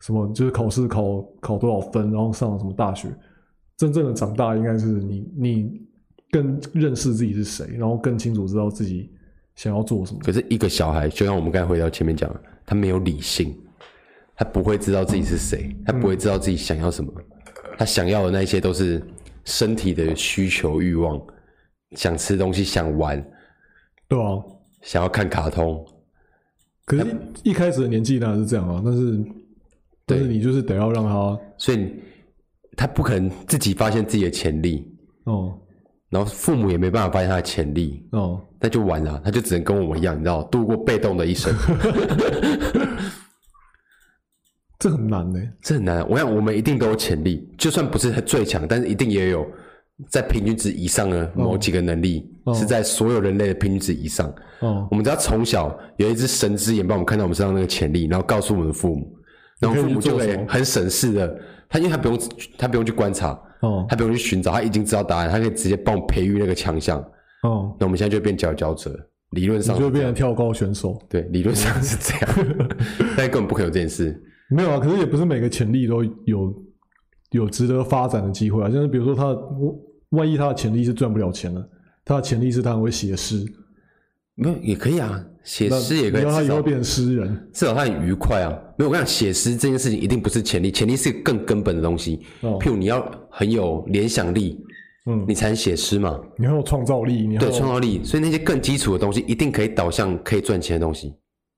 [SPEAKER 2] 什么，就是考试考考多少分，然后上了什么大学。真正的长大应该是你你更认识自己是谁，然后更清楚知道自己想要做什么。
[SPEAKER 1] 可是一个小孩，就像我们刚才回到前面讲的，他没有理性，他不会知道自己是谁，他不会知道自己想要什么，他想要的那些都是身体的需求、欲望，想吃东西、想玩、
[SPEAKER 2] 对啊，
[SPEAKER 1] 想要看卡通。
[SPEAKER 2] 可是一一开始的年纪当然是这样啊，但是但是你就是得要让他
[SPEAKER 1] 所以他不可能自己发现自己的潜力，
[SPEAKER 2] 哦
[SPEAKER 1] 然后父母也没办法发现他的潜力，
[SPEAKER 2] 哦，
[SPEAKER 1] 那就完了，他就只能跟我们一样，你知道，度过被动的一生，
[SPEAKER 2] 这很难呢、
[SPEAKER 1] 这很难。我想我们一定都有潜力，就算不是最强，但是一定也有在平均值以上的某几个能力，
[SPEAKER 2] 哦
[SPEAKER 1] 是在所有人类的平均值以上。
[SPEAKER 2] 哦，
[SPEAKER 1] 我们只要从小有一只神之眼帮我们看到我们身上那个潜力，然后告诉我们的父母，然后
[SPEAKER 2] 你可以
[SPEAKER 1] 父母
[SPEAKER 2] 去
[SPEAKER 1] 就
[SPEAKER 2] 做
[SPEAKER 1] 可以
[SPEAKER 2] 什么
[SPEAKER 1] 很省事的，他因为他不用他不用去观察，
[SPEAKER 2] 哦
[SPEAKER 1] 他不用去寻找，他已经知道答案，他可以直接帮我培育那个强项。
[SPEAKER 2] 哦，
[SPEAKER 1] 那我们现在就变佼佼者，理论
[SPEAKER 2] 你
[SPEAKER 1] 上
[SPEAKER 2] 就会
[SPEAKER 1] 是这
[SPEAKER 2] 变
[SPEAKER 1] 样
[SPEAKER 2] 成跳高选手。
[SPEAKER 1] 对，理论上是这 样，但根本不可能有这件事。
[SPEAKER 2] 没有啊，可是也不是每个潜力都有有值得发展的机会啊。像是比如说他，我万一他的潜力是赚不了钱的，他的潜力是他很会写诗，
[SPEAKER 1] 没有也可以啊，写
[SPEAKER 2] 那
[SPEAKER 1] 诗也可以，
[SPEAKER 2] 你让他
[SPEAKER 1] 至
[SPEAKER 2] 以后
[SPEAKER 1] 少
[SPEAKER 2] 变成诗人
[SPEAKER 1] 至少他很愉快啊。没有，我跟你讲，写诗这件事情一定不是潜力，潜力是更根本的东西。
[SPEAKER 2] 哦
[SPEAKER 1] 譬。如你要很有联想力，
[SPEAKER 2] 嗯，
[SPEAKER 1] 你才能写诗嘛。
[SPEAKER 2] 你很有创造力，你很
[SPEAKER 1] 对，
[SPEAKER 2] 有
[SPEAKER 1] 创造力，所以那些更基础的东西一定可以导向可以赚钱的东西，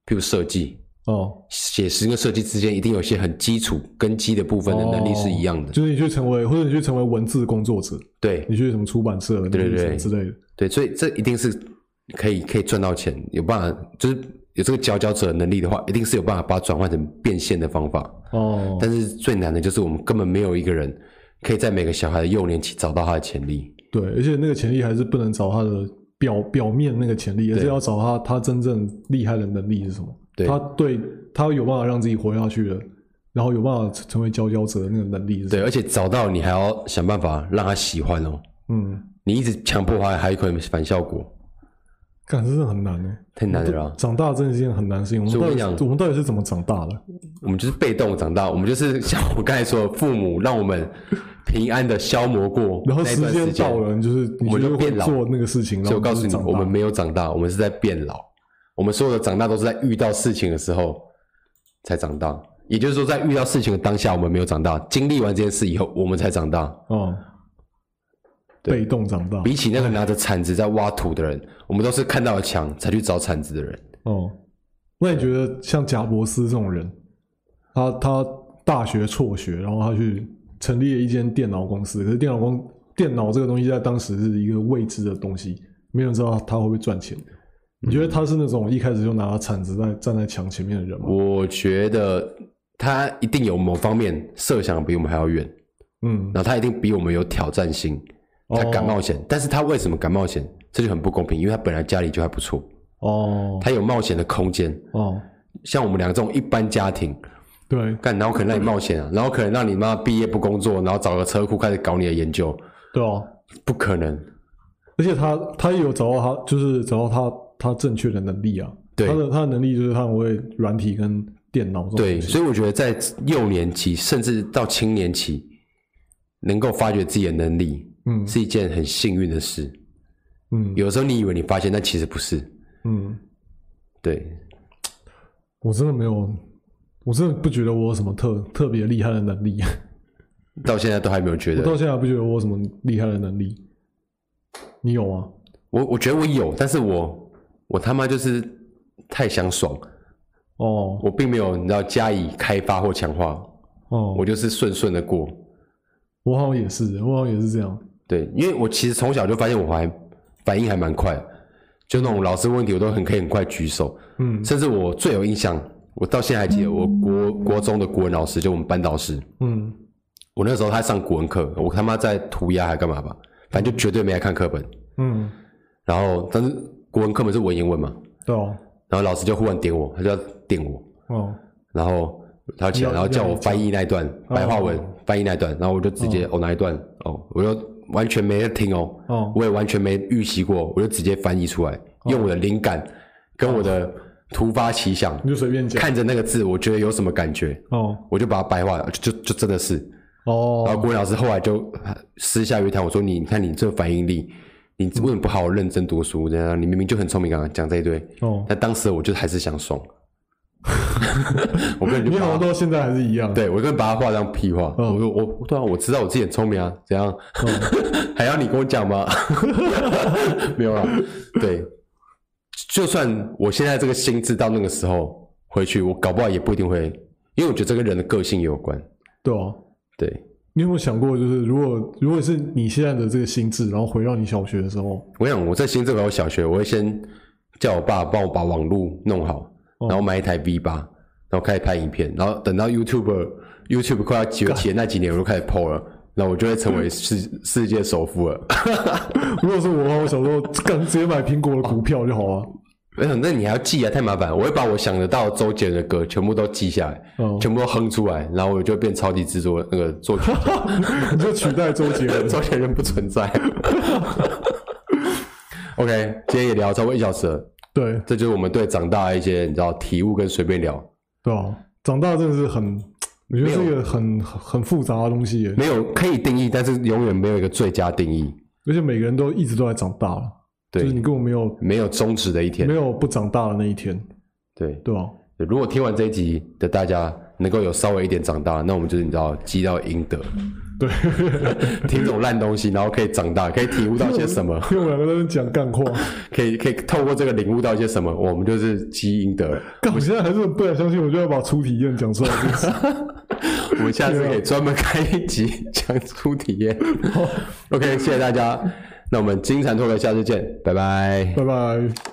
[SPEAKER 1] 譬如设计。
[SPEAKER 2] 哦，
[SPEAKER 1] 写诗跟设计之间一定有一些很基础根基的部分的能力是一样的，
[SPEAKER 2] 哦就是你去成为，或者你去成为文字工作者，
[SPEAKER 1] 对
[SPEAKER 2] 你去什么出版社，
[SPEAKER 1] 对对
[SPEAKER 2] 你去什
[SPEAKER 1] 对
[SPEAKER 2] 么之类的。
[SPEAKER 1] 对，所以这一定是可以可以赚到钱，有办法，就是有这个佼佼者的能力的话，一定是有办法把它转换成变现的方法。
[SPEAKER 2] 哦，
[SPEAKER 1] 但是最难的就是我们根本没有一个人可以在每个小孩的幼年期找到他的潜力。
[SPEAKER 2] 对，而且那个潜力还是不能找他的表表面那个潜力，而是要找他他真正厉害的能力是什么？
[SPEAKER 1] 对
[SPEAKER 2] 他对他有办法让自己活下去的，然后有办法成为佼佼者的那个能力是什
[SPEAKER 1] 对，
[SPEAKER 2] 么？
[SPEAKER 1] 而且找到你还要想办法让他喜欢哦。
[SPEAKER 2] 嗯，
[SPEAKER 1] 你一直强迫他，还有可能反效果，
[SPEAKER 2] 感真的很难呢、
[SPEAKER 1] 太难了啦。
[SPEAKER 2] 长大真的是一件很难的事情。我
[SPEAKER 1] 所以我
[SPEAKER 2] 们
[SPEAKER 1] 跟你
[SPEAKER 2] 到底
[SPEAKER 1] 讲
[SPEAKER 2] 是我们到底是怎么长大的？
[SPEAKER 1] 我们就是被动长大，我们就是像我刚才说的，父母让我们平安的消磨过
[SPEAKER 2] 然后
[SPEAKER 1] 那一段时
[SPEAKER 2] 间
[SPEAKER 1] 间
[SPEAKER 2] 到，了，你就是你
[SPEAKER 1] 我们就
[SPEAKER 2] 会
[SPEAKER 1] 变老
[SPEAKER 2] 做那个事情，然
[SPEAKER 1] 所以
[SPEAKER 2] 后
[SPEAKER 1] 我告诉
[SPEAKER 2] 就
[SPEAKER 1] 你，
[SPEAKER 2] 长大
[SPEAKER 1] 我们没有长大，我们是在变老。我们所有的长大都是在遇到事情的时候才长大，也就是说，在遇到事情的当下，我们没有长大；经历完这件事以后，我们才长大。
[SPEAKER 2] 哦，
[SPEAKER 1] 对
[SPEAKER 2] 被动长大
[SPEAKER 1] 比起那个拿着铲子在挖土的人，我们都是看到了墙才去找铲子的人。
[SPEAKER 2] 哦。那你觉得像贾伯斯这种人，他他大学辍学，然后他去成立了一间电脑公司，可是电脑公电脑这个东西在当时是一个未知的东西，没人知道他会不会赚钱。你觉得他是那种一开始就拿铲子在站在墙前面的人吗？
[SPEAKER 1] 我觉得他一定有某方面设想比我们还要远，
[SPEAKER 2] 嗯，
[SPEAKER 1] 然后他一定比我们有挑战性，他敢冒险。但是他为什么敢冒险？这就很不公平，因为他本来家里就还不错，
[SPEAKER 2] 哦
[SPEAKER 1] 他有冒险的空间。
[SPEAKER 2] 哦
[SPEAKER 1] 像我们两个这种一般家庭，
[SPEAKER 2] 对
[SPEAKER 1] 干，然后可能让你冒险啊，然后可能让你妈毕业不工作，然后找个车库开始搞你的研究，
[SPEAKER 2] 对啊，
[SPEAKER 1] 不可能。
[SPEAKER 2] 而且他他也有找到他就是找到他他正确的能力啊，
[SPEAKER 1] 对
[SPEAKER 2] 他的他的能力就是他很会软体跟电脑这种
[SPEAKER 1] 对，
[SPEAKER 2] 东西
[SPEAKER 1] 所以我觉得在幼年期甚至到青年期，能够发掘自己的能力
[SPEAKER 2] 嗯
[SPEAKER 1] 是一件很幸运的事。
[SPEAKER 2] 嗯
[SPEAKER 1] 有时候你以为你发现，但其实不是。
[SPEAKER 2] 嗯，
[SPEAKER 1] 对，
[SPEAKER 2] 我真的没有，我真的不觉得我有什么特特别厉害的能力，
[SPEAKER 1] 到现在都还没有觉
[SPEAKER 2] 我到
[SPEAKER 1] 得。
[SPEAKER 2] 现在还不觉得我有什么厉害的能力，你有吗？
[SPEAKER 1] 我我觉得我有，但是我我他妈就是太想爽，
[SPEAKER 2] 哦
[SPEAKER 1] 我并没有你知道加以开发或强化，
[SPEAKER 2] 哦，
[SPEAKER 1] 我就是顺顺的过。
[SPEAKER 2] 我好像也是，我好像也是这样。
[SPEAKER 1] 对，因为我其实从小就发现我还反应还蛮快的，就那种老师问题我都很可以很快举手，
[SPEAKER 2] 嗯
[SPEAKER 1] 甚至我最有印象，我到现在还记得，我国国中的国文老师就我们班导师，
[SPEAKER 2] 嗯，
[SPEAKER 1] 我那时候他上国文课，我他妈在涂鸦还干嘛吧，反正就绝对没来看课本。
[SPEAKER 2] 嗯，
[SPEAKER 1] 然后但是国文课本是文言文嘛，
[SPEAKER 2] 对哦，
[SPEAKER 1] 然后老师就忽然点我，他就要点我，
[SPEAKER 2] 哦，
[SPEAKER 1] 然后他起来，
[SPEAKER 2] 要
[SPEAKER 1] 然后叫我翻译那一段白话文
[SPEAKER 2] 哦，
[SPEAKER 1] 翻译那一段，然后我就直接哦哪一段哦，我就完全没在听哦，
[SPEAKER 2] 哦
[SPEAKER 1] 我也完全没预习过，我就直接翻译出来，用我的灵感跟我
[SPEAKER 2] 哦
[SPEAKER 1] 的突发奇想，
[SPEAKER 2] 你就随便讲。
[SPEAKER 1] 看着那个字，我觉得有什么感觉，
[SPEAKER 2] 哦
[SPEAKER 1] 我就把它白话，就就就真的是。然
[SPEAKER 2] 哦
[SPEAKER 1] 后郭文老师后来就私下约谈我说：“你看你这反应力，你为什么不好好认真读书？这样你明明就很聪明啊，讲这一堆。”
[SPEAKER 2] 哦，
[SPEAKER 1] 但当时我就还是想爽， 我根本
[SPEAKER 2] 你
[SPEAKER 1] 就
[SPEAKER 2] 好
[SPEAKER 1] 把
[SPEAKER 2] 像
[SPEAKER 1] 他
[SPEAKER 2] 到现在还是一样。，
[SPEAKER 1] 对我根本把它话当屁话。
[SPEAKER 2] 嗯
[SPEAKER 1] 我说我对啊，我知道我自己很聪明啊，怎样、 还要你跟我讲吗？没有啦，对，就算我现在这个心智到那个时候回去，我搞不好也不一定会，因为我觉得这跟人的个性也有关。
[SPEAKER 2] 对哦。
[SPEAKER 1] 对
[SPEAKER 2] 你有没有想过，就是如果如果是你现在的这个心智，然后回到你小学的时候，
[SPEAKER 1] 我想我在新这个小学，我会先叫我爸帮我把网络弄好，
[SPEAKER 2] 哦
[SPEAKER 1] 然后买一台 V 八，然后开始拍影片，然后等到 YouTube YouTube 快要崛起的那几年，我就开始 PO 了。那我就会成为世世界首富了。
[SPEAKER 2] 如果是我的话，我小时候干直接买苹果的股票就好了。
[SPEAKER 1] 没有，那你还要记啊，太麻烦了。我会把我想得到周杰伦的歌全部都记下来，
[SPEAKER 2] 哦
[SPEAKER 1] 全部都哼出来，然后我就变超级制作那个作 曲 家。
[SPEAKER 2] 你就取代周杰伦。
[SPEAKER 1] 周杰伦不存在。OK，今天也聊超过一小时了，
[SPEAKER 2] 对
[SPEAKER 1] 这就是我们对长大的一些你知道体悟跟随便聊。
[SPEAKER 2] 对哦，长大真的是很，我觉得是一个很很很复杂的东西耶，
[SPEAKER 1] 没有可以定义，但是永远没有一个最佳定义，
[SPEAKER 2] 而且每个人都一直都在长大了。
[SPEAKER 1] 对
[SPEAKER 2] 就是你根本没有
[SPEAKER 1] 没有终止的一天
[SPEAKER 2] 没。有不长大的那一天，
[SPEAKER 1] 对，
[SPEAKER 2] 对吧？
[SPEAKER 1] 如果听完这一集的大家能够有稍微一点长大，那我们就是你知道积到阴德，
[SPEAKER 2] 对，
[SPEAKER 1] 听这种烂东西，然后可以长大，可以体悟到些什 么，
[SPEAKER 2] 因为我们两个在那边讲干话，
[SPEAKER 1] 可以可以透过这个领悟到一些什么，我们就是积阴德。
[SPEAKER 2] 干我现在还是不敢相信，我就要把初体验讲出来这件事。
[SPEAKER 1] 我们下次可以专门开一集 讲出体验。OK，谢谢大家，那我们金蝉脱壳下次见，拜拜。
[SPEAKER 2] 拜拜。